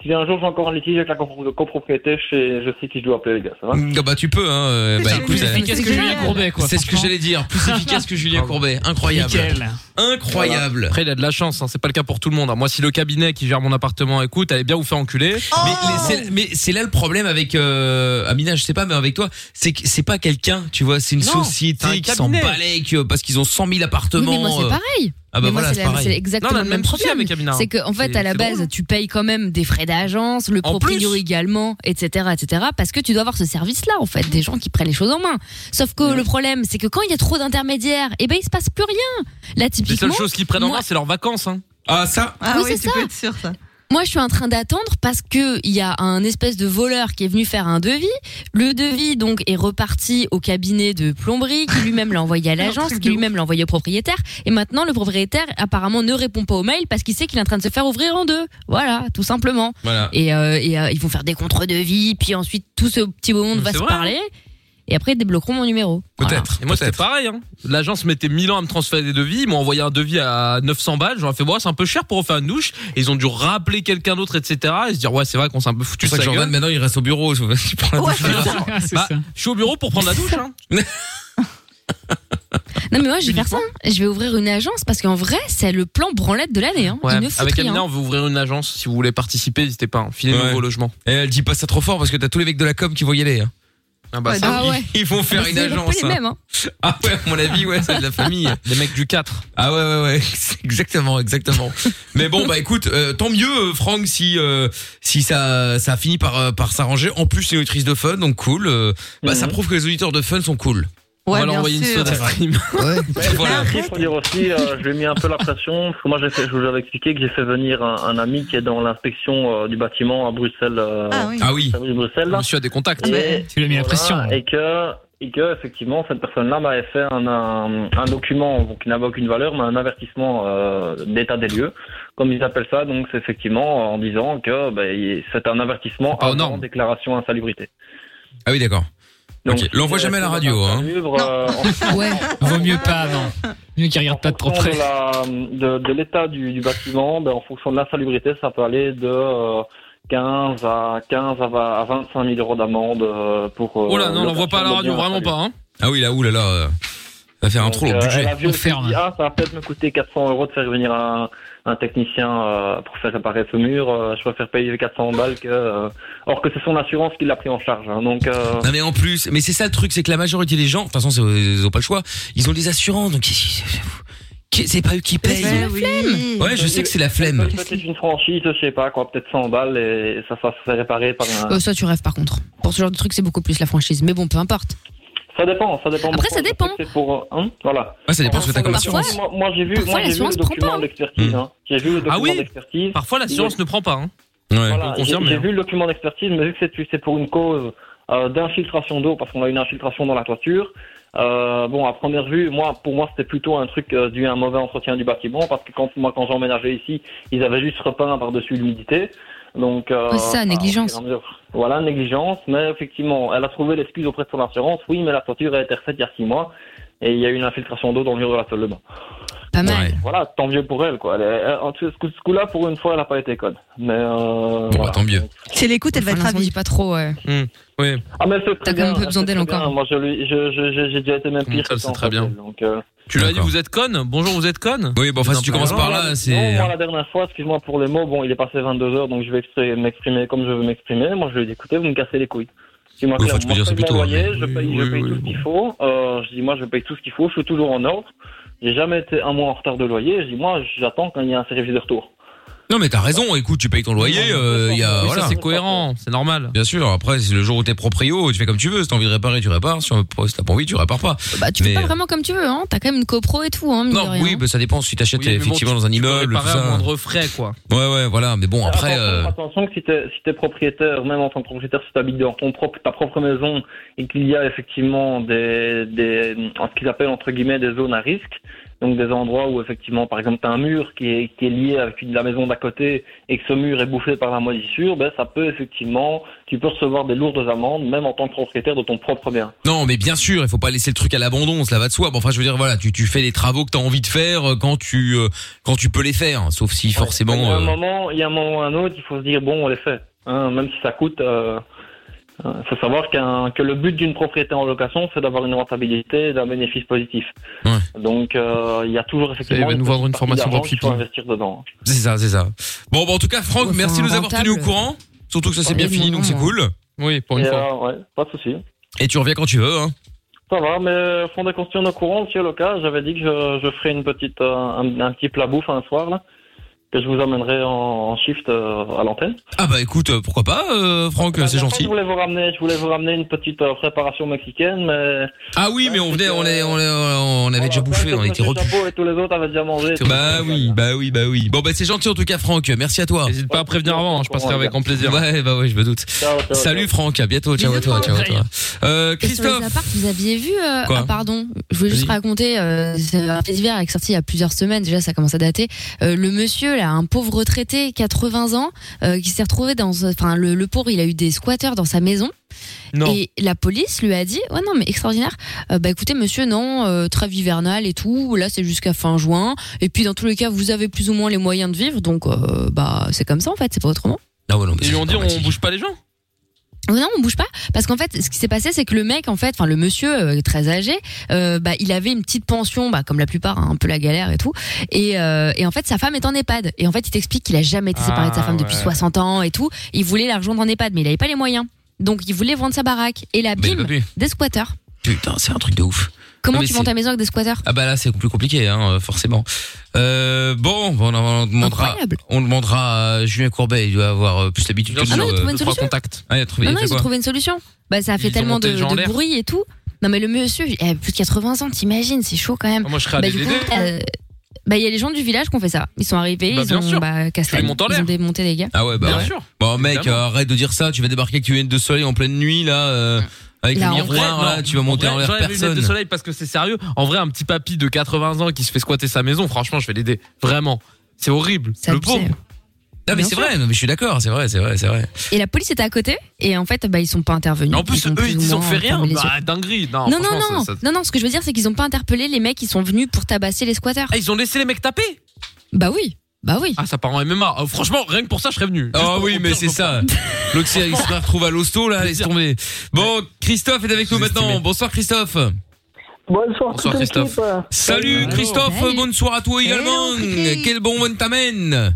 S12: Si un jour j'ai encore un litige avec la compro- copropriété, je sais, je sais qui je dois appeler, les gars, ça va
S1: Ah bah tu peux, hein. euh,
S12: C'est
S1: bah,
S12: ça,
S1: écoute,
S12: plus
S1: euh,
S12: efficace que Julien Courbet, quoi,
S1: C'est ce que
S12: franchement.
S1: j'allais dire, plus efficace que Julien Courbet, incroyable.
S5: Nickel.
S1: incroyable.
S4: Après, il a de la chance, hein, c'est pas le cas pour tout le monde. Moi, si le cabinet qui gère mon appartement écoute, allez bien vous faire enculer.
S1: Mais, les- c'est- mais c'est là le problème avec euh, Amina, je sais pas, mais avec toi, c'est que c'est pas quelqu'un, tu vois, c'est une
S2: Non,
S1: société
S2: c'est un
S1: qui s'en
S2: cabinet.
S1: balèque euh, parce qu'ils ont 100 000
S2: Oui,
S1: appartements.
S2: mais moi, c'est
S1: euh,
S2: pareil.
S1: Ah bah
S2: Mais moi,
S1: voilà,
S2: c'est
S1: c'est
S2: la-
S1: pareil.
S2: c'est
S1: Non, on
S2: exactement
S1: a
S2: le même
S1: souci
S2: problème.
S1: avec Amina, hein.
S2: C'est qu'en fait,
S1: C'est-
S2: à la
S1: c'est
S2: base,
S1: drôle.
S2: tu payes quand même des frais d'agence, le
S1: En
S2: proprio également, etc., etc., parce que tu dois avoir ce service-là, en fait, des gens qui prennent les choses en main. Sauf que le problème, c'est que quand il y a trop d'intermédiaires, eh ben, il se passe plus rien. Là,
S4: Les
S2: typiquement.
S4: seules choses qu'ils prennent en main, c'est leurs vacances. Hein.
S1: Ah, ça
S2: Ah oui, oui, c'est tu ça. peux être Moi, je suis en train d'attendre parce que il y a un espèce de voleur qui est venu faire un devis. Le devis donc est reparti au cabinet de plomberie qui lui-même l'a envoyé à l'agence, qui lui-même l'a envoyé au propriétaire. Et maintenant, le propriétaire apparemment ne répond pas au mail parce qu'il sait qu'il est en train de se faire ouvrir en deux. Voilà, tout simplement.
S1: Voilà.
S2: Et, euh, et, euh, ils vont faire des contre-devis, puis ensuite tout ce petit beau monde
S4: Mais
S2: va
S4: c'est
S2: se
S4: vrai, hein.
S2: parler. Et après, ils débloqueront mon numéro.
S4: Peut-être. Et moi, c'était pareil. Hein. L'agence mettait 1000 ans à me transférer des devis. Ils m'ont envoyé un devis à 900 balles. J'aurais fait, ouais, c'est un peu cher pour refaire une douche. Et ils ont dû rappeler quelqu'un d'autre, etc. Et se dire, ouais, c'est vrai qu'on s'est un peu foutu
S1: C'est
S4: ça.
S1: pour ça que Jordan, maintenant, il reste au bureau. Je *laughs*
S4: je suis au bureau pour prendre la douche. hein.
S2: Non, mais moi, je vais faire ça. hein. Je vais ouvrir une agence parce qu'en vrai, c'est le plan branlette de l'année. Hein.
S4: Ouais.
S2: Ils ne foutent
S4: Avec
S2: rien.
S4: Amina, on veut ouvrir une agence. Si vous voulez participer, n'hésitez pas. hein. Filez-nous vos logements.
S1: Et elle dit pas ça trop fort parce que t'as tous les mecs de la com qui vont y aller. hein.
S4: Ah bah,
S1: Ouais,
S4: ça,
S1: donc-
S4: oui.
S1: Ah ouais. Ils vont faire
S8: bah,
S4: Ah,
S1: une
S4: c'est un peu
S1: agence.
S4: les mêmes, hein.
S1: *laughs* Ah ouais, à mon avis, ouais, c'est de la famille.
S4: Les mecs du 4.
S1: Ah ouais, ouais, *laughs* ouais. C'est Exactement, exactement. Mais bon, bah écoute, euh, tant mieux, euh, Franck, si euh, si ça ça finit par euh, par s'arranger. En plus, c'est une autrice de fun, donc cool. Euh, bah ça prouve que les auditeurs de fun sont cool.
S4: On va Mhm. Ouais, leur bien envoyer une
S1: *laughs*
S4: sûr. soda stream.
S1: Ouais. voilà.
S12: Après, faut dire aussi, euh, je lui ai mis un peu la pression, parce que moi, j'ai fait, je vous avais expliqué que j'ai fait venir un, un ami qui est dans l'inspection euh, du bâtiment à Bruxelles. euh,
S4: Ah oui. Ah oui.
S12: service Bruxelles, là.
S4: Monsieur a des contacts.
S12: Et-
S4: Tu lui as mis la
S12: voilà,
S4: pression.
S12: Et que, et que, effectivement, cette personne-là m'avait fait un, un, un document bon, qui n'avait aucune valeur, mais un avertissement euh, d'état des lieux, comme ils appellent ça. Donc, c'est effectivement euh, en disant que ben, il- c'est un avertissement
S1: Pas aux
S12: avant
S1: normes.
S12: déclaration insalubrité.
S1: Ah oui, d'accord.
S12: Donc,
S1: Ok. L'envoie
S12: euh,
S1: jamais à la
S12: c'est
S1: radio,
S12: un
S1: hein.
S12: livre, euh, en-
S2: Ouais,
S5: vaut mieux pas, non. Mieux qu'ils regardent pas de trop
S12: fonction
S5: près.
S12: de, la- de- de l'état du, du bâtiment, ben, en fonction de l'insalubrité, ça peut aller de euh, 15 à 15 à, vingt- à 25 000 euros d'amende euh, pour. euh,
S4: Oh là, non, on l'envoie
S12: location
S4: pas à la
S12: de
S4: radio,
S12: biens
S4: vraiment pas.
S12: insalubres.
S4: Hein.
S1: Ah oui, là, ouh là là, euh, ça va faire un trou au
S12: Donc, euh,
S1: budget.
S12: elle a vu aussi, elle dit, Ah, ça va peut-être me coûter 400 euros de faire venir un, un technicien euh, pour faire réparer ce mur. euh, je préfère payer 400 balles que. euh, or que c'est son assurance qui l'a pris en charge. hein, donc. euh,
S1: Non mais en plus, mais c'est ça le truc, c'est que la majorité des gens, de toute façon, c'est- ils ont pas le choix, ils ont des assurances, donc ils- ils- c'est pas eux
S4: Eh ben
S1: qui payent.
S12: c'est la
S1: flemme. Ouais, je sais que c'est la flemme.
S12: Peut-être une franchise, je sais pas quoi, peut-être 100 balles et ça, ça se fait réparer par un.
S2: Euh, ça, tu rêves par contre. Pour ce genre de truc, c'est beaucoup plus la franchise. Mais bon, peu importe.
S12: Ça dépend, ça dépend.
S2: Après, ça dépend.
S12: C'est pour, hein, voilà.
S1: Ouais, ça dépend ce que t'as comme
S12: Parfois-
S1: assurance.
S12: Moi, moi, j'ai vu,
S1: Parfois,
S12: moi, j'ai vu le
S1: l'assurance prend pas,
S12: document
S1: hein.
S12: d'expertise.
S1: Mm.
S12: hein. J'ai vu le document
S4: Ah oui
S12: d'expertise.
S4: Parfois, l'assurance
S12: Il-
S4: ne prend pas. Hein.
S12: voilà,
S4: on
S12: j'ai-
S4: confirme,
S12: J'ai
S4: hein.
S12: vu le document d'expertise, mais vu que c'est c'est pour une cause euh, d'infiltration d'eau, parce qu'on a une infiltration dans la toiture. euh, bon, à première vue, moi, pour moi, c'était plutôt un truc euh, dû à un mauvais entretien du bâtiment, parce que quand moi, quand j'ai emménagé ici, ils avaient juste repeint par-dessus l'humidité. Donc, euh,
S2: Ouais, c'est ça,
S12: bah,
S2: négligence.
S12: au fur et à mesure. Voilà, négligence, mais effectivement, elle a trouvé l'excuse auprès de son assurance. Oui, mais la toiture a été refaite il y a six mois, et il y a eu une infiltration d'eau dans le mur de la salle de bain.
S2: Pas mal.
S12: Voilà, tant mieux pour elle, quoi. Elle est- elle- en tout cas, ce coup- ce coup-là, pour une fois, elle n'a pas été conne. Mais euh, voilà.
S1: tant mieux.
S2: Si elle écoute, elle va être ravie. pas trop. ouais.
S1: Hmm.
S4: Oui.
S12: Ah, mais elle fait très
S2: T'as quand
S12: bien,
S2: même peu
S12: elle
S2: besoin
S12: fait
S2: d'elle
S12: très bien.
S2: encore.
S12: Moi, je lui- je- je- je- j'ai déjà été même pire.
S4: ça,
S12: que
S4: c'est
S12: en
S4: très bien.
S12: fait, Donc, euh,
S4: Tu l'as dit, vous êtes conne Bonjour, vous êtes conne
S1: Oui, bon, enfin, si tu commences par
S12: Non,
S1: là,
S12: la-
S1: c'est.
S12: non, moi, la dernière fois, excuse-moi pour les mots, bon, il est passé 22h, donc je vais exprimer- m'exprimer comme je veux m'exprimer. Moi, je lui ai dit, écoutez, vous me cassez les couilles. Tu m'as
S1: Oui, enfin, tu peux dire ça
S12: mon
S1: plutôt, hein,
S12: loyer,
S1: mais-
S12: je paye, je paye tout ce qu'il faut. Euh, je dis, moi, je paye tout ce qu'il faut, je suis toujours en ordre. J'ai jamais été un mois en retard de loyer. Je dis, moi, j'attends quand il y a un service de retour.
S1: Non mais t'as raison, écoute, tu payes ton loyer, euh, il y a,
S4: Oui, ça,
S1: voilà.
S4: c'est cohérent,
S1: c'est normal. Bien sûr, après, c'est le jour où t'es proprio, tu fais comme tu veux, si t'as envie de réparer, tu répares, si on- si t'as pas envie, tu répares pas.
S2: Bah, tu
S1: Mais- euh,
S2: fais pas vraiment comme tu veux, hein. T'as quand même une copro et tout, hein, mine de
S1: Non,
S2: rien.
S1: oui, bah, ça dépend si t'achètes
S4: Oui, mais bon,
S1: effectivement
S4: tu-
S1: dans un
S4: tu peux
S1: immeuble, tout
S4: réparer à
S1: ça.
S4: moindre frais, quoi.
S1: Ouais, ouais, voilà, mais bon,
S12: Ah,
S1: après... euh,
S12: Attention, attention que si t'es si t'es propriétaire, même en tant que propriétaire, si t'habites dans ton propre, ta propre maison et qu'il y a effectivement des, des, en ce qu'ils appellent entre guillemets des zones à risque, donc des endroits où effectivement, par exemple, t'as un mur qui est, qui est lié avec une- la maison d'à côté et que ce mur est bouffé par la moisissure, ben ça peut effectivement, tu peux recevoir des lourdes amendes, même en tant que propriétaire de ton propre bien.
S1: Non, mais bien sûr, il faut pas laisser le truc à l'abandon, cela va de soi. Bon, enfin, je veux dire, voilà, tu, tu fais les travaux que t'as envie de faire euh, quand tu euh, quand tu peux les faire, sauf si
S12: Il y
S1: forcément.
S12: a un
S1: euh,
S12: moment, il y a un moment ou un autre, il faut se dire bon, on les fait, hein, même si ça coûte. euh, Il faut savoir qu'un- que le but d'une propriété en location, c'est d'avoir une rentabilité et d'un bénéfice positif. Donc, euh, il y a toujours effectivement.
S1: va nous vendre une
S12: petite
S1: formation
S12: partie
S1: pour
S12: d'argent qu'il
S1: Pipi.
S12: faut investir dedans.
S1: C'est ça, c'est ça. Bon, bah, en tout cas, Franck,
S12: Ouais,
S1: merci de nous
S12: enfin,
S1: avoir tenus au
S12: rentable.
S1: courant. Surtout que ça s'est bien
S12: Ouais,
S1: fini, donc c'est
S2: hein.
S12: vraiment.
S1: cool. Oui, pour une
S12: Et,
S1: fois.
S12: euh, ouais, pas de souci.
S1: Et tu reviens quand tu veux, hein.
S12: Ça va, mais euh, fond des conscience au courant, si à l'occasion, j'avais dit que je, je ferais une petite, euh, un, un petit plat bouffe un soir, là, que je vous amènerai en, en shift euh, à l'antenne.
S1: Ah bah écoute, euh, pourquoi pas, euh, Franck, c'est
S12: Après,
S1: gentil.
S12: Bah, Je voulais vous ramener, je voulais vous ramener une petite euh, préparation mexicaine, mais.
S1: Ah oui, mais on venait, on, est, on, est- on avait déjà bouffé, on était repus.
S12: Chapeau et tous les autres avaient déjà mangé.
S1: Bah oui, bah oui, bah oui. Bon bah c'est gentil en tout cas, Franck. Merci à toi. N'hésite pas à prévenir avant, hein, je passerai avec grand plaisir. Ouais, bah ouais, je me doute. Salut Franck, à bientôt. Ciao à toi, ciao à toi. Euh,
S2: Et sur les
S1: Christophe.
S2: apparts, vous aviez vu euh,
S1: Quoi
S2: ah, Pardon, je voulais juste raconter euh, c'est un fait divers qui est sorti il y a plusieurs semaines. Déjà, ça commence à dater. Euh, le monsieur, là, un pauvre retraité, 80 ans, euh, qui s'est retrouvé dans, enfin, le, le pauvre, il a eu des squatteurs dans sa maison.
S16: Non.
S2: Et la police lui a dit, ouais non mais extraordinaire. Euh, bah écoutez monsieur, non, euh, trêve hivernale et tout. Là c'est jusqu'à fin juin. Et puis dans tous les cas, vous avez plus ou moins les moyens de vivre, donc euh, bah c'est comme ça en fait, c'est pas autrement.
S1: Non, non, mais
S4: Ils lui ont dit on bouge pas les gens.
S2: Oh Non, on bouge pas parce qu'en fait, ce qui s'est passé, c'est que le mec, en fait, enfin le monsieur euh, très âgé, euh, bah il avait une petite pension, bah comme la plupart, hein, un peu la galère et tout. Et, euh, et en fait, sa femme est en EHPAD. Et en fait, il t'explique qu'il a jamais été séparé de sa
S16: Ah,
S2: femme depuis
S16: ouais.
S2: 60 ans et tout. Il voulait la rejoindre en EHPAD, mais il avait pas les moyens. Donc, il voulait vendre sa baraque et la
S1: Mais il a
S2: bim
S1: pas pu.
S2: des squatteurs.
S1: Putain, c'est un truc de ouf.
S2: Comment
S1: Non, mais
S2: tu
S1: c'est-
S2: vends ta maison avec des squatteurs
S1: Ah bah là c'est plus compliqué hein, euh, forcément. Euh, bon, bon, on, on demandera, on demandera à Julien Courbet, il doit avoir euh, plus l'habitude.
S2: Ah
S1: que
S2: non,
S1: nous,
S2: il a
S1: euh,
S2: trouvé une
S1: deux, trois
S2: solution.
S1: contacts. Ah, il a trouvé,
S2: Non,
S1: il
S2: non,
S1: a fait
S2: ils ont
S1: quoi
S2: trouvé une solution. Bah, ça a fait
S1: Ils ont
S2: tellement
S1: monté
S2: de,
S1: les gens en
S2: de
S1: l'air.
S2: bruit et tout. Non, mais le monsieur, il a plus de 80 ans, t'imagines, c'est chaud quand même.
S4: Ah, moi, je serais
S2: bah,
S4: allé
S2: du coup,
S4: l'aider.
S2: euh, bah, il y a les gens du village qui ont fait ça. Ils sont arrivés,
S1: Bah,
S2: ils
S1: bien
S2: ont
S1: sûr.
S2: bah, cassé,
S1: les montes en
S2: ils
S1: l'air.
S2: ont démonté les gars.
S1: Ah ouais, bah
S2: Bien
S1: ouais.
S2: sûr.
S1: Bon mec, euh, arrête de dire ça. Tu vas débarquer avec tu lunettes de soleil en pleine nuit là, euh, avec
S4: Là,
S1: le
S4: en
S1: miroir
S4: vrai,
S1: là,
S4: non.
S1: tu vas monter
S4: vrai,
S1: en l'air
S4: j'enlève les lunettes
S1: personne.
S4: de soleil parce que c'est sérieux. En vrai, un petit papy de 80 ans qui se fait squatter sa maison, franchement, je vais l'aider. Vraiment. C'est horrible. le pauvre.
S1: Non mais
S4: Bien
S1: c'est
S4: sûr.
S1: vrai, non mais je suis d'accord, c'est vrai, c'est vrai, c'est vrai.
S2: Et la police était à côté, et en fait, bah, ils sont pas intervenus.
S4: En plus,
S2: ont
S4: eux,
S2: plus
S4: ils
S2: ou
S4: disent on
S2: moins
S4: fait rien.
S2: fermé les yeux.
S4: Bah, dinguerie. Non,
S2: non, non,
S4: franchement,
S2: non,
S4: ça- ça-
S2: non, non, ce que je veux dire, c'est qu'ils ont pas interpellé les mecs qui sont venus pour tabasser les squatteurs.
S4: Ah, ils ont laissé les mecs taper
S2: Bah oui, bah oui.
S4: Ah, ça part en MMA. Ah, franchement, rien que pour ça, je serais venu.
S1: Ah oui, mais c'est ça. *laughs* L'autre, c'est- il se retrouve à l'hosto, là, laisse tomber. Bon, Christophe est avec nous maintenant. Bonsoir, Christophe.
S9: Bonsoir,
S1: Bonsoir,
S9: toute
S1: Christophe.
S9: l'équipe.
S1: Salut, Christophe. Bonsoir à toi également. Quel bon moment t'amène.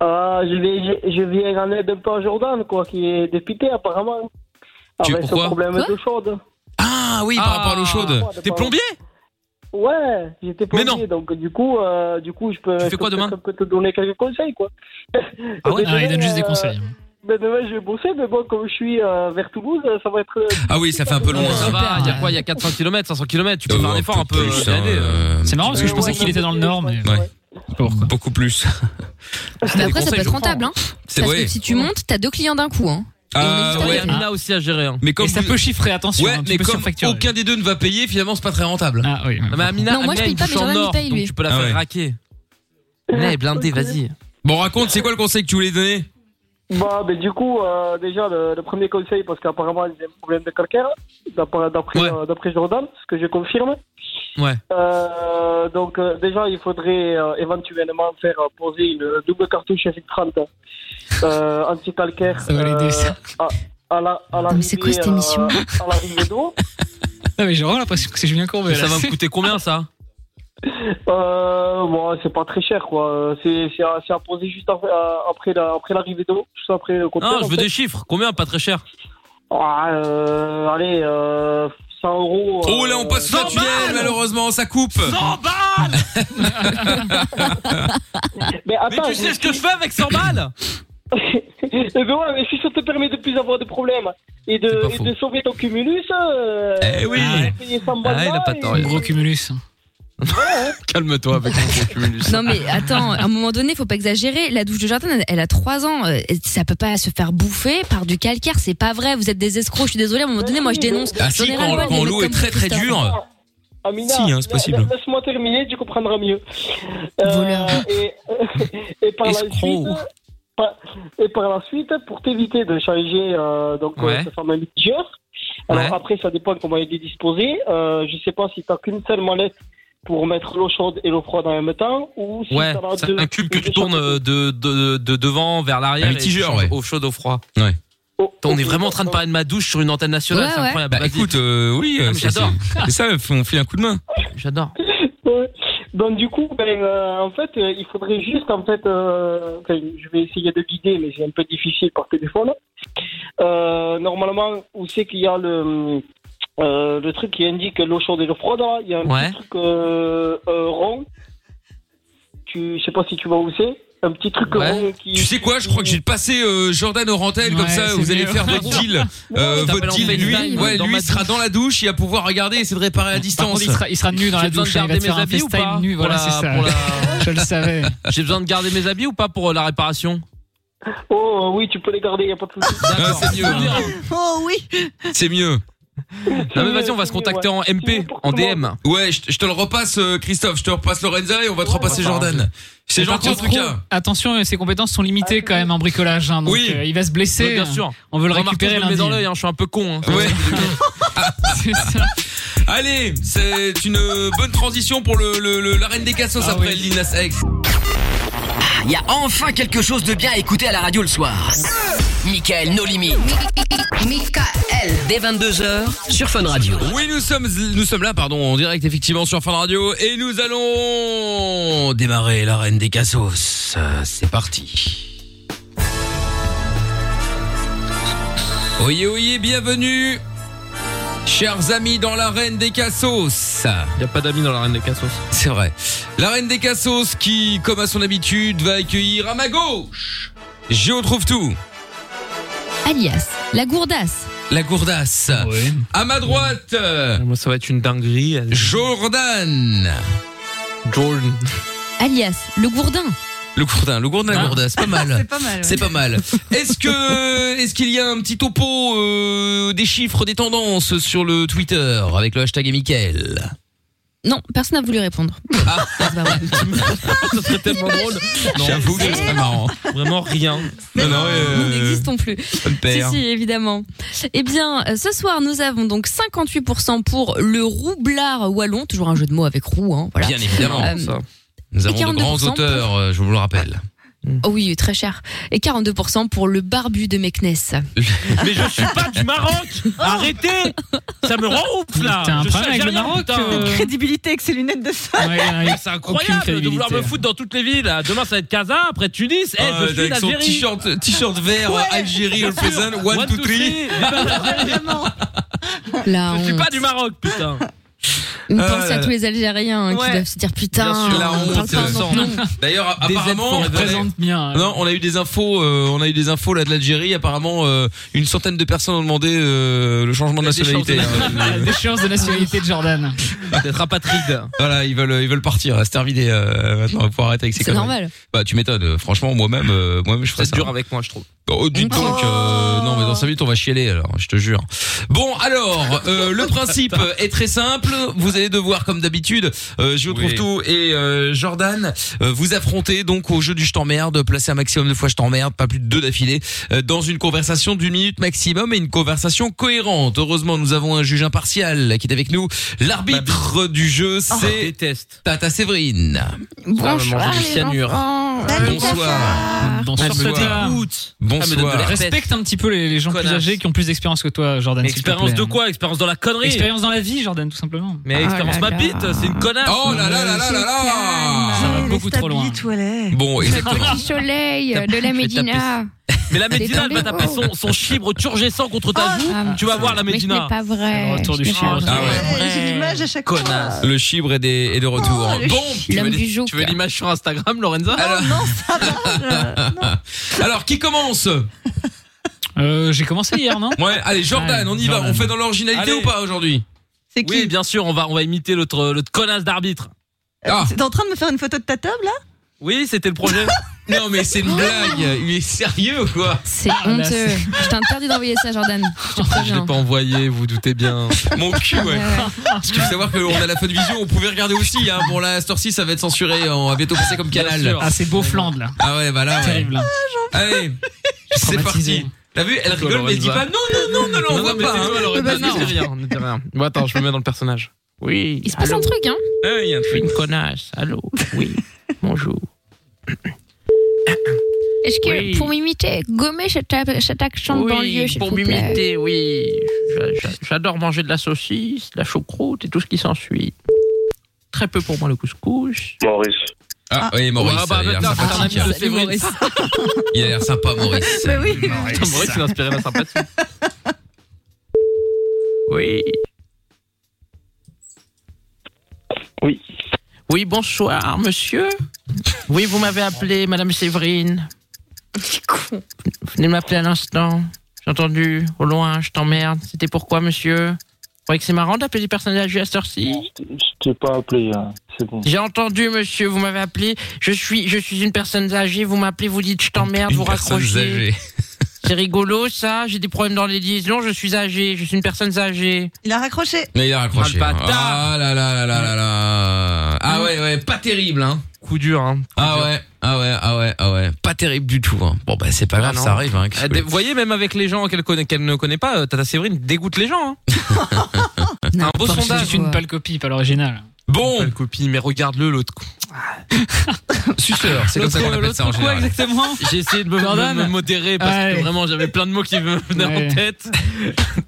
S9: Ah, je, vais, je, je viens en aide un peu à Jordan, quoi, qui est dépité apparemment.
S1: Tu-
S9: Avec
S1: pourquoi
S9: son problème
S1: Quoi
S9: d'eau chaude.
S1: Ah oui, par rapport à l'eau chaude. T'es plombier
S9: Ouais, j'étais plombier, donc du coup, euh, du coup, je peux. Tu
S1: fais quoi demain
S9: Je peux te donner quelques conseils, quoi.
S1: Ah ouais,
S9: *laughs* Mais
S1: ah, il donne juste des
S9: euh,
S1: conseils.
S9: mais demain, je vais bosser, mais bon, comme je suis euh, vers Toulouse, ça va être.
S1: Ah oui, ça fait un peu loin.
S4: Ça va, il y a quoi Il y a 400 km, 500 km. Tu peux faire un effort un peu.
S1: plus,
S4: euh,
S1: hein,
S4: aider, euh.
S5: C'est marrant parce que je pensais qu'il était dans le Nord, mais.
S1: Ouais. Beaucoup plus.
S2: Mais
S4: Ah,
S2: après, ça
S4: conseils,
S2: peut
S4: je
S2: être
S4: prends.
S2: rentable, hein.
S1: C'est
S2: Parce
S1: vrai.
S2: que si tu montes, t'as deux clients d'un coup, hein.
S1: Ah ouais.
S4: Amina aussi à gérer. hein.
S1: Mais comme
S4: ça
S5: peut chiffrer, attention,
S1: Ouais,
S5: hein, tu
S1: mais
S5: peux
S1: comme
S5: surfacturer.
S1: aucun des deux ne va payer, finalement, c'est pas très rentable.
S5: Ah oui.
S4: Non, mais Amina,
S1: Non, moi,
S4: Amina,
S1: je paye
S4: il
S1: pas, mais
S4: touche en
S1: Jordan, il
S4: or,
S1: paye,
S4: donc
S1: lui.
S4: tu peux la
S1: Ah ouais.
S4: faire raquer. Amina est blindée, vas-y.
S1: Bon, raconte, c'est quoi le conseil que tu voulais donner
S9: Bah, mais du coup, euh, déjà, le, le premier conseil, parce qu'apparemment, j'ai un problème de calcaire, d'après d'après euh, d'après Jordan, ce que je confirme.
S4: Ouais.
S9: Euh, donc, euh, déjà, il faudrait euh, éventuellement faire euh, poser une double cartouche F30 euh, anti-calcaire.
S5: Ça va l'aider, ça.
S9: À, à la, à l'arrivée,
S5: c'est quoi cette
S9: euh,
S5: émission
S9: À l'arrivée d'eau.
S5: *laughs* Non, mais j'ai vraiment l'impression que c'est Julien Courbet.
S4: Ça va me coûter combien ça
S9: Euh, bon, c'est pas très cher, quoi. C'est c'est à, c'est à poser juste après, à- après la- après l'arrivée d'eau, juste après le compteur,
S4: Non, je
S9: en
S4: veux
S9: fait.
S4: des chiffres. Combien Pas très cher.
S9: Ah, euh, allez, euh, 100 euros.
S1: Oh là, on passe sous la tunnel,
S9: *laughs*
S1: malheureusement, ça coupe.
S4: 100
S9: Mais attends,
S4: tu sais ce que je fais avec 100 balles
S9: mais Eh ben ouais, mais si ça te permet de plus avoir de problèmes et de, et de sauver ton cumulus, euh,
S1: Eh oui.
S9: payer 100 balles
S1: Ah, il a pas tort.
S4: *laughs*
S5: Gros cumulus.
S1: Calme-toi avec ton gros cumulus.
S2: Non mais attends, à un moment donné, faut pas exagérer. La douche de jardin, elle, elle a 3 ans. Euh, Ça peut pas se faire bouffer par du calcaire. C'est pas vrai. Vous êtes des escrocs. Je suis désolée. À un moment donné, moi, je dénonce.
S1: Ah si,
S2: J'en ai
S1: quand,
S2: ras-le-bol des
S1: quand
S2: mecs
S1: l'eau est
S2: comme
S1: très très
S2: Christophe.
S1: dure.
S9: Amina,
S1: Si, hein, c'est possible.
S9: la- Laisse-moi terminer, tu comprendras mieux. Euh, et, *laughs* et par la
S1: Escroc.
S9: suite, par- et par la suite, pour t'éviter de changer euh, donc
S1: Ouais.
S9: euh, ce fameux litigeur, alors
S1: Ouais.
S9: après ça dépend comment il est disposé. Euh, je sais pas si t'as qu'une seule mallette pour mettre l'eau chaude et l'eau froide en même temps, ou si
S4: Ouais,
S9: t'en as
S4: c'est
S9: deux.
S4: un cube que tu tournes euh, de, de, de devant vers l'arrière.
S1: Un
S4: et
S1: mitigeur,
S4: tu changes
S1: ouais.
S4: Au chaud, au froid.
S1: Ouais.
S4: on est vraiment en train de parler de ma douche sur une antenne nationale,
S1: Ouais,
S4: c'est
S1: ouais.
S4: incroyable.
S1: Bah, écoute, euh, oui,
S4: Ah, mais
S1: c'est-
S4: j'adore.
S1: c'est- c'est ça, on file un coup de main.
S4: J'adore.
S9: Ouais. Donc du coup, ben, euh, en fait, euh, il faudrait juste, en fait, euh, enfin, je vais essayer de guider, mais c'est un peu difficile par téléphone. Euh, normalement, où c'est qu'il y a le, euh, le truc qui indique l'eau chaude et l'eau froide, là, il y a un
S4: Ouais.
S9: petit truc euh, euh, rond. Tu, je sais pas si tu vois où c'est. Un petit truc
S1: Ouais.
S9: rond qui...
S1: Tu sais quoi, je crois que j'ai passé euh, Jordan aux rentelles, comme
S9: Ouais,
S1: ça
S9: c'est
S1: vous allez
S9: mieux.
S5: *laughs*
S1: faire votre deal. Euh,
S9: Ouais,
S1: votre
S9: t'appelles
S1: deal,
S9: en
S1: lui,
S9: FaceTime,
S1: ouais,
S9: dans
S1: lui
S9: ma
S1: il sera dans la douche, il va pouvoir regarder et essayer de réparer à distance.
S5: contre, il sera- il sera nu dans la
S1: J'ai besoin de
S5: douche, hein, il va
S1: garder
S5: te faire
S1: mes
S5: un
S1: habits ou
S5: FaceTime
S1: pas
S5: nu, voilà,
S1: Pour la-
S5: c'est ça.
S1: pour la-
S5: Je le savais.
S4: J'ai besoin de garder mes habits ou pas pour euh, la réparation
S9: Oh oui, tu peux les garder, il a pas de souci.
S4: D'accord, Ah, c'est mieux. hein.
S9: Oh oui
S1: C'est mieux.
S4: Non mais vas-y, on va se contacter en MP, en DM.
S1: Ouais, je, je te le repasse, euh, Christophe. Je te repasse Lorenza et on va te repasser Jordan. C'est
S5: Mais par
S1: gentil en
S5: contre,
S1: tout cas.
S5: Attention, ses compétences sont limitées
S3: Ah,
S5: quand même en bricolage. hein, donc,
S1: Oui.
S5: euh, il va se blesser.
S1: Oui, bien sûr.
S5: On veut le
S1: Remarque,
S5: récupérer
S1: je le mets
S5: lundi.
S1: dans
S4: l'œil, hein, je suis un peu con.
S1: Ouais. Allez, c'est une bonne transition pour le, le- le- la reine des cassos après Lil Nas X.
S7: Il Ah, y a enfin quelque chose de bien à écouter à la radio le soir. Michael No Limit. Michael. Dès 22h sur Fun Radio.
S1: Oui, nous sommes, nous sommes là, pardon, en direct effectivement sur Fun Radio et nous allons démarrer la reine des cassos. Euh, C'est parti. Oyez, oyez, bienvenue, chers amis dans la reine des cassos. Il
S4: n'y a pas d'amis dans la reine des cassos.
S1: C'est vrai. La reine des cassos qui, comme à son habitude, va accueillir à ma gauche. Géo trouve tout.
S2: Alias, la gourdasse.
S1: La gourdasse. À ma droite. euh,
S4: Ah, Moi, ça va être une dinguerie.
S1: Jordan. Jordan.
S2: Alias, le gourdin.
S1: Le gourdin, le gourdin, la
S2: Ah.
S1: gourdasse, pas mal.
S2: *laughs* C'est pas mal, ouais.
S1: C'est pas mal. Est-ce
S2: *laughs*
S1: que, est-ce qu'il y a un petit topo euh, des chiffres, des tendances sur le Twitter avec le hashtag Michael
S2: Non, personne n'a voulu répondre.
S9: Ah, bah
S4: *laughs* Ça serait tellement
S1: *laughs*
S4: drôle. Non,
S1: J'avoue que c'est pas marrant.
S4: Vraiment rien.
S1: Non, non, euh,
S2: n'existons plus.
S1: ça me perd.
S2: Si, si, évidemment. Eh bien, euh, ce soir, nous avons donc 58% pour le roublard wallon, toujours un jeu de mots avec roux, hein, voilà.
S1: Bien évidemment.
S2: Euh,
S1: Nous
S2: et
S1: avons de grands
S2: 42%
S1: auteurs, euh, je vous le rappelle.
S2: oh oui, très cher. Et 42% pour le barbu de Meknes.
S4: Mais je suis pas du Maroc
S2: Oh,
S4: Arrêtez Ça me rend ouf là
S5: T'as un
S4: Je
S5: problème
S4: suis
S5: avec le
S4: algérien,
S5: Maroc,
S1: Ah,
S4: putain.
S5: euh. Cette
S3: crédibilité avec ses lunettes de sol. *laughs*
S4: C'est incroyable de vouloir me foutre dans toutes les villes. là. Demain ça va être Casa, après Tunis. Eh,
S1: Euh,
S4: je suis
S1: avec son
S4: d'Algérie.
S1: t-shirt, euh, t-shirt vert euh,
S4: Ouais.
S1: Algérie, on le faisait, one, two, three.
S2: Là,
S4: Je suis pas du Maroc, putain.
S1: *laughs*
S2: on
S1: Ah
S2: pense
S1: là
S2: à
S1: là.
S2: tous les Algériens hein, qui doivent se dire putain.
S1: Bien sûr, la
S2: on parle
S1: honte. euh,
S2: pas un autre nom.
S1: *laughs* D'ailleurs,
S5: Des
S1: apparemment,
S5: aides
S1: on
S5: pour
S1: a-
S5: présente bien.
S1: Non, on a eu des infos, euh, on a eu des infos là de l'Algérie. Apparemment, euh, une centaine de personnes ont demandé euh, le changement
S5: *laughs*
S1: de nationalité. hein.
S5: La déchéance de nationalité de
S4: *laughs*
S5: Jordan.
S4: D'être apatride.
S1: Voilà, ils veulent, ils veulent partir. C'est terminé. euh, maintenant, il faut arrêter avec ces
S5: C'est
S1: conneries.
S5: normal.
S1: Bah, tu m'étonnes. euh, Franchement, moi-même, euh, moi-même, je ferais ça.
S4: C'est dur avec moi, je trouve.
S1: Oh, dites donc, euh, non, mais dans 5 minutes, on va chialer, alors, je te jure. Bon, alors, euh, le principe est très simple. Vous allez devoir, comme d'habitude, euh, je vous trouve
S4: Oui.
S1: tout et euh, Jordan, euh, vous affronter donc au jeu du je t'emmerde, placer un maximum de fois je t'emmerde, pas plus de deux d'affilée, euh, dans une conversation d'une minute maximum et une conversation cohérente. Heureusement, nous avons un juge impartial qui est avec nous.
S4: Bah,
S1: L'arbitre du jeu,
S4: oh,
S1: c'est Tata Séverine.
S4: Bonsoir, Elle va manger du les cyanure. enfants. Salut,
S1: Bonsoir.
S5: Ah,
S1: Ah,
S5: Bonsoir,
S4: Ah,
S5: Ah, Tata.
S1: Bonsoir.
S5: Respecte un petit peu les, les gens plus
S4: Connasse.
S5: âgés qui ont plus d'expérience que toi, Jordan. s'il te
S4: Expérience
S5: plaît.
S4: de quoi Expérience dans la connerie
S5: Expérience dans la vie, Jordan, tout simplement.
S4: Mais
S3: Oh
S4: expérience ma bite, c'est une connasse.
S5: Oh là là là là là là Ça va beaucoup trop loin.
S1: Bon,
S16: Petit soleil euh, de la Médina.
S4: Mais la Médina, elle va
S16: Détendez-vous.
S4: taper son, son chibre turgescent contre ta joue. tu vas voir la
S16: mais ce
S4: Médina.
S16: n'est pas vrai. Le retour du
S1: chibre. Ah ouais.
S3: J'ai l'image à chaque
S4: Connasse.
S1: Le chibre est, des- est de retour.
S3: Oh, le
S1: bon, tu veux,
S4: L'homme
S1: les-
S4: du jour. Tu veux l'image sur Instagram, Lorenza
S1: Alors...
S3: Oh non,
S1: ça va. Alors, qui commence
S5: *laughs* Euh, J'ai commencé hier, non
S1: Ouais, allez, Jordan,
S5: Allez,
S1: on y va.
S5: Jordan.
S1: On fait dans l'originalité
S4: Allez.
S1: ou pas aujourd'hui
S3: C'est
S4: Oui, bien sûr, on va, on va imiter l'autre l'autre connasse d'arbitre. Ah.
S3: T'es en train de me faire une photo de ta table là
S4: Oui, c'était le projet.
S1: *laughs* non, mais c'est une blague. Il est sérieux ou quoi Ah,
S2: C'est honteux. Je t'interdis d'envoyer ça, Jordan. Je te
S1: Je l'ai
S2: préviens.
S1: pas envoyé, vous
S4: *laughs*
S1: doutez bien. Mon cul, ouais. Parce qu'il faut savoir qu'on a la fin de vision, on pouvait regarder aussi. Hein. Bon, là, à cette heure-ci, ça va être censuré. On va bientôt passer comme canal.
S5: Ah, c'est Beaufland, là.
S1: Ah ouais, bah là, ouais.
S7: hein.
S5: Terrible.
S4: Ah,
S1: Allez, c'est parti. T'as vu, elle rigole, mais elle dit pas non, non, non, non, non, on voit
S4: mais
S1: pas.
S4: c'est
S1: hein.
S4: toi, Lorenza,
S1: Bah,
S4: ne
S1: non.
S4: dis rien, ne dis rien. Bon, attends, je me mets dans le personnage. Oui.
S2: Il se passe un truc, hein
S1: Ah
S4: Il y a un truc. Une connasse. Allô. Oui. Bonjour.
S2: Est-ce que
S7: Oui.
S2: pour m'imiter, gommez cet, a- cet accent de banlieue, s'il
S7: pour
S2: vous plaît.
S7: m'imiter, oui. J'a- j'a- J'adore manger de la saucisse, de la choucroute et tout ce qui s'ensuit. Très peu pour moi le couscous.
S17: Maurice.
S1: Ah, oui, Maurice.
S7: Ah, bah,
S1: il a l'air
S7: maintenant,
S1: sympathique.
S7: c'est un
S1: Salut,
S7: ami de Séverine.
S1: Maurice. Il a l'air sympa, Maurice.
S7: *laughs* Mais oui.
S1: Maurice.
S7: Putain, Maurice, il a inspiré ma
S12: sympathie.
S7: Oui. Oui. Oui, bonsoir, monsieur. Oui, vous m'avez appelé, madame Séverine. Venez m'appeler à l'instant. J'ai entendu, au loin, je t'emmerde. C'était pourquoi, monsieur Vous croyez que c'est marrant d'appeler des personnes âgées à cette heure-ci
S9: Ah,
S17: Je t'ai pas appelé,
S9: euh,
S17: hein. c'est bon.
S7: J'ai entendu, monsieur, vous m'avez appelé. Je suis, je suis une personne âgée, vous m'appelez, vous dites je t'emmerde, vous raccrochez. C'est rigolo, ça. J'ai des problèmes dans les liaisons, je suis âgé, je suis une personne âgée.
S14: Il a raccroché.
S1: Mais il a raccroché.
S12: Ah, le
S1: hein. Ah là là là là là là.
S7: Mm.
S1: Ah ouais, ouais, pas terrible, hein.
S12: Coup dur, hein.
S1: Ah ouais, ah ouais, ah ouais, ah ouais. Pas terrible du *laughs* tout, hein. Bon, bah, c'est pas
S7: Ah
S1: grave, ça arrive,
S7: Euh,
S1: hein. qu'est-ce que-
S12: Vous voyez, même avec les gens qu'elle connaît- qu'elle ne connaît pas, euh, Tata Séverine dégoûte les gens. hein. Un beau
S5: Parce que
S12: sondage.
S5: C'est une pâle copie, pas l'original.
S12: Bon. Une copie, mais regarde-le, l'autre con.
S1: *laughs* Suceur, c'est comme ça qu'on
S12: L'autre-
S1: appelle ça en
S12: l'autre quoi
S1: général.
S12: exactement *laughs* J'ai essayé de me,
S1: Jordan
S12: me- me modérer parce que
S1: Ouais.
S12: vraiment j'avais plein de mots qui me venaient en
S1: Ouais.
S12: tête.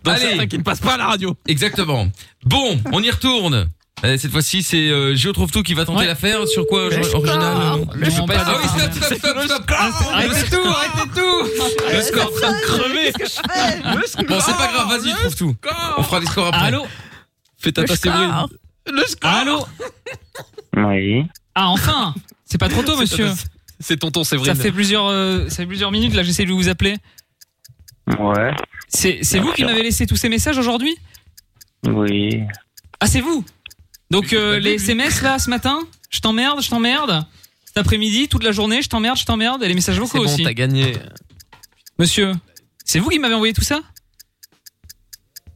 S12: Donc certains qui ne passent pas à la radio.
S1: Exactement. Bon, on y retourne. Euh, Cette fois-ci, c'est euh, Géo trouve tout qui va tenter l'affaire. Sur quoi
S12: Le
S1: or-
S12: score.
S1: original euh,
S12: Le
S1: je sais pas.
S12: score.
S1: Ah oui, stop, stop, stop, stop.
S4: Ah,
S1: Arrêtez tout, arrêtez
S9: *laughs*
S1: tout. Le score va crever. *laughs* Bon, c'est pas grave. Vas-y, trouve tout. On fera les scores après.
S5: Allô.
S1: Fais ta
S5: Le
S1: passe, Séverine.
S5: score.
S12: Le score.
S5: Allô
S7: Oui.
S5: Ah,
S12: *laughs*
S5: enfin C'est pas trop tôt, monsieur.
S12: C'est tonton Séverine.
S5: Ça fait plusieurs, euh, ça fait plusieurs minutes, là, j'essaie de vous appeler.
S7: Ouais.
S5: C'est c'est vous qui m'avez laissé tous ces messages aujourd'hui
S7: Oui.
S5: Ah, c'est vous Donc,
S12: bah,
S5: euh, les SMS, là, ce matin, je t'emmerde, je t'emmerde. Cet après-midi, toute la journée, je t'emmerde, je t'emmerde. Et les messages
S12: C'est
S5: vocaux
S12: bon,
S5: aussi.
S12: t'as gagné.
S5: Monsieur, c'est vous qui m'avez envoyé tout ça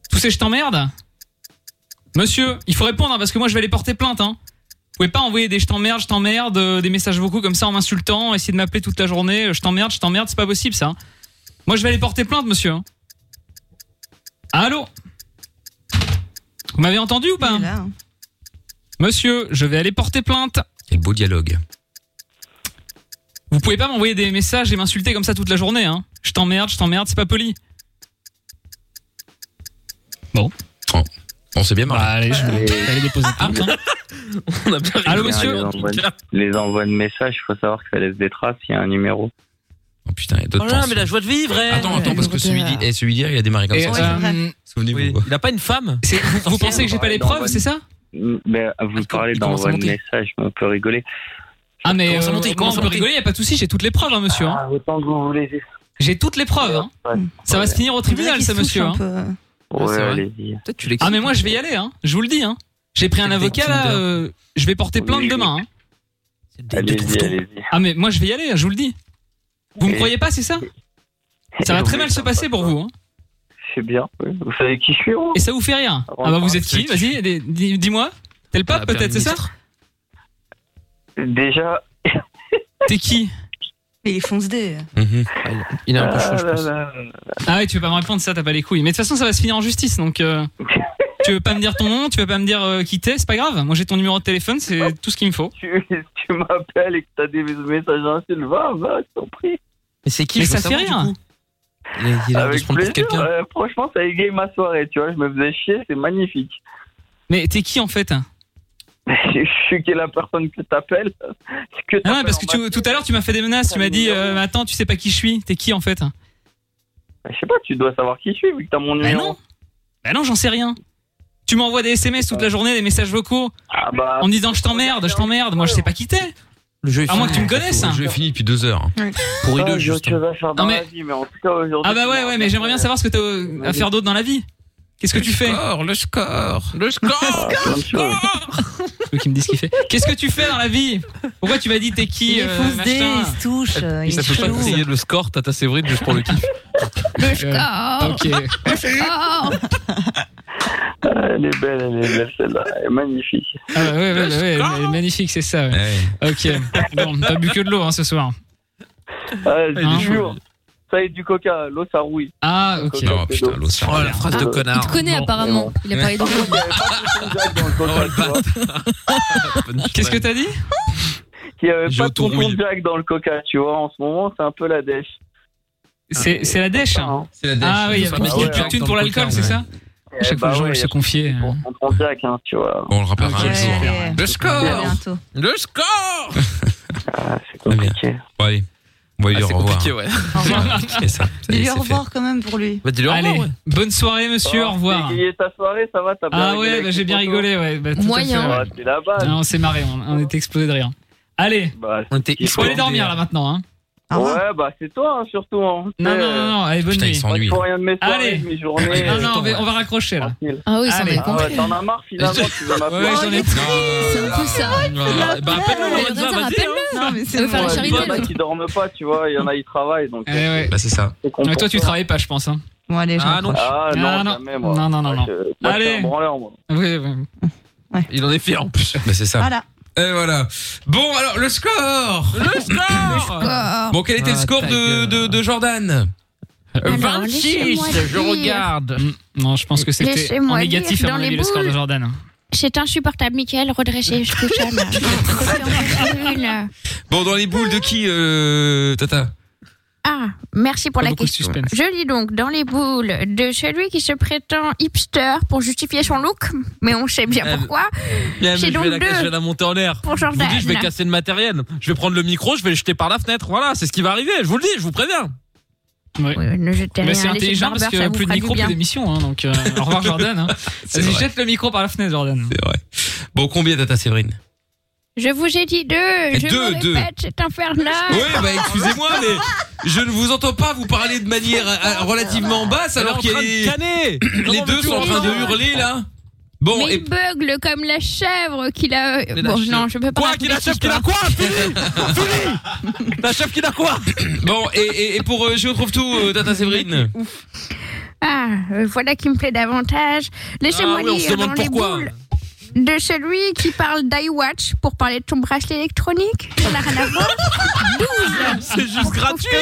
S5: Tous ces je t'emmerde Monsieur, il faut répondre hein, parce que moi je vais aller porter plainte. Hein. Vous pouvez pas envoyer des je t'emmerde, je t'emmerde, euh, des messages vocaux comme ça en m'insultant, essayer de m'appeler toute la journée, euh, je t'emmerde, je t'emmerde, c'est pas possible ça. hein. Moi je vais aller porter plainte, monsieur. hein. Allô Vous m'avez entendu ou pas Monsieur, je vais aller porter plainte.
S1: Quel beau dialogue.
S5: Vous pouvez pas m'envoyer des messages et m'insulter comme ça toute la journée, hein. Je t'emmerde, je t'emmerde, c'est pas poli. Bon.
S1: On s'est bien marré.
S5: Bah, allez, je vais aller déposer plainte. hein.
S9: *laughs*
S12: On a bien rigolé.
S5: Allô, monsieur
S9: les, envois, les envois de messages, il faut savoir que ça laisse des traces, il y a un numéro.
S1: Oh putain, il y a d'autres
S9: Oh là là,
S1: tensions.
S9: mais la joie de vivre, eh.
S1: Attends, attends, parce que celui d'hier, eh, celui d'hier, il a démarré comme
S5: euh, Et,
S1: ça.
S5: euh,
S1: c'est- Souvenez-vous. quoi.
S12: Il a pas
S1: *laughs*
S12: une femme
S5: Vous pensez que j'ai pas les preuves, c'est ça
S9: Mais vous parlez d'envoi de messages, on peut rigoler.
S5: Ah, mais
S9: Commence à
S5: euh,
S9: monter,
S5: moi,
S9: commence à
S5: on peut
S9: monter.
S5: rigoler, y a pas de souci, j'ai toutes les preuves, hein, monsieur. hein.
S9: Ah,
S5: J'ai toutes les preuves, hein. Ça va se finir au tribunal, ça, monsieur. hein.
S9: Ouais,
S5: c'est vrai.
S9: allez-y.
S5: Ah, mais moi je vais y aller, hein. Je vous le dis, hein. J'ai pris un avocat, là,
S9: Tinder.
S5: euh, je vais porter plainte demain, hein.
S9: Allez-y, allez-y.
S5: Ah mais moi je vais y aller, je vous le dis. Vous me
S9: Et-
S5: croyez pas, c'est ça Ça va
S9: Et euh,
S5: très
S9: oui,
S5: mal se passer pour vous. hein.
S9: C'est bien. oui. Vous savez qui je suis oh
S5: Et ça vous fait rien Ah bah vous êtes qui Vas-y, des- dis- dis-moi. T'es le
S4: Ah,
S5: pape peut-être, c'est ça
S9: Déjà.
S5: T'es qui
S18: Mais il est fonce euh. dé.
S9: euh,
S12: Il est un peu chaud,
S9: je pense.
S5: Ah ouais, tu veux pas me répondre ça, t'as pas les couilles. Mais de toute façon, ça va se finir en justice, donc. euh, tu veux pas me dire ton nom, tu veux pas me dire euh, qui t'es, c'est pas grave. Moi j'ai ton numéro de téléphone, c'est tout ce qu'il me faut.
S9: Tu, tu m'appelles et que t'as des messages insultes, va, va, je t'en prie.
S12: Mais c'est qui
S5: Mais
S9: je veux
S5: ça fait
S9: savoir,
S5: rien.
S9: Avec plaisir, euh, franchement, ça a égayé ma soirée, tu vois, je me faisais chier, c'est magnifique.
S5: Mais t'es qui en fait
S9: je suis qui est la personne que t'appelles. Que
S5: Ah ouais, parce que tu- tout à l'heure tu m'as fait des menaces, tu m'as dit euh, attends, tu sais pas qui je suis, t'es qui en fait
S9: Je sais pas, tu dois savoir qui je suis vu que t'as mon numéro.
S5: Bah non, j'en sais rien. Tu m'envoies des SMS toute la journée, des messages vocaux, en me disant je t'emmerde, je t'emmerde. Moi, je sais pas qui t'es.
S1: Le jeu est
S5: À moins que tu me connaisses. hein.
S1: Le jeu est fini depuis deux heures. Pourri
S9: Ah,
S1: de juste.
S5: Non, mais-
S9: mais en tout cas, aujourd'hui.
S5: Ah bah ouais, ouais, mais j'aimerais bien savoir ce que t'as à faire d'autre dans la vie. Qu'est-ce que tu fais
S1: Le score, le score,
S9: le score.
S5: *laughs* Eux qui me disent ce qu'il fait. Qu'est-ce que tu fais dans la vie Pourquoi tu m'as dit t'es qui
S18: Il est
S5: euh,
S18: fonce dé,
S5: machin
S18: il se touche. euh, Il
S12: ça
S18: est
S12: peut pas
S18: chelou.
S12: essayer le
S5: Oh,
S12: score Tata Séverine juste pour le kiff.
S18: Le Oh.
S5: score.
S18: *laughs*
S12: Ok.
S5: Ah
S9: Ah, Elle est belle, elle est belle celle-là, elle est magnifique.
S5: Ah bah ouais, ouais, ouais, ouais, mais magnifique, c'est ça. ouais. Ok. Bon, t'as bu que de l'eau hein, ce soir.
S9: Ah, je
S5: Hein
S9: te jure. Ça y est du coca, l'eau ça rouille.
S5: Ah, ok.
S9: Oh putain,
S1: l'eau ça
S9: rouille.
S1: Oh, la phrase
S9: Euh,
S1: de connard.
S19: Il te connaît
S2: Ah,
S19: apparemment. Il a parlé de
S5: Oh,
S9: Qu'est-ce *laughs*
S5: que t'as dit
S9: Il n'y avait
S5: J'ai
S9: pas de tonton
S5: autorouille.
S9: Jack dans le coca, tu vois. En ce moment, c'est un peu la dèche.
S5: C'est c'est la dèche. hein.
S9: C'est la dèche.
S5: Ah oui, il y
S9: Ah
S5: avait plus
S9: ouais,
S5: de
S9: ouais. Eh bah
S5: thunes pour l'alcool, c'est ça À chaque fois, le jour, elle se euh. confiait.
S9: Tonton Jack, hein, tu vois.
S1: On le rappellera
S9: un jour.
S1: Le score Le
S7: *laughs*
S1: score
S7: Ah,
S1: C'est compliqué. Bon, allez. On va lui dire *laughs* au revoir.
S7: compliqué, ouais.
S1: Et ça, ça y est,
S8: Dis-lui
S1: c'est
S8: au revoir quand même pour lui.
S1: Bah, dis-le au revoir,
S5: Allez,
S1: ouais.
S5: bonne soirée, monsieur, au revoir.
S9: Et ta soirée, ça va, Oh, t'as bien
S5: Ah
S9: rigolé
S5: ouais,
S9: avec
S5: bah,
S9: tes
S5: j'ai bien
S9: potos
S5: rigolé, ouais. bah, tout à
S9: Moyen.
S5: fait, ouais.
S9: Ah, c'est la base. Bah,
S5: Non, on s'est marré, on, on était explosé de rire. Allez,
S9: on
S5: il faut aller dormir là maintenant. Hein.
S9: Ouais, bah c'est toi hein, surtout. Hein.
S5: Non,
S9: C'est,
S5: non, non, non, allez, bonne
S9: Putain, il
S5: nuit.
S9: s'ennuie. Pas de rien de mes soirées,
S5: Allez. Ah,
S9: de mes journées.
S5: Non, non, on va, on va raccrocher là.
S2: Ah oui,
S9: ça, on
S5: Allez.
S9: avait compris. Ah ouais, t'en as marre,
S5: *laughs*
S9: finalement, tu veux m'appeler.
S5: Ouais,
S9: Oh,
S5: j'en
S9: il est
S5: ai
S9: triste,
S5: C'est
S9: un peu ça.
S5: Bah, appelle-le, Lorenza, vas-y, hein.
S8: Non, mais c'est
S5: veut faire la
S9: Ouais,
S5: charité,
S9: Il y en a
S5: l'autre.
S9: qui dorment pas, tu vois. Il y en a qui travaillent. Donc,
S5: Eh ouais.
S1: Bah, c'est ça.
S5: Mais toi, tu travailles pas, je pense. Hein.
S8: Bon, allez, je
S5: Ah non.
S9: Ah non,
S5: Ah, non.
S9: jamais, moi.
S5: Non, non, non, non.
S9: Moi, je suis
S5: Allez.
S9: un branleur, moi.
S5: Oui, oui.
S1: Il en est fier en plus. Bah, c'est ça.
S8: Voilà.
S1: Et voilà. Bon, alors, le score Le
S7: Ah.
S1: score Bon, quel était le score de, de, de Jordan
S5: Alors,
S1: 26,
S2: laissez-moi
S1: je
S2: dire.
S1: regarde.
S5: Non, je pense que c'était en
S2: Laissez-moi
S5: négatif
S2: lire
S5: à mon
S2: dans les
S5: avis le score de
S2: boules.
S5: Jordan.
S2: *laughs*
S5: hein.
S2: C'est insupportable, Michael. Redresser, je touche
S1: *laughs*
S2: à la-
S1: Bon, dans les boules de qui, euh, Tata
S2: Ah, merci pour
S1: Pas
S2: la
S1: beaucoup de
S2: question.
S1: suspense.
S2: Je lis donc dans les boules de celui qui se prétend hipster pour justifier son look, mais on sait bien
S7: Euh,
S2: pourquoi.
S7: Bien, mais
S2: J'ai
S7: je,
S2: donc
S7: vais la,
S2: deux.
S7: je vais la monter en l'air.
S2: Pour
S7: je vous dis, je vais
S2: Jordan.
S7: casser le matériel. Je vais prendre le micro, je vais le jeter par la fenêtre. Voilà, c'est ce qui va arriver. Je vous le dis, je vous préviens.
S2: Euh, ne
S5: Mais
S2: jetez rien,
S5: c'est
S2: laissez
S5: intelligent
S2: Barber,
S5: parce
S2: ça
S5: que
S2: vous
S5: plus de
S2: fera du
S5: micro,
S2: bien.
S5: plus d'émission. Hein, donc, euh, au
S1: *laughs*
S5: revoir Jordan. Hein.
S1: C'est
S5: Vas-y,
S1: vrai.
S5: jette le micro par la fenêtre, Jordan.
S1: C'est vrai. Bon, combien, Tata Séverine
S2: Je vous ai dit deux. Je
S1: deux,
S2: vous
S1: deux.
S2: répète, c'est infernal.
S1: Oui, bah excusez-moi, mais je ne vous entends pas vous parler de manière euh, relativement basse alors qu'il y a les- les deux sont en train de hurler là. Bon,
S2: mais
S1: et-
S2: il bugle comme la chèvre qu'il a. euh,
S1: Mais la
S2: Bon,
S1: chèvre-
S2: non, je peux pas.
S1: Quoi,
S2: raconter
S1: qu'il a chèvre,
S2: cette
S1: qu'il a
S2: histoire.
S1: quoi *laughs* La chef qui n'a quoi *coughs* Bon, et, et, et pour euh, Je retrouve tout, euh, Tata Séverine.
S2: Ah, euh, voilà qui me plaît davantage. Laissez-moi
S1: Ah oui, on se
S2: lire
S1: demande
S2: dans les
S1: pourquoi.
S2: boules de celui qui parle d'iWatch pour parler de ton bracelet électronique. Ça n'a rien à voir.
S1: *laughs*
S2: 12
S1: C'est juste gratuit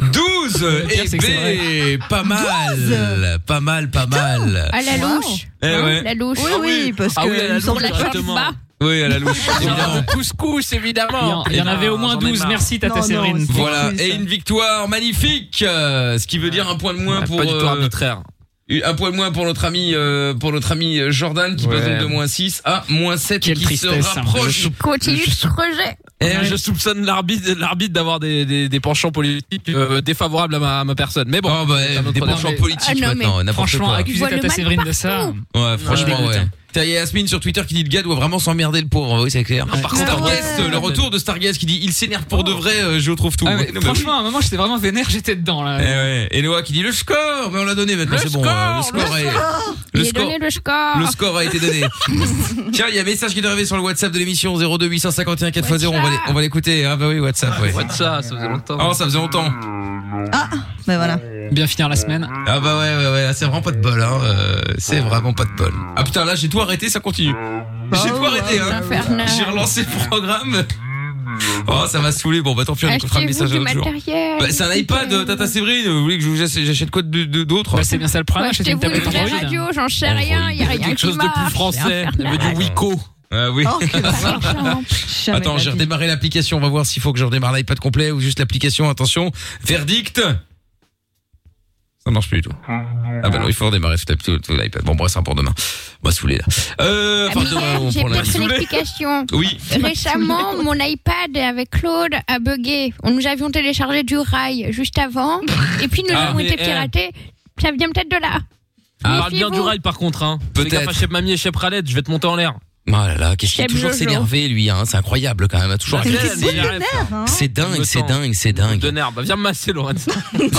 S1: 12
S20: pire, c'est que
S1: Et B, pas mal, pas mal, pas mal.
S2: À la louche.
S1: Eh
S2: Hein,
S1: ouais.
S2: La louche.
S8: Oui, oui, parce
S1: Ah
S8: que
S1: oui, à la
S8: ils sont
S1: louche,
S8: pas
S1: directement.
S8: bas.
S1: Oui, à la
S2: *laughs*
S1: louche, évidemment.
S5: Couscous, évidemment.
S1: Eh ben,
S5: Il y en, avait au moins 12. Merci, Tata Séverine.
S1: Voilà, et une victoire magnifique, euh, ce qui veut dire un point de moins
S7: Ouais,
S1: pour
S7: pas du tout
S1: arbitraire. Un point de moins pour notre ami euh, pour notre ami Jordan qui
S7: Ouais.
S1: passe donc de moins 6 à moins 7 et
S7: Quelle
S1: qui
S7: tristesse,
S1: se
S7: hein.
S1: rapproche.
S2: Continue de se rejet.
S1: Eh,
S7: Et je soupçonne l'arbitre l'arbitre d'avoir des, des, des penchants politiques euh, défavorables à ma, à ma personne. Mais bon,
S1: c'est un autre
S7: des
S1: débat.
S7: penchants
S1: Non, mais-
S7: politiques
S1: Ah, non, mais-
S7: maintenant, n'importe
S1: Franchement,
S7: quoi.
S1: accusez Tata Séverine de
S5: ça.
S1: Ouais, franchement,
S7: dégoûte,
S1: ouais.
S7: hein.
S1: Tiens, Il y a Yasmine sur Twitter qui dit le gars doit vraiment s'emmerder le pauvre, oui c'est clair.
S5: Ah,
S1: Par contre, Starguest, le retour de Starguest qui dit il s'énerve pour de vrai, euh, je retrouve tout.
S5: Ah, mais
S1: Ouais, non, mais
S5: franchement, à un moment, j'étais vraiment vénère, j'étais dedans.
S1: Eh
S5: Là.
S1: ouais. Et Noah qui dit le score, mais on l'a donné maintenant,
S5: Le
S1: c'est bon.
S5: score,
S1: euh,
S5: le
S1: est-
S5: score.
S1: le
S2: Il est
S1: score-
S2: donné le score.
S1: le score a été
S2: *laughs*
S1: donné. Tiens, il y a un message qui est arrivé sur le WhatsApp de l'émission 02 851 4x0. On va l'é- on va l'écouter. Ah bah oui, WhatsApp. Ouais.
S7: WhatsApp, ça faisait longtemps.
S1: Ah, ça faisait longtemps.
S8: Ah,
S2: bah
S8: ben voilà.
S5: Bien finir la semaine.
S1: Ah bah ouais, ouais, ouais. là, C'est vraiment pas de bol. Hein. euh, C'est vraiment pas de bol. Ah putain, là j'ai tout arrêté, ça continue. J'ai tout arrêté. Hein.
S2: Oh, infernal.
S1: J'ai relancé le programme. Oh, ça m'a saoulé. Bon, bah tant pis, on écoutera le
S2: Achetez-vous
S1: message
S2: du
S1: un autre jour.
S2: matériel.
S1: Bah, c'est un iPad, euh, Tata Séverine. Vous voulez que je vous achète- j'achète quoi de- de- d'autre
S5: Bah, c'est bien ça le
S2: Ouais, Achetez-vous une vraie radio, j'en sais rien. Il n'y a rien
S1: Quelque
S2: qui
S1: chose de plus
S7: *laughs*
S2: marche.
S1: français. Il y avait du Wico. Ah oui. *laughs*
S2: Oh, que
S1: Attends, j'ai redémarré l'application. On va voir s'il faut que je redémarre l'iPad complet ou juste l'application. Attention. Verdict. Ça marche plus du tout. Ah bah non, il faut redémarrer tout, tout- tout l'iPad. Bon, bref, ça pour demain. On va saouler là. Euh, enfin, demain, on
S2: Ah, J'ai
S1: prend la-
S2: peut-être une explication.
S1: *laughs* Oui.
S2: Récemment, mon iPad avec Claude a bugué. On nous avions téléchargé du rail juste avant, et puis nous
S7: Ah,
S2: avons
S7: mais,
S2: été
S7: eh.
S2: piratés. Ça vient peut-être de là.
S7: Ah, parle bien
S2: Méfiez-vous.
S7: du rail par contre. Hein. Fais
S1: Peut-être.
S7: gaffe à Chef Mamie et Chef Ralette, je vais te monter en l'air.
S1: Oh là là, qu'est-ce qu'il est
S7: Chef
S1: toujours
S7: Jojo.
S1: s'énerver lui, hein. C'est incroyable quand même.
S2: Bah,
S1: Toujours
S7: Ah,
S1: un-
S7: c'est la meilleure réponse.
S2: hein.
S1: C'est dingue, c'est dingue, c'est dingue.
S7: De nerf. Bah, viens me masser, Lorenz.
S2: Putain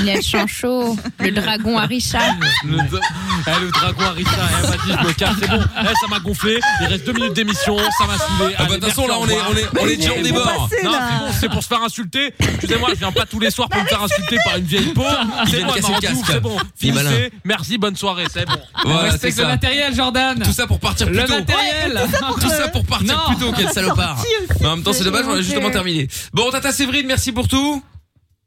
S2: Il est chaud, le dragon Harissa.
S7: Le, do- Eh, le dragon Arita, eh, vas-y, je me casse, c'est bon. Eh, ça m'a gonflé. Il reste deux minutes d'émission, ça m'a saoulé.
S1: Ah bah, de toute façon, là, on est- on est- on est déjà en débord.
S7: Non, c'est
S1: Passez, là. Bah,
S7: bon, c'est pour se faire insulter. Excusez-moi, je viens pas tous les soirs pour me faire insulter par une vieille peau.
S1: Il
S7: C'est
S1: vient de
S7: moi, je
S1: casser
S7: m'en
S1: le
S7: fous,
S1: casque.
S7: c'est bon.
S1: Il est malin.
S7: Finissez. Merci, bonne soirée, c'est bon.
S1: Voilà,
S5: Respecte
S1: c'est
S5: le
S1: ça.
S5: matériel, Jordan.
S1: Tout ça pour partir plus
S5: Le
S1: tôt.
S5: matériel. Ouais, tout ça pour,
S1: Tout ça
S5: euh,
S1: pour partir
S5: non.
S1: plus tôt,
S5: *laughs*
S1: quel
S5: Sorti
S1: salopard.
S5: aussi,
S1: Mais en même temps, c'est dommage, on a
S5: ok.
S1: justement terminé. Bon, Tata Séverine, merci pour tout.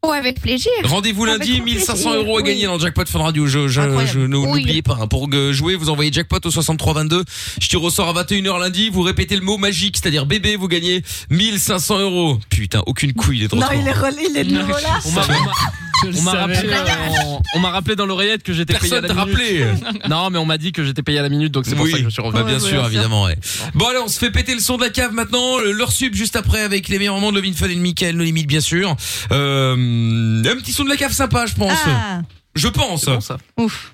S16: Oh, avec plaisir.
S1: Rendez-vous
S5: Ah, bah,
S1: lundi, 1500 euros à gagner dans le jackpot Fun Radio. Je, je, je ne- n'oubliez pas. hein, Pour euh, jouer, vous envoyez jackpot au 6322. Je tire au sort à 21h lundi. Vous répétez le mot magique, c'est-à-dire bébé, vous gagnez 1500 euros. Putain, aucune couille, il est trop
S15: Non, il est relais, il est de nouveau là.
S4: On m'a- on m'a- On m'a rappelé, euh, on m'a rappelé dans l'oreillette que j'étais payé à
S1: Personne
S4: la
S1: t'a
S4: minute.
S1: rappelé.
S4: non, mais on m'a dit que j'étais payé à la minute, donc c'est pour
S1: Oui.
S4: ça que je suis revenu.
S1: Bah, bien sûr, évidemment, ouais. Bon allez, on se fait péter le son de la cave maintenant. Le- Leur sub juste après avec les meilleurs moments de Levin Fun et de Michael, nos limites bien sûr. Euh, un petit son de la cave sympa, je pense.
S2: Ah,
S1: Je pense.
S15: Ouf.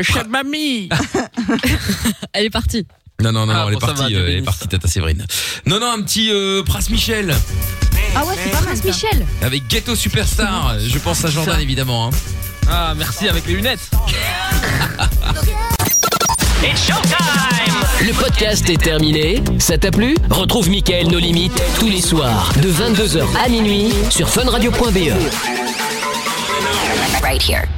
S21: Chef mamie.
S2: *laughs* Elle est partie.
S1: Non non non,
S21: Ah,
S1: elle est
S21: bon, ça
S1: partie,
S21: va,
S1: euh,
S21: Dieu
S1: elle est
S21: bénisse.
S1: partie Tata Séverine. Non non, un petit euh, Prince Michel
S15: Ah ouais, c'est pas mal.
S2: Michel.
S1: avec Ghetto Superstar. Je pense à Jordan évidemment. hein.
S4: Ah, merci avec les lunettes.
S7: Le podcast est terminé. Ça t'a plu Retrouve Mickaël Nos Limites tous les soirs E. de 22h à minuit sur funradio.be.
S8: Right here.